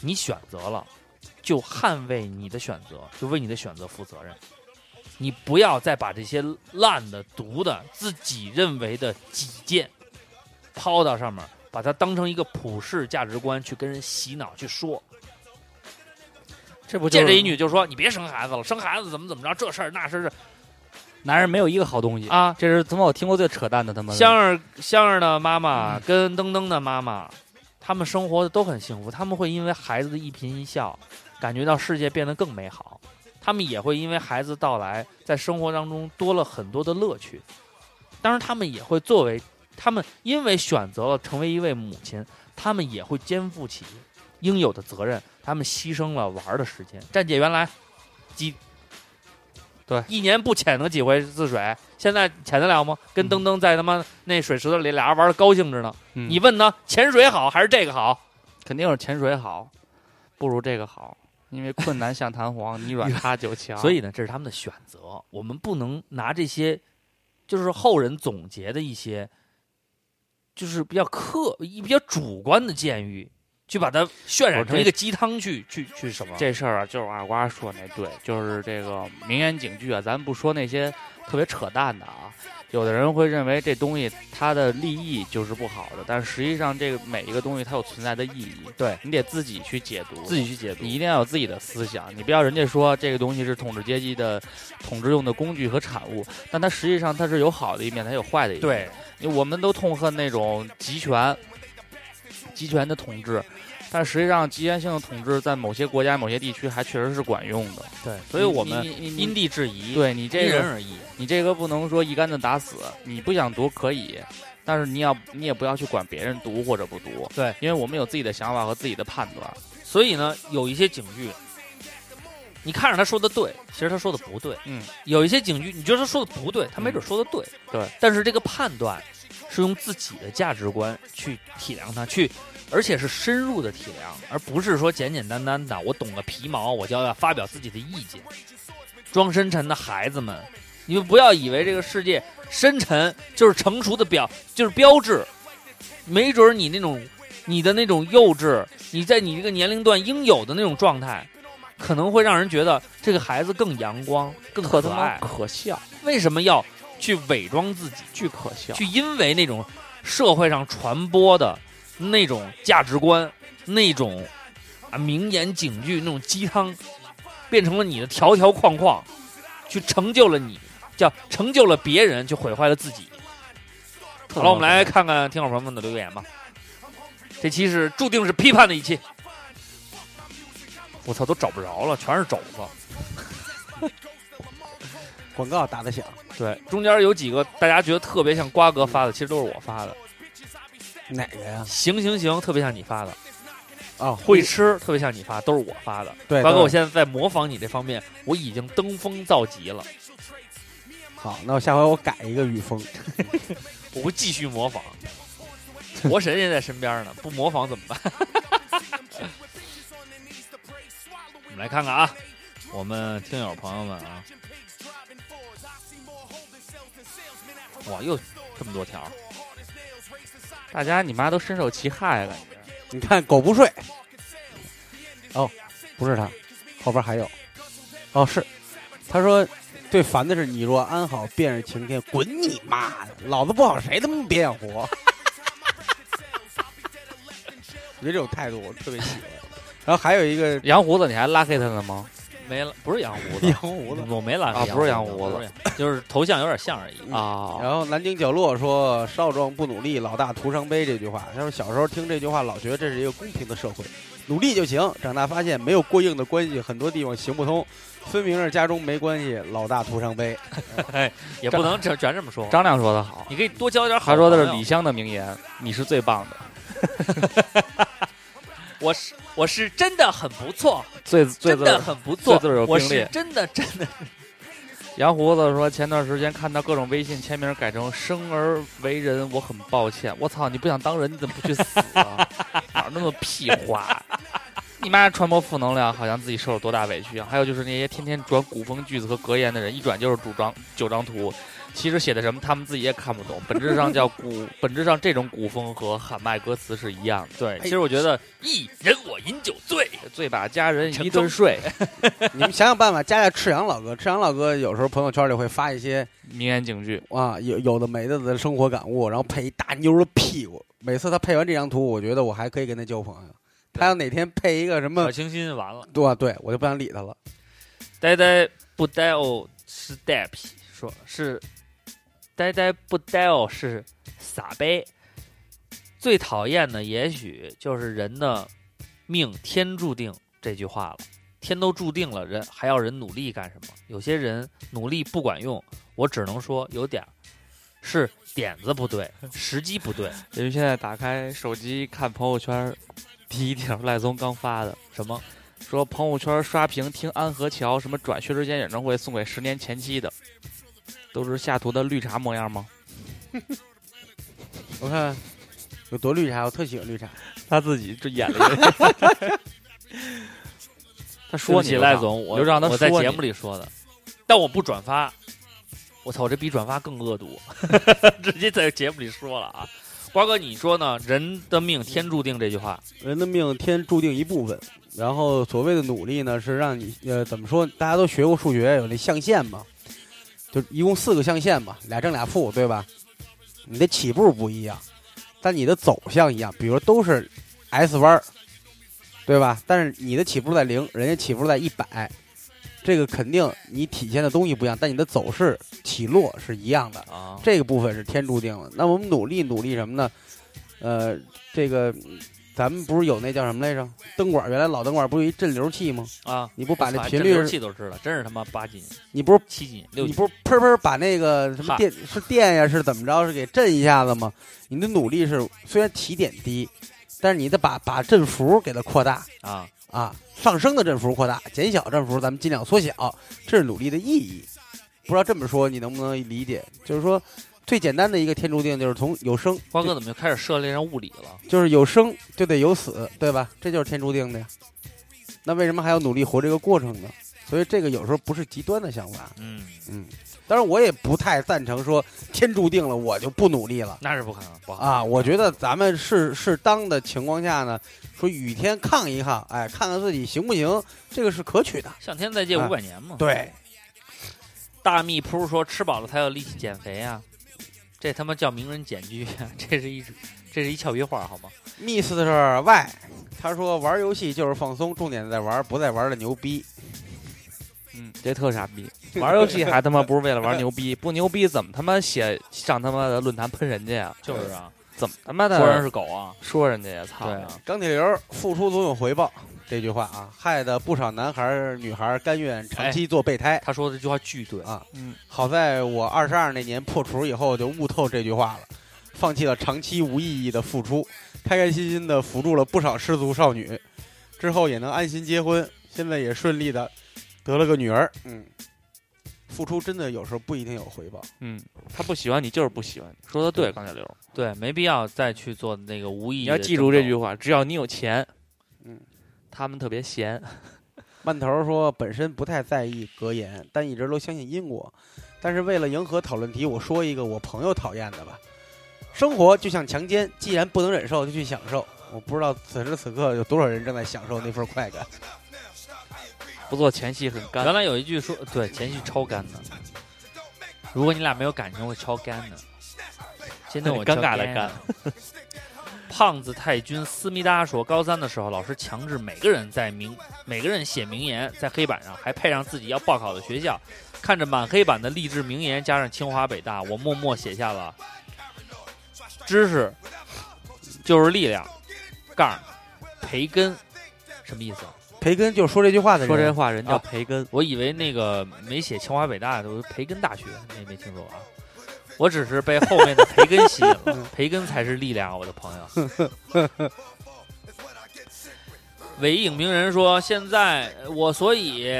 Speaker 1: 你选择了，就捍卫你的选择，就为你的选择负责任。你不要再把这些烂的、毒的、自己认为的己见抛到上面，把它当成一个普世价值观去跟人洗脑去说。
Speaker 3: 这不
Speaker 1: 见着一女就说：“你别生孩子了，生孩子怎么怎么着，这事儿那事儿
Speaker 3: 男人没有一个好东西，
Speaker 1: 啊，
Speaker 3: 这是他妈我听过最扯淡的他妈的
Speaker 1: 香儿香儿的妈妈跟噔噔的妈妈，他们生活的都很幸福，他们会因为孩子的一颦一笑，感觉到世界变得更美好。他们也会因为孩子到来，在生活当中多了很多的乐趣。当然，他们也会作为他们因为选择了成为一位母亲，他们也会肩负起应有的责任。他们牺牲了玩儿的时间。站姐原来几
Speaker 2: 对
Speaker 1: 一年不潜个几回次水，现在潜得了吗？跟登登在他妈那水池子里俩人玩的高兴着呢。
Speaker 3: 嗯
Speaker 1: 你问他潜水好还是这个好？
Speaker 3: 肯定是潜水好，不如这个好，因为困难像弹簧，你软他就强。
Speaker 1: 所以呢，这是他们的选择，我们不能拿这些，就是后人总结的一些，就是比较客、比较主观的建议，去把它渲染成一个鸡汤去去去什么？
Speaker 3: 这事儿啊，就是二瓜说那对，就是这个名言警句啊，咱不说那些特别扯淡的啊。有的人会认为这东西它的利益就是不好的，但实际上这个每一个东西它有存在的意义，
Speaker 1: 对
Speaker 3: 你得自己去解读，
Speaker 1: 自己去解读
Speaker 3: 你。一定要有自己的思想，你不要人家说这个东西是统治阶级的统治用的工具和产物，但它实际上它是有好的一面，它有坏的一面。
Speaker 1: 对，
Speaker 3: 因为我们都痛恨那种集权、集权的统治，但实际上集权性的统治在某些国家、某些地区还确实是管用的。
Speaker 1: 对，所以我们
Speaker 3: 你你你
Speaker 1: 因地制宜，
Speaker 3: 对你这
Speaker 1: 因人
Speaker 3: 个
Speaker 1: 而异。
Speaker 3: 你这个不能说一竿子打死，你不想读可以，但是你要你也不要去管别人读或者不读，
Speaker 1: 对，
Speaker 3: 因为我们有自己的想法和自己的判断。
Speaker 1: 所以呢，有一些警句，你看着他说的对，其实他说的不对。
Speaker 3: 嗯，
Speaker 1: 有一些警句，你觉得他说的不对，他没准说的对。
Speaker 3: 对，
Speaker 1: 但是这个判断是用自己的价值观去体谅它，去而且是深入的体谅，而不是说简简单单的我懂个皮毛，我就要发表自己的意见。装深沉的孩子们，你们不要以为这个世界深沉就是成熟的表，就是标志。没准儿你那种你的那种幼稚，你在你这个年龄段应有的那种状态，可能会让人觉得这个孩子更阳光、更可
Speaker 3: 可他妈
Speaker 1: 爱。
Speaker 3: 可笑，
Speaker 1: 为什么要去伪装自己，
Speaker 3: 巨可笑。
Speaker 1: 去因为那种社会上传播的那种价值观、那种啊名言警句、那种鸡汤，变成了你的条条框框，去成就了你，叫成就了别人，就毁坏了自己。好了，我们来看看听友朋友们的留言吧。这期是注定是批判的一期。我操，都找不着了，全是肘子。
Speaker 4: 广告打的响，
Speaker 1: 对，中间有几个大家觉得特别像瓜哥发的，其实都是我发的。
Speaker 4: 哪个呀？
Speaker 1: 行行行，特别像你发的。
Speaker 4: 啊，
Speaker 1: 会吃，特别像你发，都是我发的。
Speaker 4: 对，
Speaker 1: 瓜哥，我
Speaker 4: 对
Speaker 1: 现在在模仿你这方面，我已经登峰造极了，
Speaker 4: 好，那我下回我改一个语风。 *laughs*
Speaker 1: 我会继续
Speaker 3: *laughs*
Speaker 1: 模仿。活神也在身边呢，不模仿怎么办？ *laughs* 我们来看看啊，我们听友朋友们啊，哇，又这么多条，
Speaker 3: 大家你妈都深受其害了，
Speaker 4: 你看狗不睡，哦，不是他，后边还有，哦是，他说最烦的是你若安好便是晴天，滚你妈的，老子不好谁他妈别想活。 *laughs* 我觉得这种态度我特别喜欢。然后还有一
Speaker 3: *laughs*
Speaker 4: 个
Speaker 3: 洋胡子，你还拉黑他了吗？
Speaker 1: 没了，不是洋胡
Speaker 3: *laughs*
Speaker 1: 子
Speaker 4: 羊，胡子，
Speaker 1: 我没来
Speaker 3: 啊不是
Speaker 1: 洋
Speaker 3: 洋胡子
Speaker 1: 不是洋就是头像有点像而
Speaker 3: *laughs*
Speaker 1: 已。
Speaker 3: 啊，
Speaker 4: 然后南京角落说“少壮不努力，老大徒伤悲”这句话，他说小时候听这句话老觉得这是一个公平的社会，努力就行。长大发现没有过硬的关系，很多地方行不通，分明是家中没关系，老大徒伤悲。
Speaker 1: 也不能这全这么说。
Speaker 3: 张亮说的好，
Speaker 1: 你可以多交点好
Speaker 3: 他
Speaker 1: 朋友。
Speaker 3: 说的是李湘的名言：“你是最棒的。”
Speaker 1: 我是我是真的很不错，
Speaker 3: 最最
Speaker 1: 真
Speaker 3: 最
Speaker 1: 的很不错
Speaker 3: 最自，有
Speaker 1: 我
Speaker 3: 病
Speaker 1: 是
Speaker 3: 例
Speaker 1: 真的真的
Speaker 3: 杨胡子说，前段时间看到各种微信签名改成“生而为人，我很抱歉”。我操，你不想当人，你怎么不去死啊？哪儿那么屁话？你妈传播负能量，好像自己受了多大委屈啊！还有就是那些天天转古风句子和格言的人，一转就是主张九张图，其实写的什么他们自己也看不懂。本质上叫古，本质上这种古风和喊麦歌词是一样的。哎
Speaker 1: 对。其实我觉得一人我饮酒醉，
Speaker 3: 醉把佳人一顿 *laughs* 睡，
Speaker 4: 你们想想办法加加赤阳老哥，赤阳老哥有时候朋友圈里会发一些
Speaker 3: 名言警句。
Speaker 4: 啊有有的没的的生活感悟，然后配一大妞的屁股。每次他配完这张图，我觉得我还可以跟他交朋友。他要哪天配一个什么
Speaker 1: 小，呃清新完了，
Speaker 4: 对对，我就不想理他了。
Speaker 1: 呆呆不呆哦是呆皮，说是呆呆不呆哦是傻呗。最讨厌的也许就是人的命天注定这句话了，天都注定了，人还要人努力干什么？有些人努力不管用，我只能说有点儿是点子不对，时机不对，
Speaker 3: 因为现在打开手机看朋友圈，第一条赖松刚发的，
Speaker 1: 什么
Speaker 3: 说朋友圈刷屏听安河桥什么转薛之谦演唱会送给十年前妻的，都是下图的绿茶模样吗？
Speaker 4: 我看有多绿茶，我特喜欢绿茶。
Speaker 3: 他自己就演了一个。他说你
Speaker 1: 起赖，总，我
Speaker 3: 刘畅他
Speaker 1: 我在
Speaker 3: 说
Speaker 1: 节
Speaker 3: 你
Speaker 1: 目里说的，但我不转发。我操，我这比转发更恶毒， *laughs* 直接在节目里说了啊。瓜哥，你说呢？人的命天注定这句话，
Speaker 4: 人的命天注定一部分，然后所谓的努力呢，是让你呃怎么说？大家都学过数学，有那象限嘛，就一共四个象限嘛，俩正俩负，对吧？你的起步不一样，但你的走向一样，比如都是 S 弯儿，对吧？但是你的起步在零，人家起步在一百，这个肯定你体现的东西不一样，但你的走势起落是一样的。
Speaker 1: 啊，
Speaker 4: 这个部分是天注定的。那我们努力努力什么呢？呃，这个嗯咱们不是有那叫什么来着？灯管原来老灯管不有一震流器吗？
Speaker 1: 啊，
Speaker 4: 你不把那
Speaker 1: 操
Speaker 4: 频
Speaker 1: 这流
Speaker 4: 率，
Speaker 1: 器都知道，真是他妈八斤、
Speaker 4: 你不是
Speaker 1: 七斤、六
Speaker 4: 你
Speaker 1: 斤。
Speaker 4: 不是砰砰把那个什么
Speaker 1: 哈
Speaker 4: 电是电呀是怎么着是给震一下子吗？你的努力是虽然起点低，但是你得把把振幅给它扩大
Speaker 1: 啊，
Speaker 4: 啊，上升的振幅扩大，减小振幅咱们尽量缩小，这是努力的意义。不知道这么说你能不能理解？就是说，最简单的一个天注定就是从有生
Speaker 1: 瓜哥怎么就开始涉猎上物理了？
Speaker 4: 就是有生就得有死，对吧？这就是天注定的呀。那为什么还要努力活这个过程呢？所以这个有时候不是极端的想法，
Speaker 1: 嗯，
Speaker 4: 嗯。当然，我也不太赞成说天注定了我就不努力了
Speaker 1: 那是不可能，不好。
Speaker 4: 啊。我觉得咱们是适当的情况下呢，说与天抗一抗，哎，看看自己行不行，这个是可取的。
Speaker 1: 向天再借
Speaker 4: 啊
Speaker 1: 五百年嘛。
Speaker 4: 对，
Speaker 1: 大蜜扑说吃饱了才有力气减肥啊，这他妈叫名人减居啊， *laughs* 这是一这是一俏皮话好吗？
Speaker 4: Mr. Y，他说玩游戏就是放松，重点在玩，不在玩的牛逼。
Speaker 3: 嗯，这特傻逼。玩游戏还他妈不是为了玩牛逼，不牛逼怎么他妈写上他妈的论坛喷人家呀？
Speaker 1: 就是啊，
Speaker 3: 怎么他妈的
Speaker 1: 说
Speaker 4: 哎
Speaker 1: 人是狗啊，
Speaker 3: 说人家呀？操！
Speaker 1: 对啊。
Speaker 4: 钢铁流付出总有回报这句话啊，害得不少男孩儿、女孩儿甘愿长期做备胎。
Speaker 1: 他说的这句话巨对
Speaker 4: 啊好在我二十二那年破除以后，就悟透这句话了，放弃了长期无意义的付出，开开心心的扶助了不少失足少女，之后也能安心结婚，现在也顺利的得了个女儿。嗯，付出真的有时候不一定有回报。
Speaker 3: 嗯，他不喜欢你就是不喜欢你，说的对，钢铁流。
Speaker 1: 对，没必要再去做那个无意义。
Speaker 3: 你要记住这句，话：只要你有钱，
Speaker 4: 嗯，
Speaker 3: 他们特别闲。
Speaker 4: 慢头儿说，本身不太在意格言，但一直都相信因果。但是为了迎合讨论题，我说一个我朋友讨厌的吧。生活就像强奸，既然不能忍受，就去享受。我不知道此时此刻有多少人正在享受那份快感。
Speaker 3: 不做前戏很干
Speaker 1: 原。来有一句说，对，前戏超干的。如果你俩没有感情，会超干的。现在我
Speaker 3: 尴尬
Speaker 1: 的
Speaker 3: 了干。
Speaker 1: *laughs* 胖子太君思密达说，高三的时候，老师强制每个人在名每个人写名言，在黑板上还配上自己要报考的学校。看着满黑板的励志名言，加上清华北大，我默默写下了：知识就是力量，杠儿培根，什么意思啊？
Speaker 4: 培根就说这句话的人，
Speaker 3: 说这话人叫
Speaker 1: 啊
Speaker 3: 培根，
Speaker 1: 我以为那个没写清华北大的，我说培根大学，没没听说过啊。我只是被后面的培根 *laughs* 吸引了，培根才是力量啊，我的朋友。伪影名人说，现在呃我所以，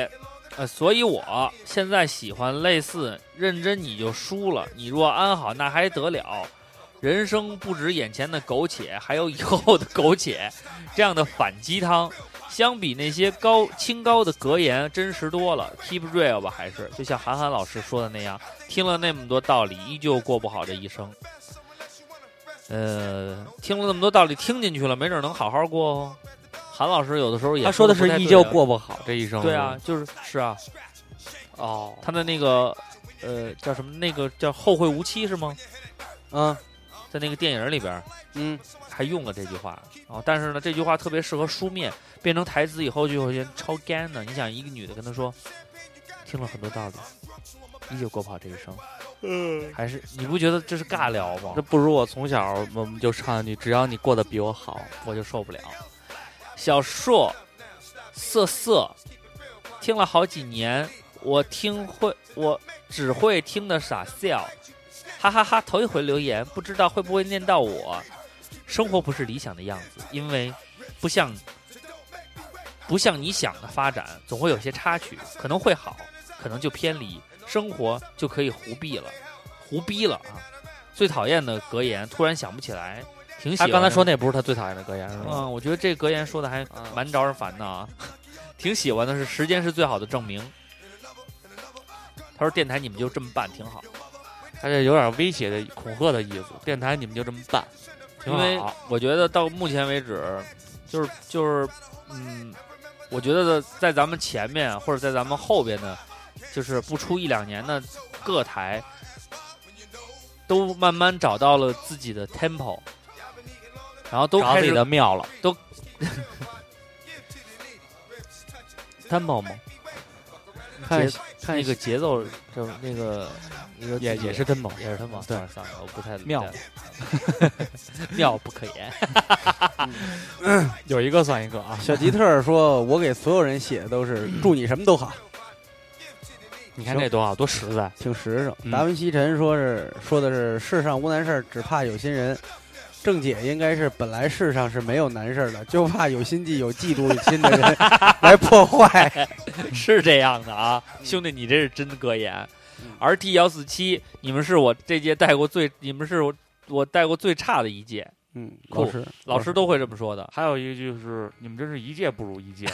Speaker 1: 呃，所以我现在喜欢类似认真你就输了，你若安好那还得了。人生不止眼前的苟且，还有以后的苟且，这样的反鸡汤，相比那些高清高的格言，真实多了。Keep real 吧，还是就像韩寒老师说的那样，听了那么多道理，依旧过不好这一生。呃，听了那么多道理，听进去了，没准能好好过哦。韩老师有的时候也
Speaker 2: 他说的
Speaker 1: 不
Speaker 2: 是
Speaker 1: 太
Speaker 2: 依
Speaker 1: 对
Speaker 2: 旧
Speaker 1: 啊
Speaker 2: 过不好这一生。
Speaker 1: 对啊，，就是是啊，
Speaker 2: 哦，
Speaker 1: 他的那个呃叫什么？那个叫《后会无期》是吗？
Speaker 4: 啊，
Speaker 1: 在那个电影里边
Speaker 4: 嗯，
Speaker 1: 还用了这句话哦，但是呢，这句话特别适合书面，变成台词以后就有些超干的。你想，一个女的跟他说，听了很多道理，依旧过不好这一生，嗯，还是你不觉得这是尬聊吗
Speaker 3: 那？不如我从小我们就唱一句：只要你过得比我好，
Speaker 1: 我就受不了。小硕，瑟瑟，听了好几年，我听会，我只会听的傻笑，哈哈哈头一回留言，不知道会不会念到我。生活不是理想的样子，因为不像不像你想的发展，总会有些插曲，可能会好，可能就偏离，生活就可以胡逼了，胡逼了啊！最讨厌的格言，突然想不起来，挺喜
Speaker 3: 他
Speaker 1: 欢的。
Speaker 3: 刚才说那不是他最讨厌的格言是吗？
Speaker 1: 嗯，我觉得这格言说的还
Speaker 2: 嗯
Speaker 1: 蛮招人烦的啊，挺喜欢的是“时间是最好的证明”。他说：“电台你们就这么办，挺好，
Speaker 3: 他这有点威胁的、恐吓的意思。电台你们就这么办，
Speaker 1: 因为
Speaker 3: 挺好。
Speaker 1: 我觉得到目前为止，就是就是，嗯，我觉得在咱们前面或者在咱们后边的，就是不出一两年的各台，都慢慢找到了自己的 tempo，然后都开
Speaker 3: 找自己
Speaker 1: 始
Speaker 3: 的庙了，
Speaker 1: 都
Speaker 3: temple 吗？
Speaker 4: 看
Speaker 1: 节
Speaker 4: 看
Speaker 1: 那个节奏，就是那个那个
Speaker 3: 也
Speaker 1: 自己
Speaker 3: 也是 temple，
Speaker 1: 也是他吗？
Speaker 3: 对
Speaker 1: 算了算了，我不太
Speaker 3: 妙，
Speaker 1: 妙不可言。
Speaker 3: *laughs* 有一个算一个啊。
Speaker 4: 小吉特儿说：“我给所有人写的都是祝你什么都好，
Speaker 3: 你看这多好，多实在。
Speaker 4: 挺实诚。”
Speaker 3: 嗯
Speaker 4: 达文西尘说是说的是世上无难事儿，只怕有心人。郑姐应该是本来世上是没有难事儿的，就怕有心计、有嫉妒心的人来破坏。
Speaker 1: 是这样的啊，
Speaker 3: 嗯
Speaker 1: 兄弟，你这是真格言。R T 幺四七，你们是我这届带过最，你们是我我带过最差的一届，
Speaker 4: 嗯，
Speaker 1: 酷
Speaker 4: 老师，
Speaker 1: 老师都会这么说的。
Speaker 3: 还有一句是，你们真是一届不如一 *laughs* 届。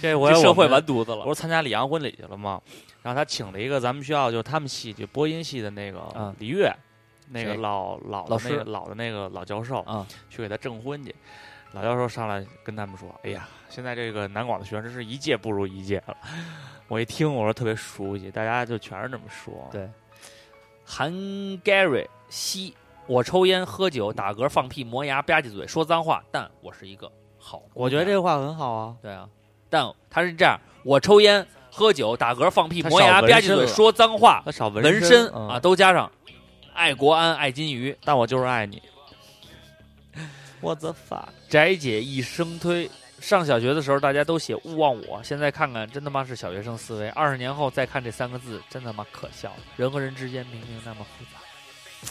Speaker 3: 这回
Speaker 1: 这社会
Speaker 3: 完。
Speaker 1: 完犊子了
Speaker 3: 我不，是参加李阳婚礼去了吗？然后他请了一个咱们学校就是他们系就播音系的那个
Speaker 1: 嗯
Speaker 3: 李月，那个
Speaker 1: 谁
Speaker 3: 老老
Speaker 1: 老
Speaker 3: 的那个
Speaker 1: 师
Speaker 3: 老的那个老教授
Speaker 1: 啊
Speaker 3: 去给他证婚去。老教授上来跟他们说：“哎呀，现在这个南广的学生真是一届不如一届了。”我一听，我说特别熟悉，大家就全是这么说。
Speaker 1: 对韩 Gary 吸，我抽烟喝酒打嗝放屁磨牙吧唧嘴说脏话，但我是一个好姑娘。
Speaker 3: 我觉得这话很好啊。
Speaker 1: 对啊，但他是这样，我抽烟、喝酒、打嗝、放屁、
Speaker 3: 他
Speaker 1: 磨
Speaker 3: 少
Speaker 1: 牙、吧
Speaker 3: 纹
Speaker 1: 唧
Speaker 3: 身
Speaker 1: 嘴、
Speaker 3: 了
Speaker 1: 说脏话、
Speaker 3: 他少纹
Speaker 1: 纹身
Speaker 3: 嗯
Speaker 1: 啊，都加上，爱国安、爱金鱼。
Speaker 3: 但我就是爱你。我的发，
Speaker 1: 翟姐一生推。上小学的时候，大家都写“勿忘我”，现在看看，真他妈是小学生思维。二十年后再看这三个字，真他妈可笑。人和人之间明明那么复杂。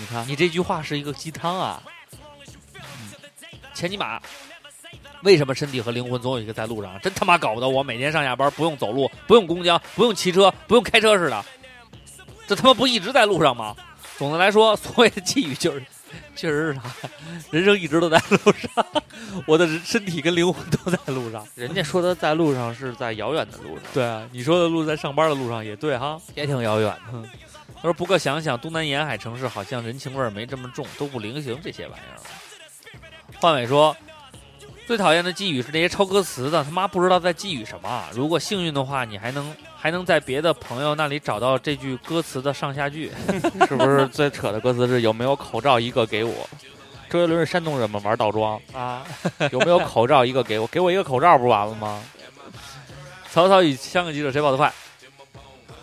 Speaker 3: 你看
Speaker 1: 你这句话是一个鸡汤啊！嗯前尼玛，为什么身体和灵魂总有一个在路上？真他妈搞不懂！我每天上下班不用走路，不用公交，不用骑车，不用开车似的，这他妈不一直在路上吗？总的来说，所谓的寄语就是， *laughs* 确实是啥，人生一直都在路上，我的人身体跟灵魂都在路上。
Speaker 3: 人家说的在路上是在遥远的路上。
Speaker 1: 对啊，你说的路在上班的路上也对哈，嗯也挺遥远的。他说：“不过想想，东南沿海城市好像人情味儿没这么重，都不流行这些玩意儿了。”范伟说：“最讨厌的寄语是那些抄歌词的，他妈不知道在寄语什么。啊如果幸运的话，你还能还能在别的朋友那里找到这句歌词的上下句。
Speaker 3: *laughs* 是不是最扯的歌词是有没有口罩一个给我？周杰伦是山东人嘛，玩倒装啊？有没有口罩一个给我？给我一个口罩不完了吗？
Speaker 1: 曹操与香港记者谁跑得快？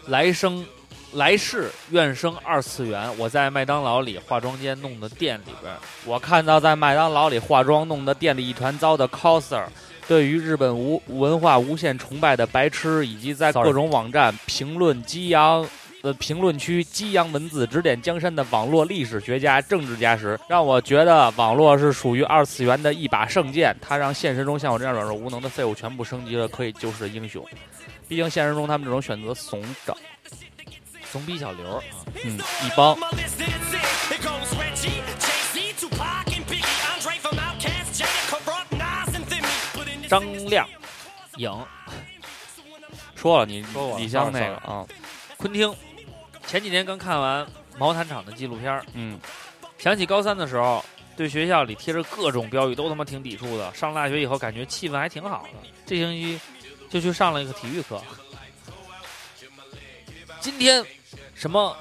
Speaker 1: 来生，来世，愿生二次元。我在麦当劳里化妆间弄的店里边儿，
Speaker 3: 我看到在麦当劳里化妆弄得店里一团糟的 coser，对于日本无文化无限崇拜的白痴，以及在
Speaker 1: Sorry
Speaker 3: 各种网站评论激扬的评论区激扬文字，指点江山的网络历史学家、政治家时，让我觉得网络是属于二次元的一把圣剑，它让现实中像我这样软弱无能的废物全部升级了可以救世的英雄。毕竟现实中他们这种选择怂整，
Speaker 1: 怂逼小刘，
Speaker 3: 嗯，一帮。
Speaker 1: 张亮，影，
Speaker 3: 说了你
Speaker 1: 说我
Speaker 3: 李湘那
Speaker 1: 说
Speaker 3: 个
Speaker 1: 了
Speaker 3: 啊，
Speaker 1: 昆汀。前几天刚看完毛坦厂的纪录片儿，
Speaker 3: 嗯，
Speaker 1: 想起高三的时候，对学校里贴着各种标语都他妈挺抵触的。上大学以后，感觉气氛还挺好的。这星期就去上了一个体育课。今天什么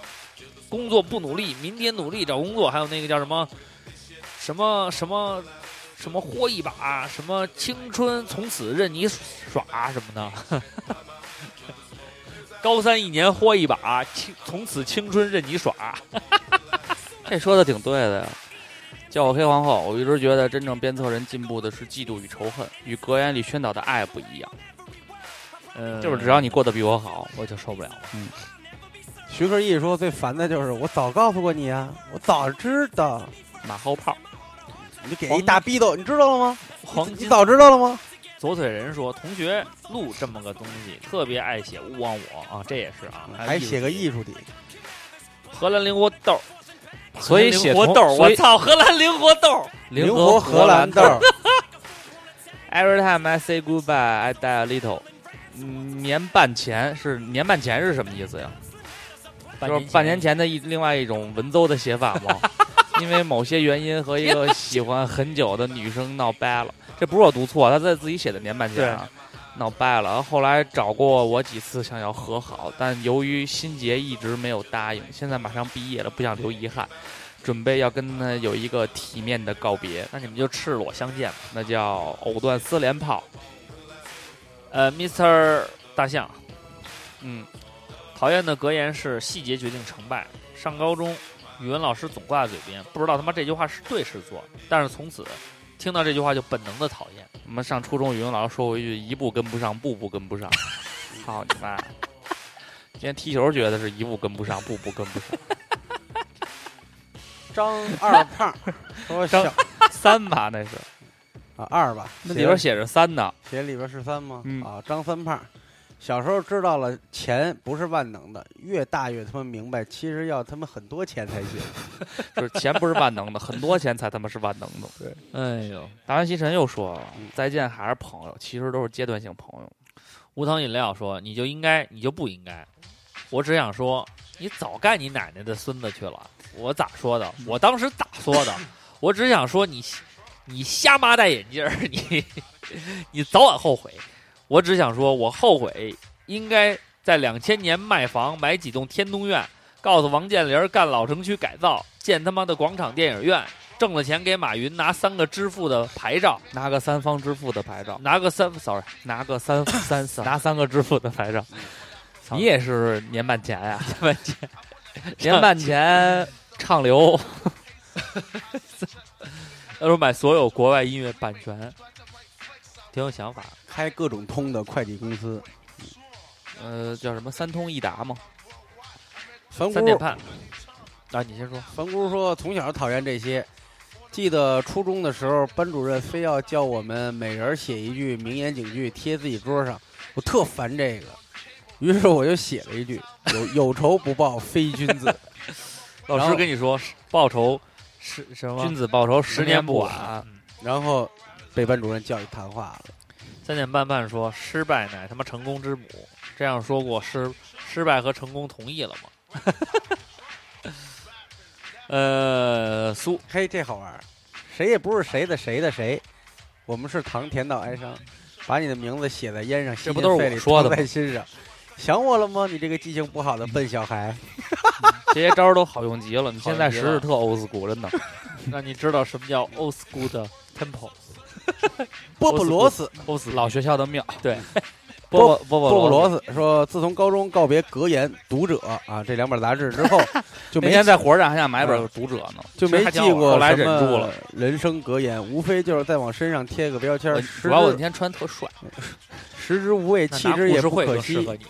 Speaker 1: 工作不努力，明天努力找工作，还有那个叫什么什么什么什么豁一把，什么青春从此任你耍什么的。 *laughs* 高三一年豁一把，青从此青春任你耍。
Speaker 3: 这说的挺对的呀。叫我黑皇后，我一直觉得真正鞭策人进步的是嫉妒与仇恨，与格言里宣导的爱不一样。
Speaker 1: 嗯，
Speaker 3: 就是只要你过得比我好，
Speaker 1: 我就受不了了。
Speaker 4: 徐克义说最烦的就是我早告诉过你啊，我早知道，
Speaker 3: 马后炮。
Speaker 4: 你就给
Speaker 1: 黄
Speaker 4: 一大逼斗，你知道了吗？
Speaker 1: 黄
Speaker 4: 你
Speaker 1: 金
Speaker 4: 早知道了吗？
Speaker 1: 左腿人说，同学录这么个东西，特别爱写勿忘我啊，这也是
Speaker 3: 嗯
Speaker 1: 啊，
Speaker 4: 哎还写个艺术体，
Speaker 1: 荷兰灵活豆，
Speaker 3: 所以写
Speaker 1: 荷兰灵活
Speaker 3: 同
Speaker 1: 豆，
Speaker 3: 所以
Speaker 1: 我操，荷兰灵活豆，
Speaker 4: 灵
Speaker 3: 活
Speaker 4: 荷兰豆儿。
Speaker 3: Every time I say goodbye, I die a little。嗯，年半前是年半前是什么意思呀？就是半年前的一另外一种文绉的写法吗？ *laughs* 因为某些原因和一个喜欢很久的女生闹掰了，这不是我读错，他在自己写的年半前啊，闹掰了。然后后来找过我几次想要和好，但由于心结一直没有答应，现在马上毕业了，不想留遗憾，准备要跟他有一个体面的告别，
Speaker 1: 那你们就赤裸相见吧。
Speaker 3: 那叫藕断丝连炮。
Speaker 1: 呃，Mr 大象，
Speaker 3: 嗯，
Speaker 1: 讨厌的格言是细节决定成败。上高中语文老师总挂在嘴边，不知道他妈这句话是对是错，但是从此听到这句话就本能的讨厌。
Speaker 3: 我们上初中语文老师说过一句：“一步跟不上，步步跟 *laughs* 不上。”操你妈！今天踢球觉得是一步跟不上，步步跟不上。
Speaker 4: 张二胖说小
Speaker 3: 张 *laughs* 三吧，那是
Speaker 4: 啊二吧，
Speaker 3: 那
Speaker 4: 写
Speaker 3: 里边写着三 *laughs* 呢。
Speaker 4: 写里边是三吗？
Speaker 3: 嗯
Speaker 4: 啊，张三胖，小时候知道了钱不是万能的，越大越他妈明白，其实要他妈很多钱才行。
Speaker 3: 就是钱不是万能的，很多钱才他妈是万能 *laughs* 的。
Speaker 1: 哎呦，
Speaker 3: 达文西晨又说了：“再见还是朋友，其实都是阶段性朋友。
Speaker 1: 无糖饮料说：“你就应该，你就不应该。”我只想说，你早干你奶奶的孙子去了。我咋说的？我当时咋说的？我只想说你，你瞎妈戴眼镜儿，你你早晚后悔。我只想说，我后悔应该在两千年卖房买几栋天通苑，告诉王健林儿干老城区改造，建他妈的广场电影院，挣了钱给马云拿三个支付的牌照，
Speaker 3: 拿个三方支付的牌照，
Speaker 1: 拿个三 sorry。
Speaker 3: 拿个三三拿三个支付的牌照。你也是年半前呀、
Speaker 1: 年半前，
Speaker 3: 年半前畅流。
Speaker 1: 要说买所有国外音乐版权，挺有想法。
Speaker 4: 开各种通的快递公司，
Speaker 3: 呃，叫什么三通一达嘛，
Speaker 4: 反
Speaker 1: 三点
Speaker 4: 骨
Speaker 1: 半啊，你先说。
Speaker 4: 冯姑说从小讨厌这些，记得初中的时候，班主任非要叫我们每人写一句名言警句贴自己桌上，我特烦这个，于是我就写了一句：有有仇不报非君子。 *laughs*
Speaker 1: 老
Speaker 4: 然
Speaker 1: 师
Speaker 4: 后
Speaker 1: 跟你说，报仇是什么？
Speaker 3: 君子报仇，
Speaker 1: 十
Speaker 3: 十
Speaker 1: 年
Speaker 3: 年
Speaker 1: 不
Speaker 3: 不
Speaker 1: 晚
Speaker 3: 晚。。
Speaker 4: 然后被班主任叫去谈话了。
Speaker 1: 三点半半说，失败乃他妈成功之母。这样说过，失失败和成功同意了吗？ *laughs* 呃，苏
Speaker 4: 嘿，这好玩儿，谁也不是谁的谁的谁，我们是糖甜到哀伤，把你的名字写在烟上，
Speaker 3: 这不都是我说的吗
Speaker 4: 在心上。想我了吗？你这个记性不好的笨小孩。
Speaker 3: 这些招儿都好用极了。你
Speaker 1: 好用
Speaker 3: 现在
Speaker 1: 极
Speaker 3: 时
Speaker 1: 了
Speaker 3: 是特 old school，真的。
Speaker 1: 让你知道什么叫 old school 的 temple。
Speaker 4: 波普罗斯，
Speaker 1: old school
Speaker 3: 老学校的庙，
Speaker 1: 对，
Speaker 3: 波波
Speaker 4: 波
Speaker 3: 波
Speaker 4: 普
Speaker 3: 波
Speaker 4: 罗
Speaker 3: 斯，
Speaker 4: 斯说，自从高中告别《格言》《读者》啊这两本杂志之
Speaker 3: *laughs*
Speaker 4: 后，就
Speaker 3: 明
Speaker 4: 没
Speaker 3: 天在火车站还想买本《读者》呢，
Speaker 4: 就
Speaker 3: 其
Speaker 4: 没
Speaker 3: 实还
Speaker 4: 记
Speaker 3: 挺好玩
Speaker 4: 过
Speaker 3: 后来
Speaker 4: 什
Speaker 3: 忍住
Speaker 4: 么
Speaker 3: 了。
Speaker 4: 人生格言，无非就是再往身上贴个标签儿，
Speaker 3: 我
Speaker 4: 食
Speaker 3: 主要我那
Speaker 4: 之
Speaker 3: 天穿特帅，
Speaker 4: 食之无味，
Speaker 1: 那
Speaker 4: 弃
Speaker 1: 拿
Speaker 4: 之也
Speaker 1: 故事
Speaker 4: 不
Speaker 1: 会
Speaker 4: 可
Speaker 1: 更适
Speaker 4: 惜
Speaker 1: 合。你。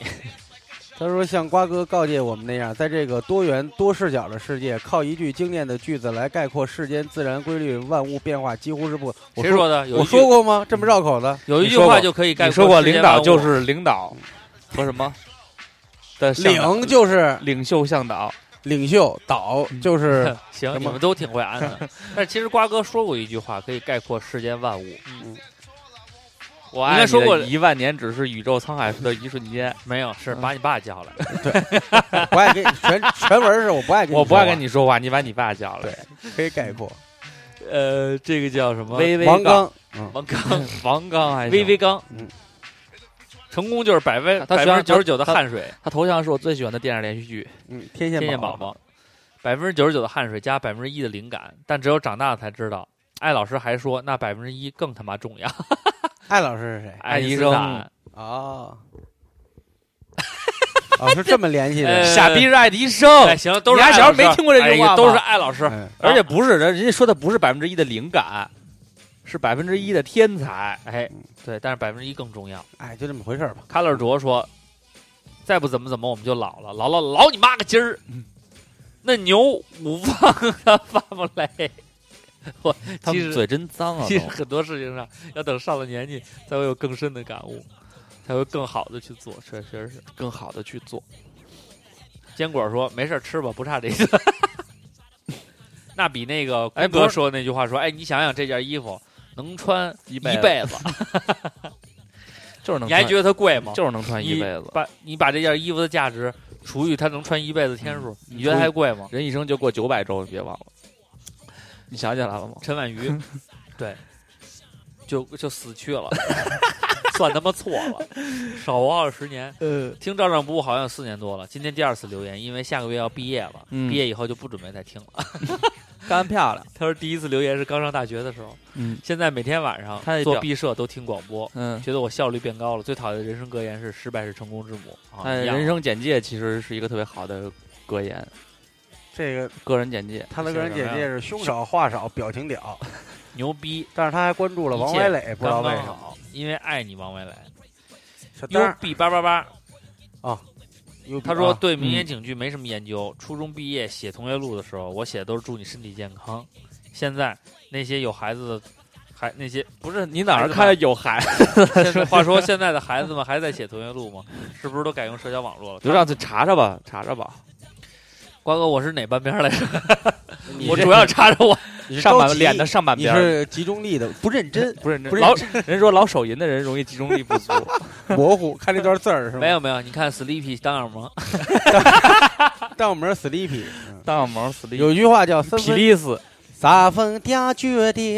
Speaker 4: 他说：“像瓜哥告诫我们那样，在这个多元多视角的世界，靠一句精炼的句子来概括世间自然规律、万物变化，几乎是不……我
Speaker 1: 谁说的？有
Speaker 4: 我
Speaker 1: 一句
Speaker 4: 说过吗？这么绕口的？
Speaker 1: 有一
Speaker 3: 你
Speaker 1: 句
Speaker 3: 说
Speaker 1: 话
Speaker 3: 过
Speaker 1: 就可以概
Speaker 3: 你
Speaker 1: 括
Speaker 3: 说过
Speaker 1: 世界
Speaker 3: 领导
Speaker 1: 万物
Speaker 3: 就是领导和什么的
Speaker 1: 嗯
Speaker 3: 向导
Speaker 4: 领就是
Speaker 3: 领袖向导，
Speaker 4: 领袖，导
Speaker 1: 嗯
Speaker 4: 就是
Speaker 1: *laughs* 行，
Speaker 4: 什
Speaker 1: 你
Speaker 4: 么
Speaker 1: 们都挺会安 *laughs* 的。但是其实瓜哥说过一句话，可以概括世间万物。
Speaker 3: 我
Speaker 1: 嗯应该
Speaker 3: 爱你
Speaker 1: 说过
Speaker 3: 的一万年只是宇宙沧海的一瞬间。
Speaker 1: 没有，是把你爸叫来。
Speaker 4: 不爱跟全 *laughs* 全文是我不爱跟
Speaker 3: *laughs*
Speaker 4: 你
Speaker 3: 我不爱跟
Speaker 4: 你
Speaker 3: 你说话，你把你爸叫来。
Speaker 4: 可以概括。
Speaker 1: *laughs* 呃，这个叫什么？
Speaker 3: 微微
Speaker 4: 王
Speaker 3: 刚，
Speaker 4: 刚，嗯，
Speaker 1: 王刚，
Speaker 3: *laughs* 王刚还
Speaker 1: 微微
Speaker 3: *laughs* 微，
Speaker 1: 刚
Speaker 4: 嗯。
Speaker 1: 成功就是百分
Speaker 3: 他
Speaker 1: 百
Speaker 3: 他
Speaker 1: 分之九十九的
Speaker 3: 他
Speaker 1: 汗水，
Speaker 3: 他头像是我最喜欢的电视连续剧
Speaker 4: 嗯，天
Speaker 1: 天线
Speaker 4: 线
Speaker 1: 宝
Speaker 4: 宝宝，
Speaker 1: 宝，百分之九十九的汗水加百分之一的灵感，但只有长大了才知道。艾老师还说，那百分之一更他妈重要。
Speaker 4: 艾老师是谁？
Speaker 1: 爱因
Speaker 3: 医
Speaker 1: 斯
Speaker 3: 生
Speaker 1: 坦，
Speaker 4: 哦， *laughs* 哦，是这么联系
Speaker 1: *laughs*
Speaker 4: 的。
Speaker 1: 呃
Speaker 3: 傻逼是爱迪生。
Speaker 1: 哎，行，都是
Speaker 3: 你还
Speaker 1: 艾
Speaker 3: 小时候
Speaker 1: 老师
Speaker 3: 没听过这句话
Speaker 1: 哎
Speaker 3: 吗
Speaker 1: 都是艾老师。
Speaker 4: 嗯
Speaker 3: *laughs* 而且不是人，人家说的不是百分之一的灵感，是百分之一的天才。
Speaker 1: 哎，对，但是百分之一更重要。
Speaker 4: 哎，就这么回事儿吧。
Speaker 1: 卡勒卓说：“再不怎么怎么，我们就老了，老老老你妈个鸡儿！
Speaker 3: 嗯
Speaker 1: 那牛五 *laughs* 放他发不来。我
Speaker 3: 他
Speaker 1: 其
Speaker 3: 们
Speaker 1: 实
Speaker 3: 嘴真脏啊！
Speaker 1: 其实很多事情上，要等上了年纪才会有更深的感悟，才会更好的去做。确确实是。
Speaker 3: 都更好的去做。
Speaker 1: 坚果说：没事儿吃吧，不差这一顿。 *laughs* 那比那个
Speaker 3: 哎
Speaker 1: 哎
Speaker 3: 不
Speaker 1: 哥
Speaker 3: 是
Speaker 1: 说的那句话说：哎，你想想这件衣服能穿
Speaker 3: 一
Speaker 1: 一
Speaker 3: 辈子
Speaker 1: 子，
Speaker 3: 就是能
Speaker 1: 你还
Speaker 3: 穿，
Speaker 1: 觉得它贵吗？
Speaker 3: 就是能穿一辈子。
Speaker 1: 把你把这件衣服的价值除以它能穿一辈子天数，
Speaker 3: 嗯
Speaker 1: 你觉得还贵吗？
Speaker 3: 人一生就过九百周，你别忘了。你想起来了吗？
Speaker 1: 陈婉瑜，对，就就死去了， *laughs* 算他妈错了，少活二十年。听照照不误好像有四年多了，今天第二次留言，因为下个月要毕业了，
Speaker 3: 嗯
Speaker 1: 毕业以后就不准备再听了。 *laughs*
Speaker 3: 干漂亮，
Speaker 1: 他说第一次留言是刚上大学的时候，
Speaker 3: 嗯
Speaker 1: 现在每天晚上
Speaker 3: 他也
Speaker 1: 做
Speaker 3: 表
Speaker 1: 毕设都听广播。
Speaker 3: 嗯。
Speaker 1: 觉得我效率变高了，最讨厌的人生格言是“失败是成功之母”啊！
Speaker 3: 哎，
Speaker 1: 一样
Speaker 3: 人生简介其实是一个特别好的格言，
Speaker 4: 这个
Speaker 3: 个人简介。
Speaker 4: 他的个人简介是胸少话少，表情屌，
Speaker 1: 牛逼，
Speaker 4: 但是他还关注了王
Speaker 1: 一切
Speaker 4: 伟磊，不知道为
Speaker 1: 刚
Speaker 4: 什
Speaker 1: 刚
Speaker 4: 么。
Speaker 1: 好，因为爱你，王未来。
Speaker 4: 小
Speaker 1: 优
Speaker 4: 单儿
Speaker 1: 比八八八，
Speaker 4: 有
Speaker 1: 他说
Speaker 4: 啊
Speaker 1: 对民间警句没什么研究。初中毕业写同学录的时候，我写的都是祝你身体健康。现在那些有孩子的，还那
Speaker 4: *laughs*
Speaker 1: 些
Speaker 3: 不是你哪儿看有孩子？
Speaker 1: 现在话说现在的孩子们还在写同学录吗？是不是都改用社交网络了？
Speaker 3: 就让他查查吧，查查吧。
Speaker 1: 瓜哥，我是哪半边儿来着？
Speaker 4: 你
Speaker 1: 我
Speaker 4: 这
Speaker 1: 主要查着我
Speaker 4: 你是
Speaker 3: 上
Speaker 4: 着
Speaker 3: 半
Speaker 4: 急
Speaker 3: 脸的上半
Speaker 4: 啊你
Speaker 3: 边儿
Speaker 4: 是集中力的不认真
Speaker 3: 不认真
Speaker 4: 不，认
Speaker 3: 老人说老手淫的人容易集中力不 *laughs* 足。
Speaker 4: 模糊，看这段字儿是吗？啊
Speaker 1: 没有，没有，你看 Sleepy 当耳膜，
Speaker 4: 但我们是 sleepy，嗯
Speaker 3: 大小毛死力
Speaker 4: 有一句话叫三
Speaker 3: 皮
Speaker 4: 分
Speaker 3: 利 *laughs* 斯，
Speaker 4: 三分天决定，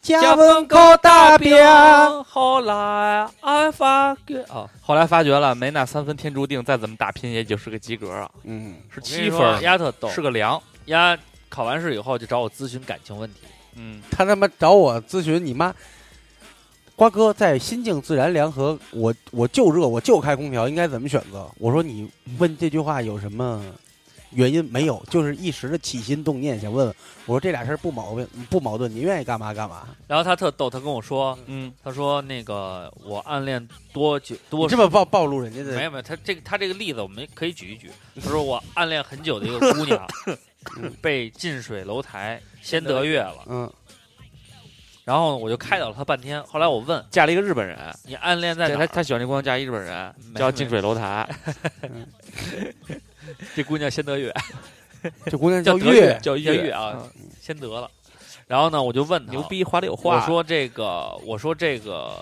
Speaker 1: 加
Speaker 4: 加
Speaker 1: 分
Speaker 4: 分高大
Speaker 1: 兵
Speaker 4: 边。
Speaker 1: 后来俺发觉啊，
Speaker 3: 后来发觉了，没那三分天注定，再怎么打拼也就是个及格啊，
Speaker 4: 嗯，
Speaker 3: 是
Speaker 1: 我跟你
Speaker 3: 七
Speaker 1: 说
Speaker 3: 分儿，
Speaker 1: 丫特逗，
Speaker 3: 是个梁。
Speaker 1: 丫考完试以后就找我咨询感情问题。
Speaker 3: 嗯，
Speaker 4: 他他妈找我咨询你妈。瓜哥在心静自然凉和我我就热我就开空调应该怎么选择？我说你问这句话有什么原因没有？就是一时的起心动念想问问。我说这俩事儿不矛盾不矛盾，你愿意干嘛干嘛。
Speaker 1: 然后他特逗，他跟我说，
Speaker 3: 嗯，
Speaker 1: 他说那个我暗恋多久
Speaker 4: 你
Speaker 1: 多
Speaker 4: 这么暴暴露人家
Speaker 1: 没
Speaker 4: 的，
Speaker 1: 有没有，他这个他这个例子我们可以举一举。他说我暗恋很久的一个姑 *laughs* 娘
Speaker 4: 嗯，
Speaker 1: 被近水楼台先得月了，
Speaker 4: 嗯，
Speaker 1: 然后我就开导了她半天。后来我问
Speaker 3: 嫁了一个日本人，
Speaker 1: 你暗恋在
Speaker 3: 这
Speaker 1: 哪
Speaker 3: 他
Speaker 1: 儿？
Speaker 3: 他喜欢这姑娘嫁一日本人，
Speaker 1: 没
Speaker 3: 叫近水楼台，
Speaker 1: 这姑娘先得 *laughs* 月，
Speaker 4: 这姑娘
Speaker 1: 叫
Speaker 4: 叫
Speaker 1: 得
Speaker 4: 月，
Speaker 3: 叫
Speaker 1: 叫
Speaker 3: 月
Speaker 1: 月啊，先得了。然后呢，我就问她，
Speaker 3: 牛逼，话里有话。
Speaker 1: 我说这个，我说这个，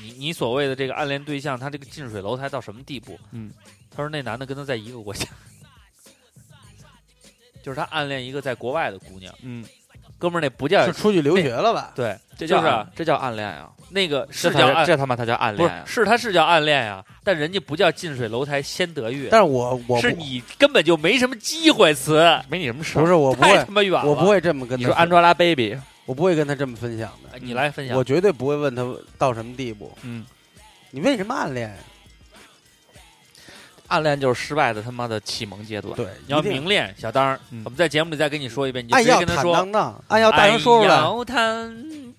Speaker 1: 你你所谓的这个暗恋对象，他这个近水楼台到什么地步？
Speaker 3: 嗯，
Speaker 1: 他说那男的跟他在一个国家， *laughs* 就是他暗恋一个在国外的姑娘，
Speaker 3: 嗯，
Speaker 1: 哥们儿那不叫
Speaker 4: 是出去留学了吧？
Speaker 1: 对，
Speaker 3: 这
Speaker 1: 就
Speaker 3: 叫
Speaker 1: 是啊
Speaker 3: 这叫暗恋呀，
Speaker 1: 那个
Speaker 3: 这
Speaker 1: 是
Speaker 3: 才
Speaker 1: 叫暗，
Speaker 3: 这他妈他叫暗
Speaker 1: 不
Speaker 3: 恋啊
Speaker 1: 是是
Speaker 3: 呀。
Speaker 1: 他是叫暗恋呀，但人家不叫近水楼台先得月，
Speaker 4: 但是我我不
Speaker 1: 是你根本就没什么机会词，
Speaker 3: 没你什么事
Speaker 4: 不
Speaker 3: 儿。啊
Speaker 4: 是我不
Speaker 1: 太
Speaker 4: 会
Speaker 1: 他，妈远了。
Speaker 4: 我不，会这么跟
Speaker 3: 你
Speaker 4: 他
Speaker 3: 说
Speaker 4: 分
Speaker 3: Angelababy，
Speaker 4: 我不会跟他这么分享的，
Speaker 1: 哎你来分享
Speaker 4: 我。绝对不会问他到什么地步。
Speaker 3: 嗯，
Speaker 4: 你为什么暗恋？
Speaker 3: 暗恋就是失败的他妈的启蒙阶段。
Speaker 4: 对，
Speaker 1: 你要
Speaker 4: 一定
Speaker 1: 明恋小当儿，
Speaker 3: 嗯
Speaker 1: 我们在节目里再跟你说一遍，你就哎
Speaker 4: 按
Speaker 1: 直接
Speaker 4: 要
Speaker 1: 跟他
Speaker 4: 坦
Speaker 1: 说，
Speaker 4: 荡荡，按要大声说出来。
Speaker 1: 要坦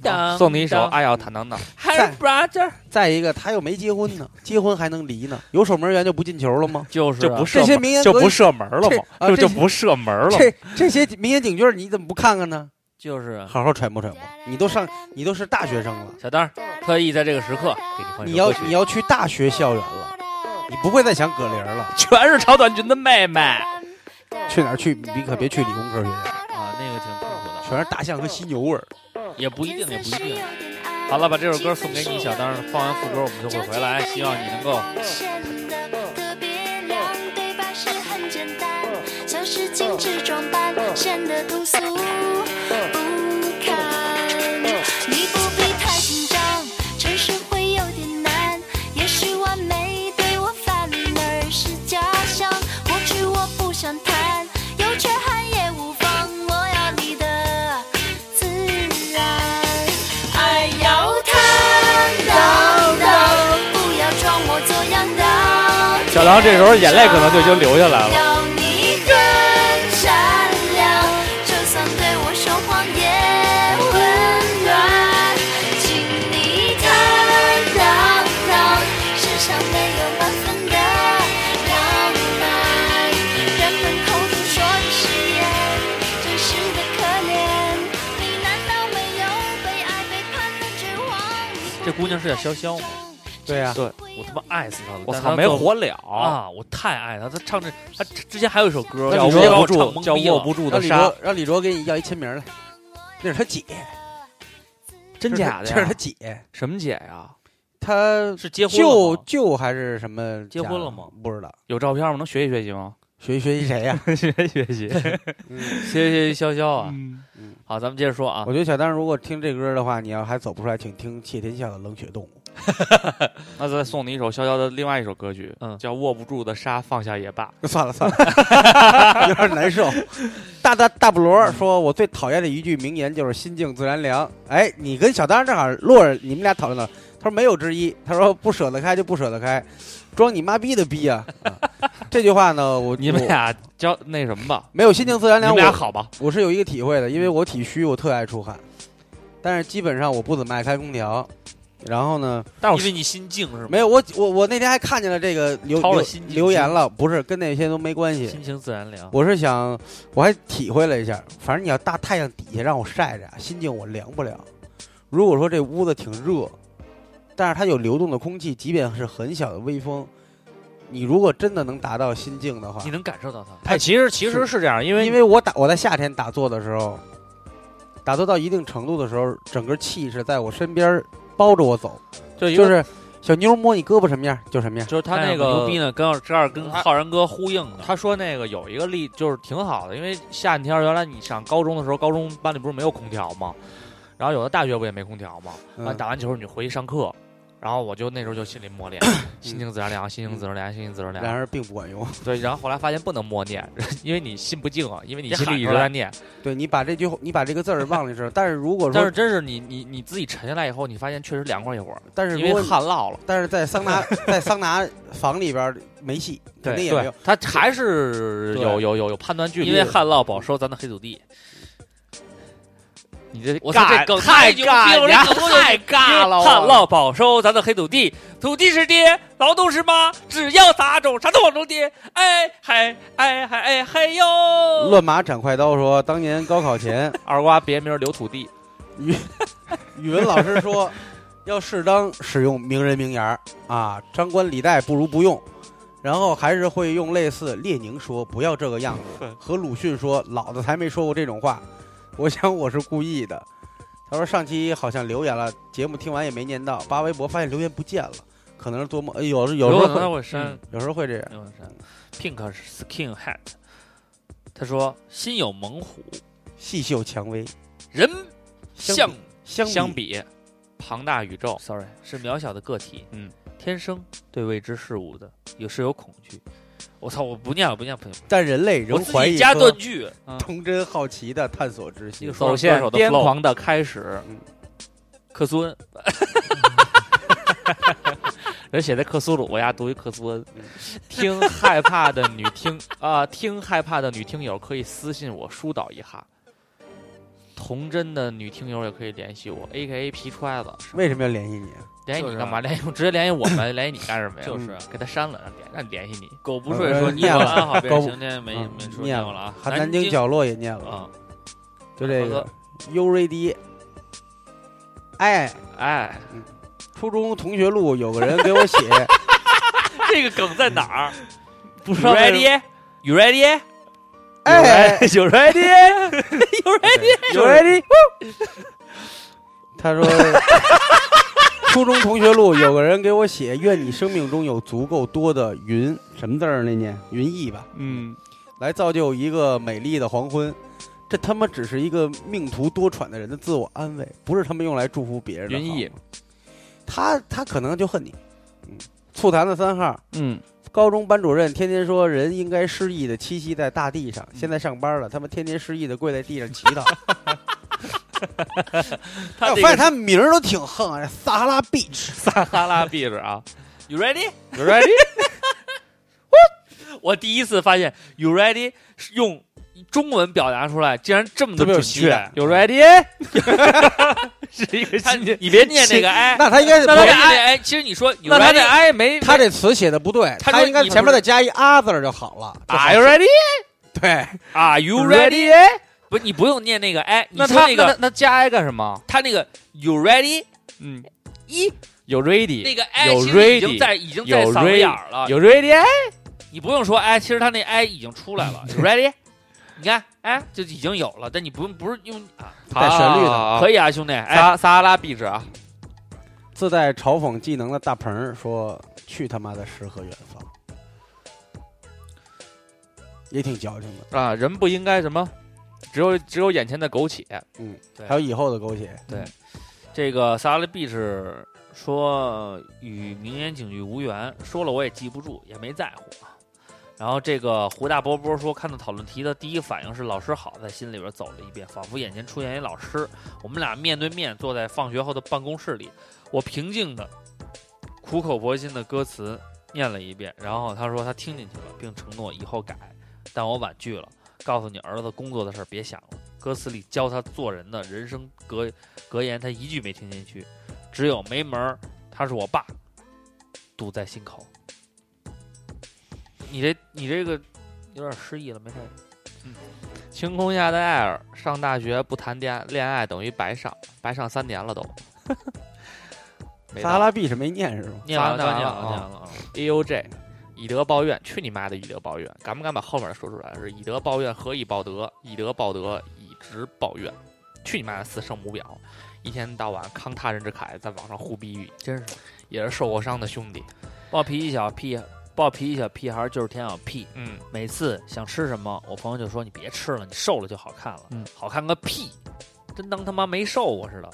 Speaker 3: 啊送你一首《爱要坦荡荡》。
Speaker 4: 在
Speaker 1: brother，
Speaker 4: 再一个，他又没结婚呢，结婚还能离呢？有守门员就不进球了吗？
Speaker 1: 就是啊
Speaker 3: 就不
Speaker 1: 是
Speaker 3: 射
Speaker 4: 这些
Speaker 3: 门
Speaker 4: 名言
Speaker 3: 就
Speaker 4: 格
Speaker 3: 不
Speaker 4: 言
Speaker 3: 射门了
Speaker 4: 这
Speaker 3: 嘛，
Speaker 4: 啊
Speaker 3: 就
Speaker 4: 这
Speaker 3: 就
Speaker 4: 些
Speaker 3: 不射门了嘛。
Speaker 4: 这这些民间警句儿你怎么不看看呢？
Speaker 1: 就是啊
Speaker 4: 好好揣摩揣摩，你都上你都是大学生了，
Speaker 1: 小丹儿特意在这个时刻给你换
Speaker 4: 你
Speaker 1: 首
Speaker 4: 要
Speaker 1: 歌曲
Speaker 4: 你要去大学校园了，你不会再想葛玲儿了。
Speaker 3: 全是炒短裙的妹妹啊，
Speaker 4: 去哪儿去？你可别去理工科学院，
Speaker 1: 啊，那个挺痛苦的，
Speaker 4: 全是大象和犀牛味儿。
Speaker 1: 也不一定，也不一定。好了，把这首歌送给你，小丹儿。放完副歌，我们就会回来，希望你能够。
Speaker 9: 的别让对方是很简单，像是精致装扮显得通俗不堪。你不必太紧张，诚实会有点难，也许完美对我反而是假象。过去我不想谈，有缺憾也无妨，我要你的自然。爱要坦荡荡，不要装模作样的。
Speaker 3: 小狼这时候眼泪可能就已经流下来了。
Speaker 9: 要你更善良，就算对我说谎也温暖。请你坦荡荡，世上没有满分的浪漫。人们口中说的誓言，真实的可怜。你难道没有被爱背叛的绝望？
Speaker 1: 这姑娘是叫潇潇吗？
Speaker 4: 对呀、
Speaker 2: 对
Speaker 1: 我他妈爱死她了！
Speaker 2: 我
Speaker 1: 但
Speaker 2: 操，
Speaker 1: 她
Speaker 2: 没
Speaker 1: 做
Speaker 2: 活了，
Speaker 1: 啊！我太爱她，她唱这，她之前还有一首歌
Speaker 4: 叫
Speaker 1: 直接把
Speaker 4: 握
Speaker 1: 我
Speaker 4: 不
Speaker 1: 唱
Speaker 4: 住
Speaker 1: 懵
Speaker 2: 叫
Speaker 1: 逼了
Speaker 2: 握不住
Speaker 4: 让
Speaker 2: 的
Speaker 4: 李
Speaker 2: 沙
Speaker 4: 卓，让李卓给你要一签名儿来，那是他姐，
Speaker 2: 真假的
Speaker 4: 这是他
Speaker 2: 呀？
Speaker 4: 姐，
Speaker 2: 什么解呀？
Speaker 4: 他
Speaker 1: 是结婚了
Speaker 4: 舅
Speaker 1: 吗
Speaker 4: 舅还是什么？
Speaker 1: 结婚了吗？
Speaker 4: 不知道，
Speaker 3: 有照片吗？能学习学习吗？
Speaker 4: 学习学习谁 *laughs* 呀、
Speaker 3: 学习 *laughs* 学习。
Speaker 4: 嗯，
Speaker 1: 谢谢潇潇啊！
Speaker 3: 嗯
Speaker 1: 好，咱们接着说啊
Speaker 4: 我。觉得小丹如果听这歌的话，你要还走不出来，请听谢天笑的《冷血动物
Speaker 3: 那再送你一首潇潇的另外一首歌曲，
Speaker 1: 嗯
Speaker 3: 叫《握不住的沙放下也罢》。》。
Speaker 4: *laughs* 算了算了， *laughs* 有点难受。大大大布罗儿说，我最讨厌的一句名言就是“心静自然凉”。哎，你跟小丹正好落着，你们俩讨论了。他说没有之一，他说不舍得开就不舍得开，装你妈逼的逼啊！啊这句话呢，
Speaker 3: *laughs*
Speaker 4: 我
Speaker 3: 你们 *laughs*
Speaker 4: 我
Speaker 3: 俩交那什么吧，
Speaker 4: 没有心静自然
Speaker 3: 你
Speaker 4: 凉，
Speaker 3: 们俩
Speaker 4: 我
Speaker 3: 好吧？
Speaker 4: 我是有一个体会的，因为我体虚，我特爱出汗，但是基本上我不怎么爱开空调。然后呢，
Speaker 1: 但是因为你心静是吗？
Speaker 4: 没有我我我那天还看见了这个留
Speaker 1: 掏了
Speaker 4: 留
Speaker 1: 心机
Speaker 4: 留言了，不是跟那些都没关系。
Speaker 1: 心情自然
Speaker 3: 啊
Speaker 1: 凉。
Speaker 4: 我是想，我还体会了一下，反正你要大太阳底下让我晒着，心境我凉不了。如果说这屋子挺热，但是它有流动的空气，即便是很小的微风，你如果真的能达到心境的话
Speaker 1: 你，能感受到她。
Speaker 3: 哎，其实其实是这样，因为
Speaker 4: 因为我打我在夏天打坐的时候，打坐到一定程度的时候，整个气是在我身边包着我走，
Speaker 3: 就
Speaker 4: 就
Speaker 3: 就是
Speaker 4: 是小妞摸你胳膊什么样就什么样。
Speaker 3: 就是他
Speaker 1: 但是
Speaker 3: 那
Speaker 1: 哎我牛
Speaker 3: 个
Speaker 1: 逼呢，跟这儿跟
Speaker 3: 他
Speaker 1: 浩然哥呼
Speaker 4: 嗯
Speaker 1: 应呢。
Speaker 3: 他说那个有一个例就是挺好的，因为夏天儿原来你上高中的时候，高中班里不是没有空调吗？然后有的大学不也没空调吗？
Speaker 4: 嗯
Speaker 3: 完打完球你就回去上课，然后我就那时候就心里默
Speaker 4: *coughs*
Speaker 3: 念，心静自然凉，心静自然凉，心静自然
Speaker 4: 然
Speaker 3: 凉。
Speaker 4: 而并不管用。
Speaker 3: 对，然后后来发现不能默念，因为你心不静啊，因为你
Speaker 1: 得
Speaker 3: 心
Speaker 1: 喊
Speaker 3: 里一
Speaker 1: 出
Speaker 3: 直
Speaker 1: 来
Speaker 3: 在念。
Speaker 4: 对你把这句你把这个字儿忘了是，但是如果
Speaker 3: 但
Speaker 4: 说
Speaker 3: 是真是你你你自己沉下来以后，你发现确实凉快一会儿，
Speaker 4: 但是
Speaker 3: 因
Speaker 4: 如
Speaker 3: 为
Speaker 4: 果
Speaker 3: 汗落了。
Speaker 4: 但是在
Speaker 3: *laughs*
Speaker 4: 桑拿在桑拿房里边儿没戏，肯定也没
Speaker 3: 对
Speaker 4: 有。，
Speaker 3: 他还是
Speaker 4: 对
Speaker 3: 有有有有判断距离
Speaker 1: 因
Speaker 3: 的，
Speaker 1: 为旱涝保收咱的黑土地。你这我操，
Speaker 3: 尬
Speaker 1: 这梗
Speaker 3: 太
Speaker 1: 牛逼了，
Speaker 3: 尬
Speaker 1: 我
Speaker 3: 呀
Speaker 1: 这梗太哦
Speaker 3: 尬了我
Speaker 1: 旱涝保收咱的黑土地，土地是爹，劳动是妈，只要撒种，啥都往中跌。哎嗨哎嗨哎嘿哟！
Speaker 4: 乱马斩快刀说，当年高
Speaker 3: *laughs*
Speaker 4: 考前，
Speaker 3: *laughs* 二瓜别名留土地，
Speaker 4: 语语文老师说，要适当使用名人名言儿啊，张冠李戴不如不用。然后还是会用类似列宁说“不要这个样
Speaker 3: *laughs*
Speaker 4: 子”和鲁迅说“老子才没说过这种话”，我想我是故意的。他说上期好像留言了，节目听完也没念到，发微博发现留言不见了，可能是做梦。哎有时有时候会，嗯
Speaker 1: 会删，
Speaker 4: 有时候会这样。
Speaker 1: 有会删。Pink skin hat，他说心有猛虎，
Speaker 4: 细嗅蔷薇，
Speaker 1: 人
Speaker 4: 相
Speaker 1: 像
Speaker 4: 比相比
Speaker 3: 相比庞大宇宙，
Speaker 1: sorry 是渺小的个体，
Speaker 3: 嗯，
Speaker 1: 天生对未知事物的有是有恐惧。我操，我不念了，不念了不念了，
Speaker 4: 但人类
Speaker 1: 我
Speaker 4: 仍
Speaker 1: 自
Speaker 4: 怀嗯
Speaker 1: 己
Speaker 4: 疑
Speaker 1: 加
Speaker 4: 说
Speaker 1: 断句。
Speaker 4: 童真好奇的探索之
Speaker 1: 一
Speaker 4: 心
Speaker 1: 个。
Speaker 3: 走线
Speaker 1: 手的
Speaker 3: 癫
Speaker 1: flow
Speaker 3: 狂的开始，
Speaker 1: 克苏恩，
Speaker 3: 人写的克苏鲁，我丫读一克苏
Speaker 2: 嗯
Speaker 3: 恩。听害怕的女听啊、听害怕的女听友可以私信我疏导一下。童真的女听友也可以联系我，A K A 皮揣子，
Speaker 4: 为什么要联系你？
Speaker 3: 联系
Speaker 1: 就
Speaker 3: 你
Speaker 1: 是
Speaker 3: 干嘛？联系我直接联系我们，联系你干什
Speaker 2: 哎嗯
Speaker 3: 么呀？
Speaker 1: 就是
Speaker 3: 给他删了，让联让联系你。
Speaker 1: 狗不
Speaker 4: 呃
Speaker 1: 睡说你
Speaker 4: 念
Speaker 1: 有
Speaker 4: 了
Speaker 1: 安好别人
Speaker 4: 狗
Speaker 1: 行，天没
Speaker 4: 嗯
Speaker 1: 没说
Speaker 4: 念
Speaker 1: 念
Speaker 4: 了
Speaker 1: 过了啊。
Speaker 4: 还南京角落也念了，
Speaker 1: 啊，
Speaker 4: 就这
Speaker 3: 大
Speaker 4: 个
Speaker 3: 哥
Speaker 4: U R D。哎，
Speaker 3: 哎，
Speaker 4: 初中同学录有个人给我写，
Speaker 1: *laughs* 这个梗在哪儿
Speaker 3: 不知
Speaker 1: ？You
Speaker 3: 道为什么
Speaker 1: ready? You ready?
Speaker 4: 哎
Speaker 3: 有 ready？
Speaker 1: You ready?
Speaker 4: You ready？他说， *laughs* 初中同学录有个人给我写，愿你生命中有足够多的云，什么字儿那念云翳吧，
Speaker 3: 嗯，
Speaker 4: 来造就一个美丽的黄昏。这他妈只是一个命途多舛的人的自我安慰，不是他妈用来祝福别人的。
Speaker 3: 云翳，
Speaker 4: 他他可能就恨你。嗯，醋坛子三号，
Speaker 3: 嗯，
Speaker 4: 高中班主任天天说人应该诗意的栖息在大地上，
Speaker 1: 嗯
Speaker 4: 现在上班了，他们天天诗意的跪在地上祈祷。哎，
Speaker 1: *laughs* 他这
Speaker 4: 我哎发现
Speaker 1: 个
Speaker 4: 他们名儿都挺横啊，撒哈拉 beach，
Speaker 3: 撒哈拉闭着啊
Speaker 1: You ready? *laughs*
Speaker 3: ，You ready？
Speaker 1: 我第一次发现 You ready 是用中文表达出来，竟然这么的
Speaker 4: 特别有
Speaker 1: 准
Speaker 4: 喜感
Speaker 2: 哎
Speaker 1: 确。
Speaker 3: 有啊 ready？
Speaker 1: 是一个新的，你别念那个哎，
Speaker 4: 那他应该是
Speaker 1: 那他这
Speaker 4: 不
Speaker 1: 哎哎，其实你说 You
Speaker 3: 那他这
Speaker 1: ready？
Speaker 3: 哎没
Speaker 4: 他这词写的不对，
Speaker 1: 他
Speaker 4: 他
Speaker 1: 说
Speaker 4: 应该
Speaker 1: 你
Speaker 4: 前
Speaker 1: 不
Speaker 4: 面
Speaker 1: 是
Speaker 4: 再加一啊字儿就好了。就好
Speaker 3: Are you ready？
Speaker 4: 对，
Speaker 1: Are you ready？不，你不用念那个哎，你
Speaker 3: 那
Speaker 1: 说
Speaker 3: 他
Speaker 1: 那
Speaker 3: 那
Speaker 1: 个
Speaker 3: 那加 i 干什么？
Speaker 1: 他那个 You ready？
Speaker 3: 嗯，
Speaker 1: 一
Speaker 3: 有 ready，
Speaker 1: 那个哎，
Speaker 3: 有
Speaker 1: 其实已经
Speaker 3: ready，
Speaker 1: 在已经在
Speaker 3: 有
Speaker 1: 嗓子
Speaker 3: ready，
Speaker 1: 眼儿了，
Speaker 3: 有 ready？
Speaker 1: 你不用说哎，其实他那哎已经出来了 You，ready？你看哎，就已经有了，但你不用不是用啊，
Speaker 4: 带旋律的，
Speaker 1: 可以啊，兄弟，哎，
Speaker 3: 撒撒哈拉闭着啊，
Speaker 4: 自带嘲讽技能的大鹏儿说：“去他妈的诗和远方。”也挺矫情的，
Speaker 3: 啊，人不应该什么，只有只有眼前的苟且。
Speaker 1: 对
Speaker 4: 还有以后的苟且，
Speaker 1: 这个萨拉比是说与名言警句无缘，说了我也记不住，也没在乎啊。然后这个胡大波波说，看到讨论题的第一反应是“老师好”，在心里边走了一遍，仿佛眼前出现一老师。我们俩面对面坐在放学后的办公室里，我平静的、苦口婆心的歌词念了一遍，然后他说他听进去了，并承诺以后改，但我婉拒了，告诉你儿子工作的事儿别想了。歌词里教他做人的人生格格言他一句没听进去，只有没门儿，他是我爸，堵在心口。你这你这个有点失忆了，没事儿。
Speaker 3: 嗯晴空下的艾尔，上大学不谈恋恋爱等于白上，白上三年了都。没
Speaker 4: 撒哈
Speaker 3: 到
Speaker 4: 拉 B 是没念是吗？
Speaker 1: 念完了，
Speaker 3: 咱
Speaker 1: 念
Speaker 3: 俩
Speaker 1: 完了，
Speaker 3: 啊
Speaker 1: 念完了啊！
Speaker 3: A O J，以德报怨，去你妈的以德报怨！敢不敢把后面的说出来？是以德报怨，何以报德？以德报德，以直报怨。去你妈的四圣母婊！一天到晚慷他人之慨，在网上互逼狱，
Speaker 1: 真是
Speaker 3: 也是受过伤的兄弟。
Speaker 1: 暴脾气小屁，暴脾气小屁孩儿就是天小屁。
Speaker 3: 嗯，
Speaker 1: 每次想吃什么，我朋友就说你别吃了，你瘦了就好看了，
Speaker 3: 嗯
Speaker 1: 好看个屁，真当他妈没瘦过似的。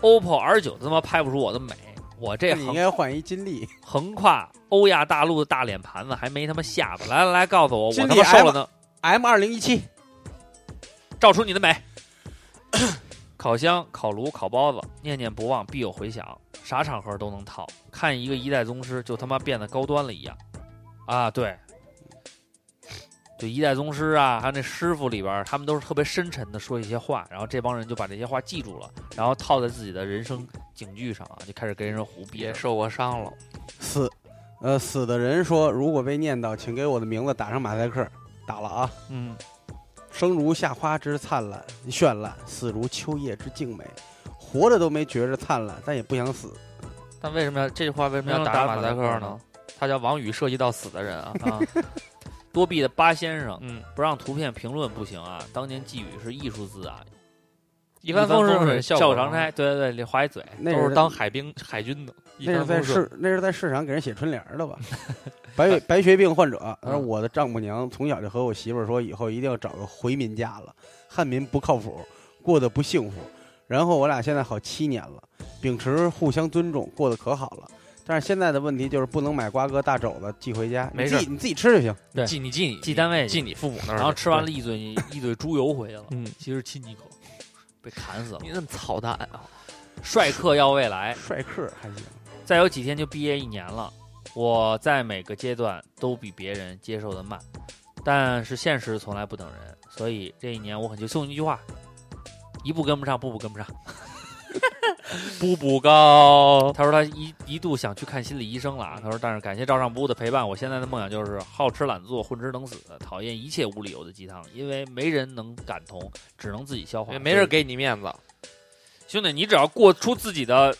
Speaker 1: OPPO R 九他妈拍不出我的美，我这
Speaker 4: 那你
Speaker 1: 横
Speaker 4: 应该换一金立，
Speaker 1: 横跨欧亚大陆的大脸盘子还没他妈下巴，来来来，告诉我，我
Speaker 4: 经
Speaker 1: 他
Speaker 4: 理
Speaker 1: 妈瘦了呢，
Speaker 4: M 二零一七，
Speaker 1: 照出你的美。 *coughs* 烤箱、烤炉、烤包子，念念不忘，必有回响，啥场合都能套。看一个一代宗师，就他妈变得高端了一样。啊，对，就一代宗师啊，还有那师傅里边儿，他们都是特别深沉的说一些话，然后这帮人就把这些话记住了，然后套在自己的人生警句上啊，就开始跟人胡逼
Speaker 3: 也
Speaker 1: 了。
Speaker 3: 受过伤了。
Speaker 4: 死，呃，死的人说，如果被念叨，请给我的名字打上马赛克。打了啊！
Speaker 1: 嗯，
Speaker 4: 生如夏花之灿烂绚烂，死如秋叶之静美。活着都没觉着灿烂，但也不想死。
Speaker 3: 但为什么要这句话为什么要
Speaker 1: 为什么
Speaker 3: 打
Speaker 1: 打
Speaker 3: 马赛克
Speaker 1: 马赛克
Speaker 3: 呢
Speaker 1: 呢？
Speaker 3: 他叫王宇，涉及到死的人啊。
Speaker 1: 啊，多臂的八先生，
Speaker 3: 嗯，
Speaker 1: 不让图片评论不行啊！当年寄语是艺术字啊，
Speaker 3: 一帆风顺，
Speaker 1: 笑
Speaker 3: 口
Speaker 1: 口常开。。对对对，李划一嘴，
Speaker 4: 那
Speaker 3: 哎都是
Speaker 4: 在
Speaker 3: 当海兵、海军的，一
Speaker 4: 那是
Speaker 3: 帆
Speaker 4: 在
Speaker 3: 风顺。
Speaker 4: 市那是在市场给人写春联儿
Speaker 3: *laughs*
Speaker 4: 的吧？白白血病患者，他说
Speaker 3: 嗯
Speaker 4: 我的丈母娘从小就和我媳妇儿说，以后一定要找个回民家了，汉民不靠谱，过得不幸福。然后我俩现在好七年了，秉持互相尊重，过得可好了。但是现在的问题就是不能买瓜哥大肘子寄回家，
Speaker 3: 没
Speaker 4: 你
Speaker 3: 事
Speaker 4: 自己你自己吃就行。
Speaker 1: 对
Speaker 3: 记你记你
Speaker 1: 记单位去
Speaker 3: 记你父母那儿去。
Speaker 1: 然后吃完
Speaker 3: 对
Speaker 1: 了，一嘴一嘴猪油回去了，
Speaker 3: 嗯，
Speaker 1: 其实亲你一口，被砍死了
Speaker 3: 你。怎么操蛋啊？
Speaker 1: 帅客要未来，
Speaker 4: 帅客还行，
Speaker 1: 再有几天就毕业一年了。我在每个阶段都比别人接受的慢，但是现实从来不等人，所以这一年我很就送你一句话：一步跟不上，步步跟不 *laughs* 上。
Speaker 3: 步步高。
Speaker 1: 他说他一一度想去看心理医生了，啊他说但是感谢赵尚武的陪伴，我现在的梦想就是好吃懒做，混吃等死，讨厌一切无理由的鸡汤，因为没人能感同，只能自己消化。
Speaker 2: 也没人给你面子，
Speaker 1: 兄弟，你只要过出自己的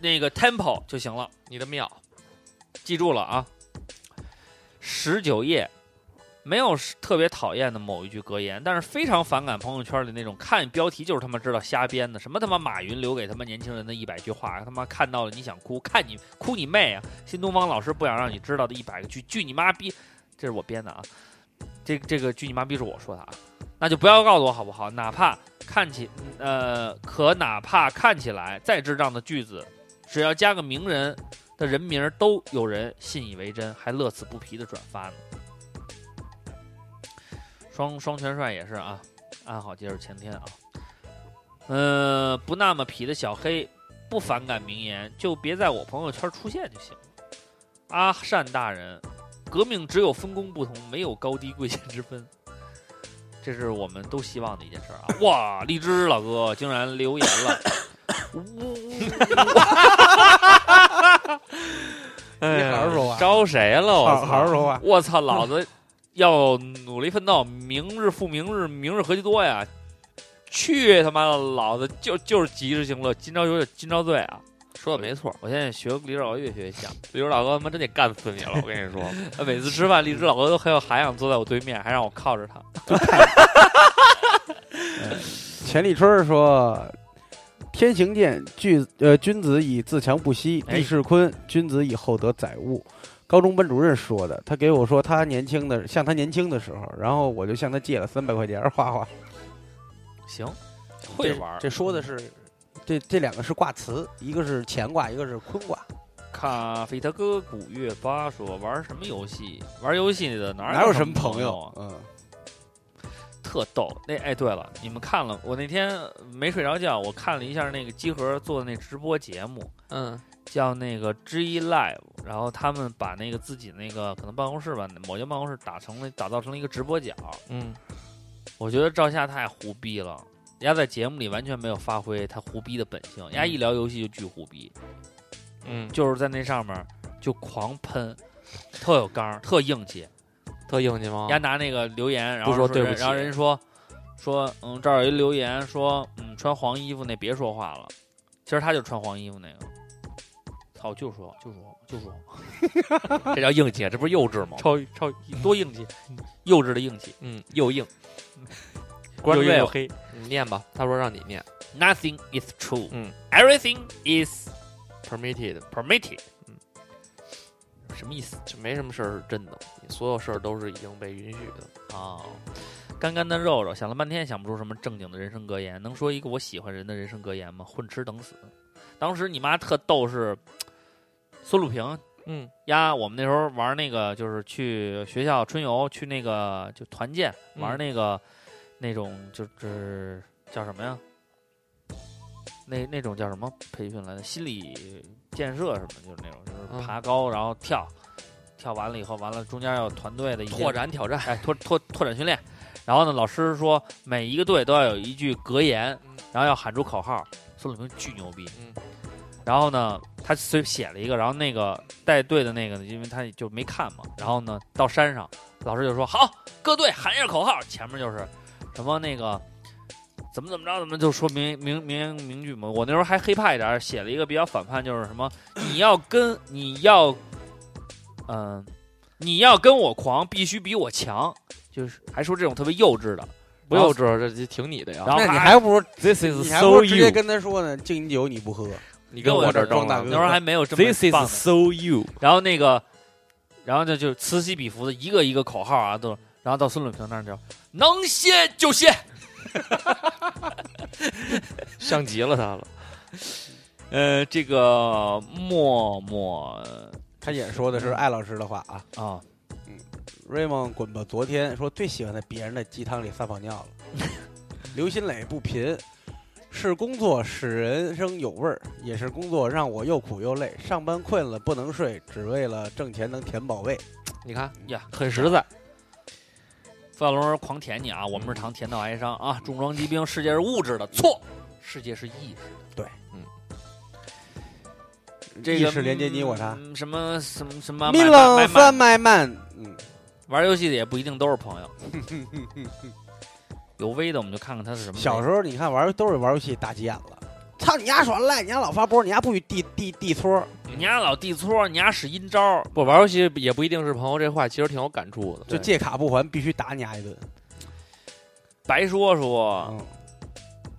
Speaker 1: 那个 tempo 就行了，
Speaker 2: 你的庙
Speaker 1: 记住了啊。十九页没有特别讨厌的某一句格言，但是非常反感朋友圈里那种看标题就是他妈知道瞎编的，什么他妈马云留给他妈年轻人的一百句话，他妈看到了你想哭，看你哭你妹啊！新东方老师不想让你知道的一百个句，句你妈逼，这是我编的啊，这这个句你妈逼是我说的啊，那就不要告诉我好不好？哪怕看起呃，可哪怕看起来再智障的句子，只要加个名人的人名儿，都有人信以为真，还乐此不疲的转发呢。双双全帅也是啊，安好接着前天啊，呃，不那么痞的小黑不反感名言，就别在我朋友圈出现就行了。阿善大人，革命只有分工不同，没有高低贵贱之分。这是我们都希望的一件事儿啊！哇，荔枝老哥竟然留言
Speaker 4: *laughs*
Speaker 1: 了， *laughs*
Speaker 2: 哎呀
Speaker 4: 你好好说话
Speaker 3: 招谁了？我
Speaker 4: 好
Speaker 3: 操
Speaker 4: 好好说话。
Speaker 1: 我操，老子要努力奋斗，明日复明日，明日何其多呀！去他妈的，老子就就是及时行乐，今朝有酒今朝醉啊！
Speaker 2: 说的没错，
Speaker 1: 我现在学李老哥越学越像，
Speaker 2: 刘老哥他妈真得干死你了，我跟
Speaker 1: *laughs*
Speaker 2: 你说，
Speaker 1: 呃每次吃饭，荔枝老哥都很有涵养，坐在我对面，还让我靠着他。
Speaker 4: 钱立春说：“天行健，君呃君子以自强不息；
Speaker 1: 哎
Speaker 4: 地势坤，君子以厚德载物。”高中班主任说的，他给我说他年轻的像他年轻的时候，然后我就向他借了三百块钱画 *laughs* 画。
Speaker 1: 行，会玩儿
Speaker 4: 这说的是，这这两个是卦辞，一个是乾卦，一个是坤卦，
Speaker 1: 咖啡他哥古月八说玩什么游戏？玩游戏的哪
Speaker 4: 哪有什
Speaker 1: 么
Speaker 4: 么朋
Speaker 1: 友
Speaker 4: 友
Speaker 1: 啊？？
Speaker 4: 嗯，
Speaker 1: 特逗。那哎，对了，你们看了我那天没睡着觉，我看了一下那个集合做的那直播节目，
Speaker 2: 嗯，
Speaker 1: 叫那个知一 Live，然后他们把那个自己那个可能办公室吧，某间办公室打成了打造成了一个直播角。
Speaker 2: 嗯，
Speaker 1: 我觉得赵夏太胡逼了，人家在节目里完全没有发挥他胡逼的本性，人家一聊游戏就巨胡逼，
Speaker 2: 嗯，
Speaker 1: 就是在那上面就狂喷，特有刚儿，特硬气。
Speaker 2: 特硬气吗
Speaker 1: 人家？拿那个留言，然后
Speaker 3: 啊不说对不起
Speaker 1: 然后人说说，嗯，这儿有一留言说，嗯，穿黄衣服那别说话了。其实他就穿黄衣服那个，操，就说就说就说， *laughs*
Speaker 2: 这叫硬气，这不是幼稚吗？
Speaker 3: 嗯
Speaker 1: 超超多硬气，幼稚的硬气
Speaker 2: 嗯，又硬，
Speaker 1: 关注
Speaker 2: 又硬又
Speaker 1: 我
Speaker 2: 黑，你念吧。他说让你念
Speaker 1: ，Nothing is true，
Speaker 2: 嗯
Speaker 1: ，Everything is
Speaker 2: ，permitted，
Speaker 1: permitted，
Speaker 2: 嗯
Speaker 1: 什么意思
Speaker 2: 这没什么事儿是真的，所有事儿都是已经被允许的。
Speaker 1: 啊？干干的肉肉想了半天想不出什么正经的人生格言，能说一个我喜欢人的人生格言吗？混吃等死。当时你妈特逗是，孙鲁平
Speaker 2: 嗯
Speaker 1: 呀，我们那时候玩那个就是去学校春游，去那个就团建
Speaker 2: 嗯
Speaker 1: 玩那个、那种就是叫什么呀？那那种叫什么培训来着？心理建设什么，就是那种就是
Speaker 2: 嗯
Speaker 1: 爬高然后跳，跳完了以后完了中间要有团队的一些
Speaker 2: 拓展挑战，
Speaker 1: 哎拓拓拓展训练。然后呢，老师说每一个队都要有一句格言
Speaker 2: 嗯，
Speaker 1: 然后要喊出口号。孙鲁平巨牛逼，
Speaker 2: 嗯
Speaker 1: 然后呢，他随写了一个，然后那个带队的那个呢，因为他就没看嘛，然后呢，到山上，老师就说好，各队喊一下口号，前面就是什么那个怎么怎么着，怎么就说明明明名句嘛。我那时候还黑怕一点儿，写了一个比较反叛，就是什么你要跟你要，嗯、你要跟我狂，必须比我强，就是还说这种特别幼稚的，
Speaker 2: 不幼稚，这这挺你的呀
Speaker 1: 然。后
Speaker 4: 那你
Speaker 1: 还
Speaker 4: 还不如
Speaker 2: This is
Speaker 4: 你还不
Speaker 2: so
Speaker 4: 如直接
Speaker 2: you，
Speaker 4: 跟他说呢，敬你酒你不喝，
Speaker 2: 你跟我这儿
Speaker 4: 装
Speaker 2: 装
Speaker 4: 大
Speaker 1: 那
Speaker 4: 哥
Speaker 1: 时候还没有这么
Speaker 2: This is
Speaker 1: 棒的
Speaker 2: so you，
Speaker 1: 然后那个，然后呢就此起彼伏的一个一个口号啊，都，然后到孙鲁平那儿就能歇就歇。
Speaker 2: 像极了他了。
Speaker 1: 呃，这个默默
Speaker 4: 他也说的是艾老师的话啊。
Speaker 1: 啊，
Speaker 4: Raymond 滚吧！昨天说最喜欢在别人的鸡汤里撒泡尿了。刘新磊不贫，是工作使人生有味儿，也是工作让我又苦又累。上班困了不能睡，只为了挣钱能填饱胃。
Speaker 2: 你看
Speaker 1: 呀
Speaker 2: 很实在。
Speaker 1: 范龙儿狂舔你啊，我们是糖甜到哀伤啊，重装机兵，世界是物质的，错，世界是意识的。
Speaker 4: 对，
Speaker 1: 嗯，
Speaker 4: 意识连接你我他
Speaker 1: 嗯什么什么什么
Speaker 4: 米
Speaker 1: 慢
Speaker 4: 冷
Speaker 1: 慢
Speaker 4: 三
Speaker 1: 慢
Speaker 4: 麦曼，嗯，
Speaker 1: 玩游戏的也不一定都是朋
Speaker 4: *laughs*
Speaker 1: 友。有威的，我们就看看他是什么。
Speaker 4: 小时候你看玩都是玩游戏打急眼了，操你丫耍赖，你丫老发波，你丫不许地地地搓，
Speaker 1: 候，你家老地搓，你家使阴招，
Speaker 2: 不玩游戏也不一定是朋友，这话其实挺有感触的。
Speaker 4: 就借卡不还必须打你丫一顿。
Speaker 1: 白说说。
Speaker 4: 嗯，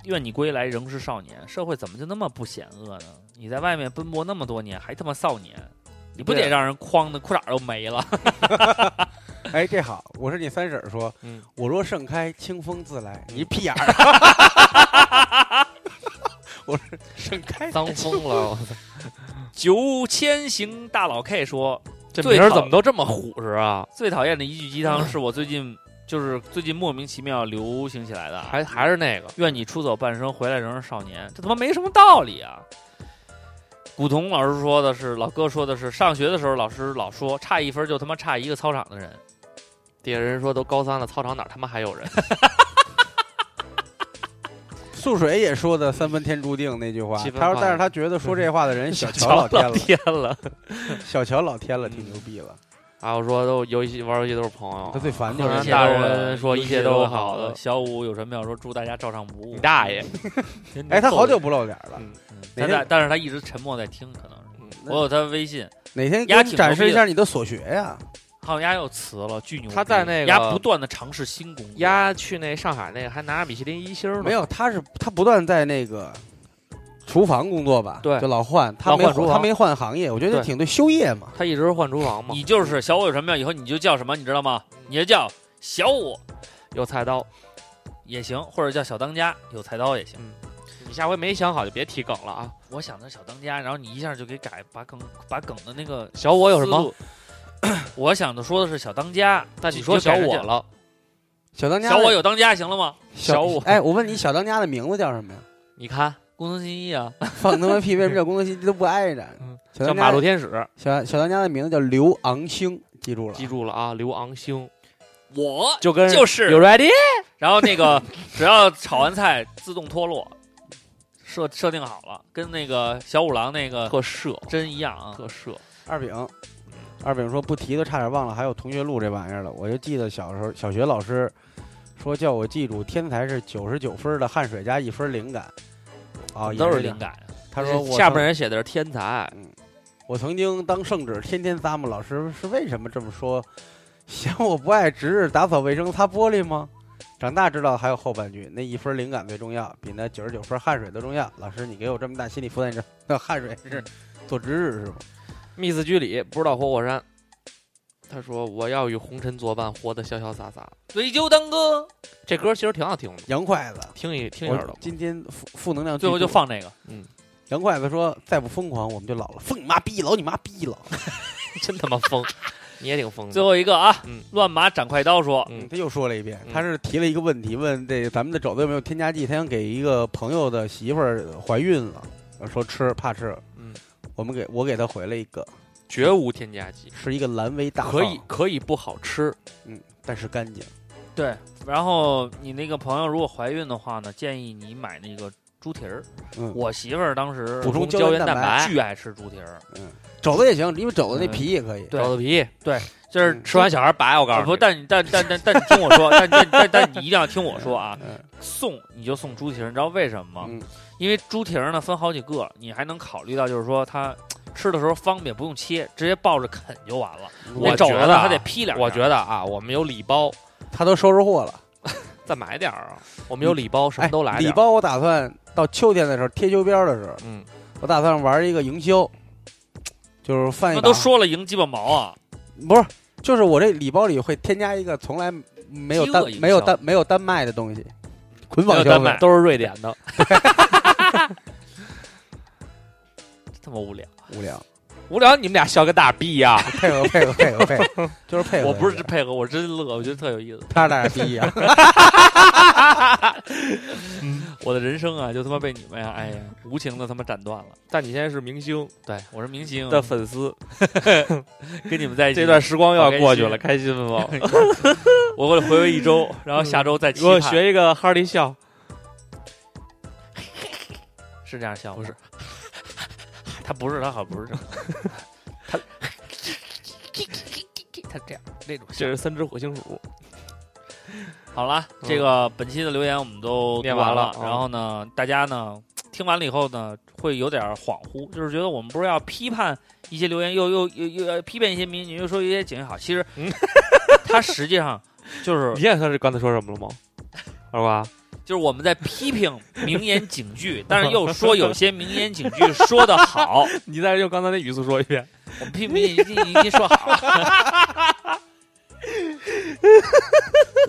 Speaker 1: 愿你归来仍是少年，社会怎么就那么不险恶呢？你在外面奔波那么多年，还他妈少年，你不
Speaker 2: 对
Speaker 1: 得让人哐的裤衩都没了？
Speaker 4: *laughs* 哎，这好，我是你三婶儿说，
Speaker 2: 嗯
Speaker 4: 我若盛开，清风自来，
Speaker 2: 嗯
Speaker 4: 你屁眼儿。我是盛开，
Speaker 2: 脏疯了，我操
Speaker 1: 九千行大佬 K 说，
Speaker 2: 这
Speaker 1: 最
Speaker 2: 名儿
Speaker 1: 讨
Speaker 2: 怎么都这么虎实啊？
Speaker 1: 最讨厌的一句鸡汤是我最近就是最近莫名其妙流行起来的啊，
Speaker 2: 还还是那个，
Speaker 1: 愿你出走半生，回来仍是少年，这他妈没什么道理啊！古潼老师说的是，老哥说的是，上学的时候老师老说，差一分就他妈差一个操场的人。
Speaker 2: 底下人说都高三了，操场哪儿他妈还有 *laughs* 人？
Speaker 4: 素水也说的“三分天注定”那句话
Speaker 2: 七，分
Speaker 4: 他说，
Speaker 2: 怕
Speaker 4: 但是他觉得说这话
Speaker 2: *laughs*
Speaker 4: 的人小
Speaker 1: 瞧
Speaker 4: 乔老天了，
Speaker 1: 天了，
Speaker 4: 小乔老天了，
Speaker 2: 嗯
Speaker 4: 挺牛逼了。
Speaker 2: 还有说都游戏玩游戏都是朋友
Speaker 4: 他，最烦就
Speaker 2: 河
Speaker 4: 是
Speaker 2: 南
Speaker 1: 一切
Speaker 2: 嗯啊大
Speaker 1: 都
Speaker 2: 人
Speaker 1: 稳
Speaker 2: 说
Speaker 1: 一
Speaker 2: 一
Speaker 1: 切
Speaker 2: 切都
Speaker 1: 都
Speaker 2: 是好的
Speaker 1: 小五有什么要说？祝大家照常不误。
Speaker 2: 你大爷！
Speaker 1: 真的
Speaker 4: 哎，他
Speaker 1: 揍
Speaker 4: 好
Speaker 1: 人
Speaker 4: 久，不露脸了
Speaker 2: 嗯，
Speaker 1: 嗯
Speaker 4: 哪
Speaker 1: 但
Speaker 4: 天
Speaker 1: 他但是他一直沉默在听，可能是
Speaker 4: 那
Speaker 1: 我有他微信，
Speaker 4: 哪天给
Speaker 1: 丫
Speaker 4: 我
Speaker 1: 挺
Speaker 4: 们
Speaker 1: 牛
Speaker 4: 展示
Speaker 1: 逼
Speaker 4: 一
Speaker 1: 的
Speaker 4: 下你的所学呀？
Speaker 1: 好像丫又辞了，巨牛逼。
Speaker 2: 他在那个
Speaker 1: 丫不断的尝试新工作，
Speaker 2: 丫去那上海那个还拿着米其林一星呢，
Speaker 4: 没有，他是他不断在那个厨房工作吧？
Speaker 2: 对
Speaker 4: 就老换，他
Speaker 2: 老
Speaker 4: 没
Speaker 2: 换厨
Speaker 4: 他
Speaker 2: 房
Speaker 4: 没换行业，我觉得
Speaker 2: 对
Speaker 4: 挺对，休业嘛。
Speaker 2: 他一直是换厨房嘛，
Speaker 1: 你就是小五有什么要以后你就叫什么，你知道吗？
Speaker 2: 嗯
Speaker 1: 你就叫小五
Speaker 2: 有菜刀。
Speaker 1: 也行，或者叫小当家，有菜刀也行。
Speaker 2: 你下回没想好就别提梗了啊！
Speaker 1: 我想的是小当家，然后你一下就给改，把梗把梗的那个
Speaker 2: 小我有什么？
Speaker 1: 思路？我想的说的是小当家，
Speaker 2: 但你说小我了，
Speaker 4: 小当家
Speaker 1: 小
Speaker 4: 的
Speaker 1: 我有当家行了吗？
Speaker 2: 小我
Speaker 4: 哎，我问你，小当家的名字叫什么呀？
Speaker 2: 你看
Speaker 1: 工藤新一啊，
Speaker 4: *laughs* 放他妈屁！为什么叫工作星期都不挨着？小
Speaker 2: 嗯叫
Speaker 4: 当
Speaker 2: 马
Speaker 4: 家
Speaker 2: 路天使，
Speaker 4: 小小当家的名字叫刘昂星，记住了。
Speaker 2: 记住了啊！刘昂星
Speaker 1: 我
Speaker 2: 就跟
Speaker 1: 就是
Speaker 2: 有 ready，
Speaker 1: 然后那个只要炒完菜自动脱落，设设定好了，跟那个小五郎那个
Speaker 2: 特摄
Speaker 1: 真一样啊。
Speaker 2: 特摄，
Speaker 4: 二饼，二饼说不提都差点忘了还有同学录这玩意儿了。我就记得小时候小学老师说叫我记住，天才是九十九分的汗水加一分灵感。
Speaker 1: 都
Speaker 4: 啊，也
Speaker 1: 是
Speaker 4: 这
Speaker 1: 灵
Speaker 4: 样。
Speaker 1: 感，
Speaker 4: 他说我
Speaker 2: 下
Speaker 4: 曾
Speaker 2: 边人写的是天才，
Speaker 4: 我曾经当圣旨，天天咂摸。老师是为什么这么说？嫌我不爱值日打扫卫生、擦玻璃吗？长大知道还有后半句，那一分灵感最重要，比那九十九分汗水都重要。老师，你给我这么大心理负担，这那汗水是 *laughs* 做值日是吗？
Speaker 2: 密斯居里不知道活火山。他说：“我要与红尘作伴，活得潇潇洒洒。
Speaker 1: 对酒当歌，”
Speaker 2: 这歌其实挺好听的，
Speaker 4: 杨筷子，
Speaker 2: 听一听一
Speaker 4: 我
Speaker 2: 耳朵。
Speaker 4: 今天负负能量巨
Speaker 1: 最
Speaker 4: 多，
Speaker 1: 后就放这个。
Speaker 4: 杨筷子说：“再不疯狂，我们就老了。疯你妈逼，老你妈逼了。
Speaker 2: *laughs* 真他妈疯，你也挺疯
Speaker 1: *laughs*
Speaker 2: 的。
Speaker 1: 最后一个啊
Speaker 2: 嗯，
Speaker 1: 乱麻斩快刀说
Speaker 2: 嗯，
Speaker 4: 他又说了一遍，
Speaker 2: 嗯
Speaker 4: 他是提了一个问题，问这咱们的肘子有没有添加剂？他想给一个朋友的媳妇儿怀孕了，呃说吃怕吃。
Speaker 2: 嗯，
Speaker 4: 我们给我给他回了一个，
Speaker 2: 绝无添加剂，
Speaker 4: 是一个蓝莓大
Speaker 2: 可以
Speaker 4: 放，
Speaker 2: 可以不好吃，
Speaker 4: 但是干净。
Speaker 1: 对，然后你那个朋友如果怀孕的话呢，建议你买那个猪蹄儿。
Speaker 4: 嗯，
Speaker 1: 我媳妇儿当时
Speaker 4: 补充胶
Speaker 2: 胶
Speaker 4: 原
Speaker 2: 原
Speaker 4: 蛋
Speaker 2: 蛋白嗯
Speaker 1: 巨爱吃猪蹄儿，
Speaker 4: 肘子也行，因为肘子那皮也可以。
Speaker 1: 对
Speaker 2: 肘子皮，
Speaker 1: 就是
Speaker 4: 嗯
Speaker 2: 吃完小孩白，我告诉你。
Speaker 1: 不，但你但但但但你听我说，但但但但你一定要听我说啊，
Speaker 4: 嗯
Speaker 1: 送你就送猪蹄儿，你知道为什么吗？
Speaker 4: 嗯
Speaker 1: 因为猪蹄儿呢分好几个，你还能考虑到就是说它吃的时候方便，不用切，直接抱着啃就完了。
Speaker 2: 我
Speaker 1: 那肘
Speaker 2: 觉
Speaker 1: 子
Speaker 2: 得啊
Speaker 1: 还得劈两下，
Speaker 2: 我觉得啊，我们有礼包，
Speaker 4: 他都收拾货了，
Speaker 2: 再买点儿啊。我们有礼包，什么都来
Speaker 4: 哎
Speaker 2: 点
Speaker 4: 礼
Speaker 2: 儿。
Speaker 4: 包我打算到秋天的时候贴秋膘的时候，
Speaker 2: 嗯，
Speaker 4: 我打算玩一个营销，就是
Speaker 1: 那
Speaker 2: 啊
Speaker 4: 饭
Speaker 1: 都说了赢鸡巴毛啊，
Speaker 4: 不是，就是我这礼包里会添加一个从来没有
Speaker 1: 饥
Speaker 4: 单
Speaker 1: 饿营
Speaker 4: 没有
Speaker 1: 销
Speaker 4: 单没有单卖的东西，捆
Speaker 2: 没
Speaker 4: 绑
Speaker 2: 有
Speaker 4: 消
Speaker 2: 丹
Speaker 4: 费
Speaker 2: 麦。都是瑞典的。
Speaker 1: 真他妈无聊。
Speaker 4: 无聊，
Speaker 2: 无聊，你们俩笑个大逼呀！
Speaker 4: *laughs* 配合配合配合配合，就是
Speaker 1: 哎
Speaker 4: 配合。
Speaker 1: 我不
Speaker 2: 哎
Speaker 1: 是配合，我真乐，我觉得特有意思。
Speaker 4: 他俩逼啊呀，
Speaker 1: 我的人生啊，就他妈被你们呀，哎呀，无情的他妈斩断了。
Speaker 2: 但你现在是明星
Speaker 1: 对我是明星
Speaker 2: 的 *laughs* 粉丝，
Speaker 1: 跟你们在一起
Speaker 2: 这段时光又要过去了，
Speaker 1: 好
Speaker 2: 开心吗？
Speaker 1: 我会回味一周，然后下周再期
Speaker 2: 给我
Speaker 1: 盼。
Speaker 2: 学一个哈利笑，
Speaker 1: 是这样笑，不是， *laughs* 他不是，他好像不是这样，他他这样那种笑
Speaker 2: 这。是三只火星鼠。
Speaker 1: *laughs* 好了，这个本期的留言我们都
Speaker 2: 念
Speaker 1: 读嗯完
Speaker 2: 完了
Speaker 1: 了嗯
Speaker 2: 啊
Speaker 1: 然后呢，大家呢听完了以后呢，会有点恍惚，就是觉得我们不是要批判一些留言，又又又又要批判一些民警，又说一些警也好，其实
Speaker 2: 嗯
Speaker 1: *laughs* 他实际上就是
Speaker 2: 你也算是刚才说什么了吗？ *laughs* 二瓜，
Speaker 1: 就是我们在批评名言警 *laughs* 句，但是又说有些名言警句说的 *laughs* 好，
Speaker 2: *laughs* 你再用刚才那语速说一遍。
Speaker 1: 我们批评你你你说好。 *laughs*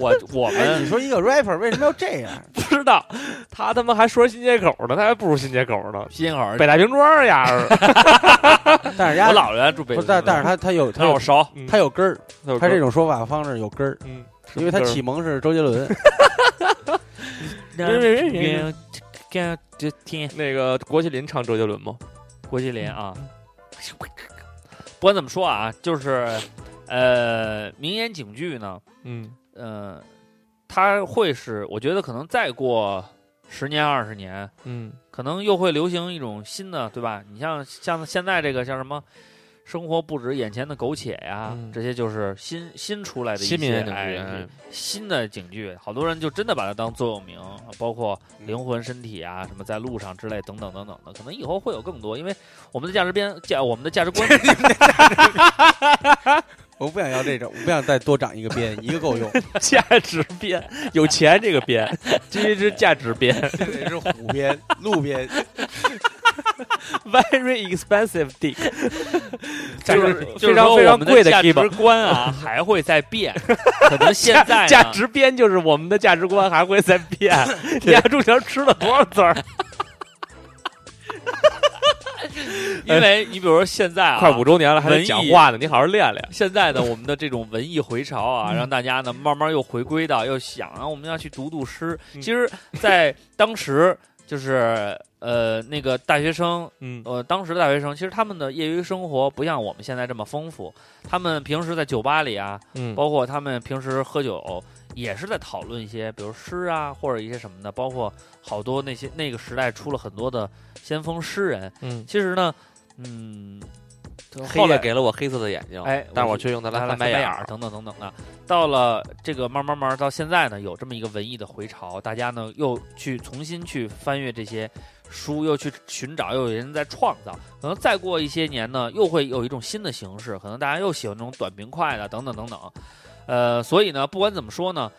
Speaker 1: 我我
Speaker 4: 哎，
Speaker 1: 们
Speaker 4: 你说一个 rapper 为什么要这样？
Speaker 2: 不知道，他他妈还说新街口呢，他还不如新街口呢，
Speaker 1: 新街口儿，
Speaker 2: 北大平庄儿 *laughs* 呀，
Speaker 4: 但是人
Speaker 1: 我
Speaker 4: 家
Speaker 1: 姥姥住北
Speaker 4: 不
Speaker 1: 京
Speaker 4: 是，，但但是他他有他
Speaker 1: 他我
Speaker 4: 有
Speaker 1: 熟，
Speaker 2: 嗯
Speaker 4: 他有根儿，
Speaker 2: 他有
Speaker 4: 他
Speaker 2: 歌
Speaker 4: 这，种说法方式有根儿，
Speaker 2: 嗯，
Speaker 4: 因为他
Speaker 2: 什么歌
Speaker 4: 启蒙是周杰伦。
Speaker 2: *laughs*
Speaker 1: 跟这天
Speaker 2: 那个郭麒麟唱周杰伦吗？
Speaker 1: 郭麒麟啊， *laughs* 不管怎么说啊，就是呃，名言警句呢，
Speaker 2: 嗯，
Speaker 1: 呃，它会是我觉得可能再过十年二十年，
Speaker 2: 嗯，
Speaker 1: 可能又会流行一种新的，对吧？你像像现在这个像什么？生活不止眼前的苟且呀、
Speaker 2: 嗯
Speaker 1: 这些就是新新出来的一些
Speaker 2: 新民言警
Speaker 1: 哎
Speaker 2: 句，嗯
Speaker 1: 新的警句，好多人就真的把它当座右铭，啊包括
Speaker 2: 嗯
Speaker 1: 灵魂、身体啊，什么在路上之类，等等等等的，可能以后会有更多，因为我们的价值边价，我们的价值
Speaker 2: *laughs*
Speaker 1: 观
Speaker 4: 我不想要这种，我不想再多长一个边，一个够用。
Speaker 2: 价值编，有钱这个编，
Speaker 1: *laughs*
Speaker 2: 这是价值编
Speaker 4: 这得是虎边、鹿边，
Speaker 2: ，very expensive
Speaker 1: *laughs*
Speaker 2: dick，
Speaker 1: 就是
Speaker 2: 就
Speaker 1: 就是
Speaker 2: 是非常
Speaker 1: 说
Speaker 2: 非
Speaker 1: 我
Speaker 2: 常
Speaker 1: 们的
Speaker 2: 贵的
Speaker 1: 价
Speaker 2: keep
Speaker 1: 值观啊，还会在变，可能
Speaker 2: *laughs*
Speaker 1: 现在呢啊
Speaker 2: 价值编就是我们的价值观还会在
Speaker 1: *laughs*
Speaker 2: 变，你家中间吃了多少字儿？
Speaker 1: 因为你比如说现在啊，
Speaker 2: 快五周年了还
Speaker 1: 文
Speaker 2: 得
Speaker 1: 艺
Speaker 2: 讲话呢，你好好练练。
Speaker 1: 现在呢，我们的这种文艺回潮
Speaker 2: 嗯
Speaker 1: 啊，让大家呢慢慢又回归到又想啊，我们要去读读诗。
Speaker 2: 嗯
Speaker 1: 其实，在当时就是呃那个大学生，
Speaker 2: 嗯
Speaker 1: 呃当时的大学生，其实他们的业余生活不像我们现在这么丰富，他们平时在酒吧里啊，
Speaker 2: 嗯，
Speaker 1: 包括他们平时喝酒。也是在讨论一些，比如诗啊，或者一些什么的，包括好多那些那个时代出了很多的先锋诗人。
Speaker 2: 嗯，
Speaker 1: 其实呢，嗯，就
Speaker 2: 后来
Speaker 1: 黑
Speaker 2: 给了我黑色的眼睛，
Speaker 1: 哎
Speaker 2: 但
Speaker 1: 我
Speaker 2: 是我却用它来
Speaker 1: 来
Speaker 2: 翻
Speaker 1: 白
Speaker 2: 眼
Speaker 1: 儿。等等等等的。到了这个慢慢慢慢到现在呢，有这么一个文艺的回潮，大家呢又去重新去翻阅这些书，又去寻找，又有人在创造。可能再过一些年呢，又会有一种新的形式，可能大家又喜欢那种短平快的等等等等。呃，所以呢，不管怎么说呢，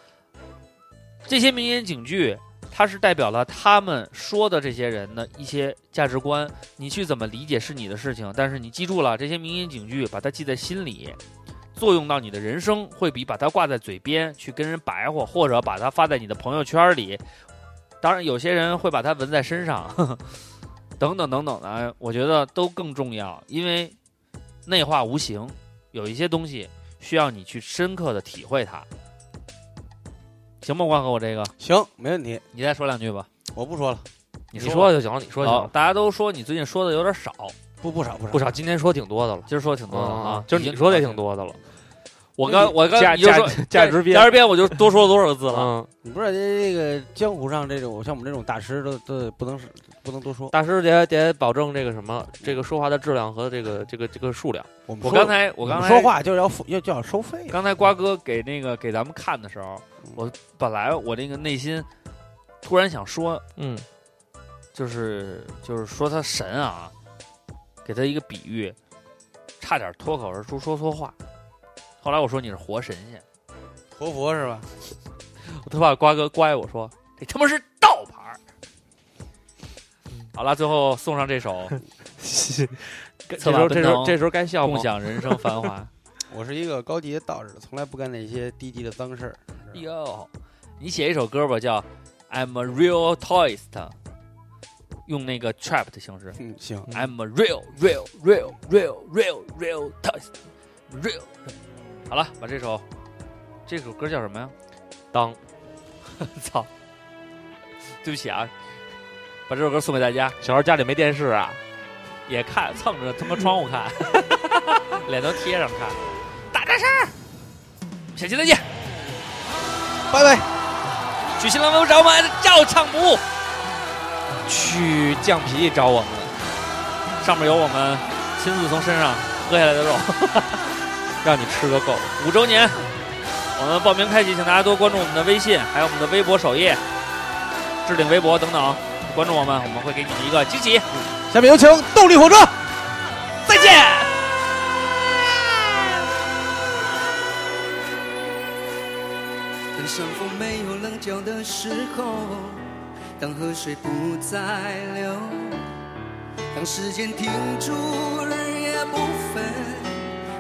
Speaker 1: 这些名言警句。它是代表了他们说的这些人的一些价值观，你去怎么理解是你的事情，但是你记住了这些名言警句，把它记在心里，作用到你的人生，会比把它挂在嘴边去跟人白话，或者把它发在你的朋友圈里。当然，有些人会把它纹在身上， *laughs* 呵呵等等等等的，我觉得都更重要，因为内化无形，有一些东西需要你去深刻的体会它。行吗，关哥，我这个
Speaker 4: 行，没问题，
Speaker 1: 你再说两句吧。
Speaker 4: 我不说了，
Speaker 1: 你
Speaker 2: 你
Speaker 1: 吧
Speaker 2: 就行了，你说就行
Speaker 1: 好
Speaker 2: 了。，
Speaker 1: 大家都说你最近说的有点少，
Speaker 4: 不不少不少
Speaker 2: 不少，今天说挺多的了。
Speaker 1: 今儿说挺多的啊，
Speaker 2: 嗯就是你说的也挺。多的了。
Speaker 1: 我刚我刚
Speaker 2: 价
Speaker 1: 你就
Speaker 2: 价
Speaker 1: 说
Speaker 2: 价值
Speaker 1: 价
Speaker 2: 编
Speaker 1: 值编，我就多说了多少字了。
Speaker 2: 嗯，
Speaker 4: 你不知道这这个江湖上这种像我们这种大师都都不能不能多说。
Speaker 2: 大师得得保证这个什么，这个说话的质量和这个这个这个数量。
Speaker 4: 我们
Speaker 1: 我
Speaker 4: 说
Speaker 1: 刚才我
Speaker 4: 我
Speaker 1: 刚
Speaker 4: 们
Speaker 1: 才
Speaker 4: 说话就要付要就要收费，
Speaker 1: 刚才瓜哥给那个给咱们看的时候，我本来我那个内心突然想说，
Speaker 2: *laughs* 嗯
Speaker 1: 就是就是说他神啊，给他一个比喻，差点脱口而出说错话。后来我说你是活神仙，
Speaker 4: 活佛是吧？
Speaker 1: 我特怕瓜哥乖我说这他妈是盗牌儿。好了，最后送上这首
Speaker 2: 这
Speaker 1: 策
Speaker 2: 时
Speaker 1: 马奔
Speaker 2: 候这时
Speaker 1: 腾
Speaker 2: 候这时候该笑
Speaker 1: 《共
Speaker 2: 吗？
Speaker 1: 享人生繁华》。
Speaker 4: 我是一个高级的道士，从来不干那些低级的脏事儿。
Speaker 1: 哟，你写一首歌吧，叫《I'm a Real Toyist》，用那个 trap 的形式
Speaker 4: 嗯，行，
Speaker 1: ，I'm a real real real real real real toyist real。好了，把这首这首歌叫什么呀？
Speaker 2: 当
Speaker 1: 操，对不起啊，把这首歌送给大家，
Speaker 2: 小时候家里没电视啊，
Speaker 1: 也看蹭着他妈窗户看， *laughs* 脸都贴上看，打这事儿，下期再见。
Speaker 4: 拜拜。
Speaker 1: 去新浪微博找我们，照唱不误。
Speaker 2: 去酱皮找我们，
Speaker 1: 上面有我们亲自从身上割下来的肉。 *laughs*
Speaker 2: 让你吃个够。
Speaker 1: 五周年，我们报名开启，请大家多关注我们的微信，还有我们的微博首页、置顶微博等等，关注我们，我们会给你一个惊喜。
Speaker 4: 下面有请动力火车。
Speaker 1: 再见。
Speaker 13: 当山峰没有棱角的时候，当河水不再流，当时间停住，日夜不分，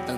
Speaker 13: 当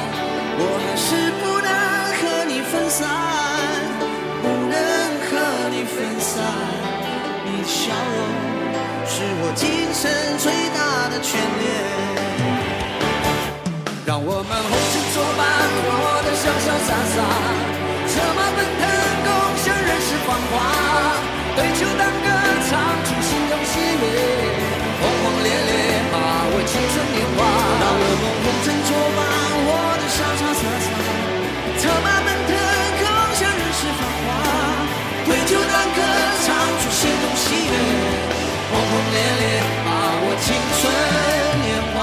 Speaker 13: 我还是不能和你分散，不能和你分散。你的笑容是我今生最大的眷恋。让我们红尘作伴，活得潇潇洒洒，策马奔腾，共享人世繁华。对酒当歌，唱出心中喜悦，轰轰烈烈，把握青春年华。让我们红尘作伴，活得潇潇洒洒，策马奔腾，共享人世繁华。对酒当歌，唱出心中喜悦，轰轰烈烈，把握青春年华。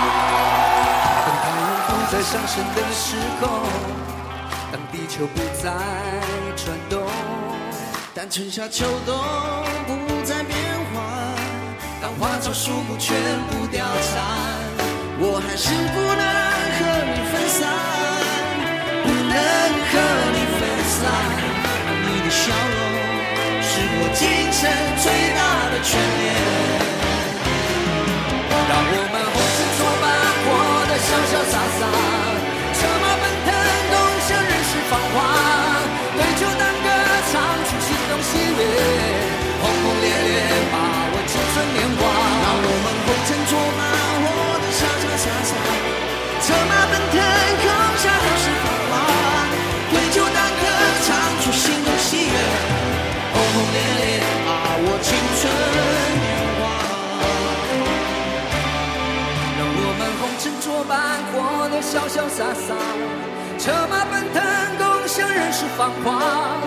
Speaker 13: 当太阳不再上升的时候，当地球不再转动，当春夏秋冬不再变换，当花草树木全部凋残，我还是不能和你分散，不能和你分散。你的笑容是我今生最大的眷恋。让我们红尘作伴，活得潇潇洒洒，策马奔腾，共享人世繁华。对酒当歌，唱出心中喜悦，轰轰烈烈，把握青春年华。让我们红尘作伴，活得潇潇洒洒，策马奔腾，共享人世繁华。对酒当歌，唱出心中喜悦，轰轰烈烈，把握青春年华。让我们红尘作伴，活得潇潇洒洒，策马奔腾，共享人世繁华。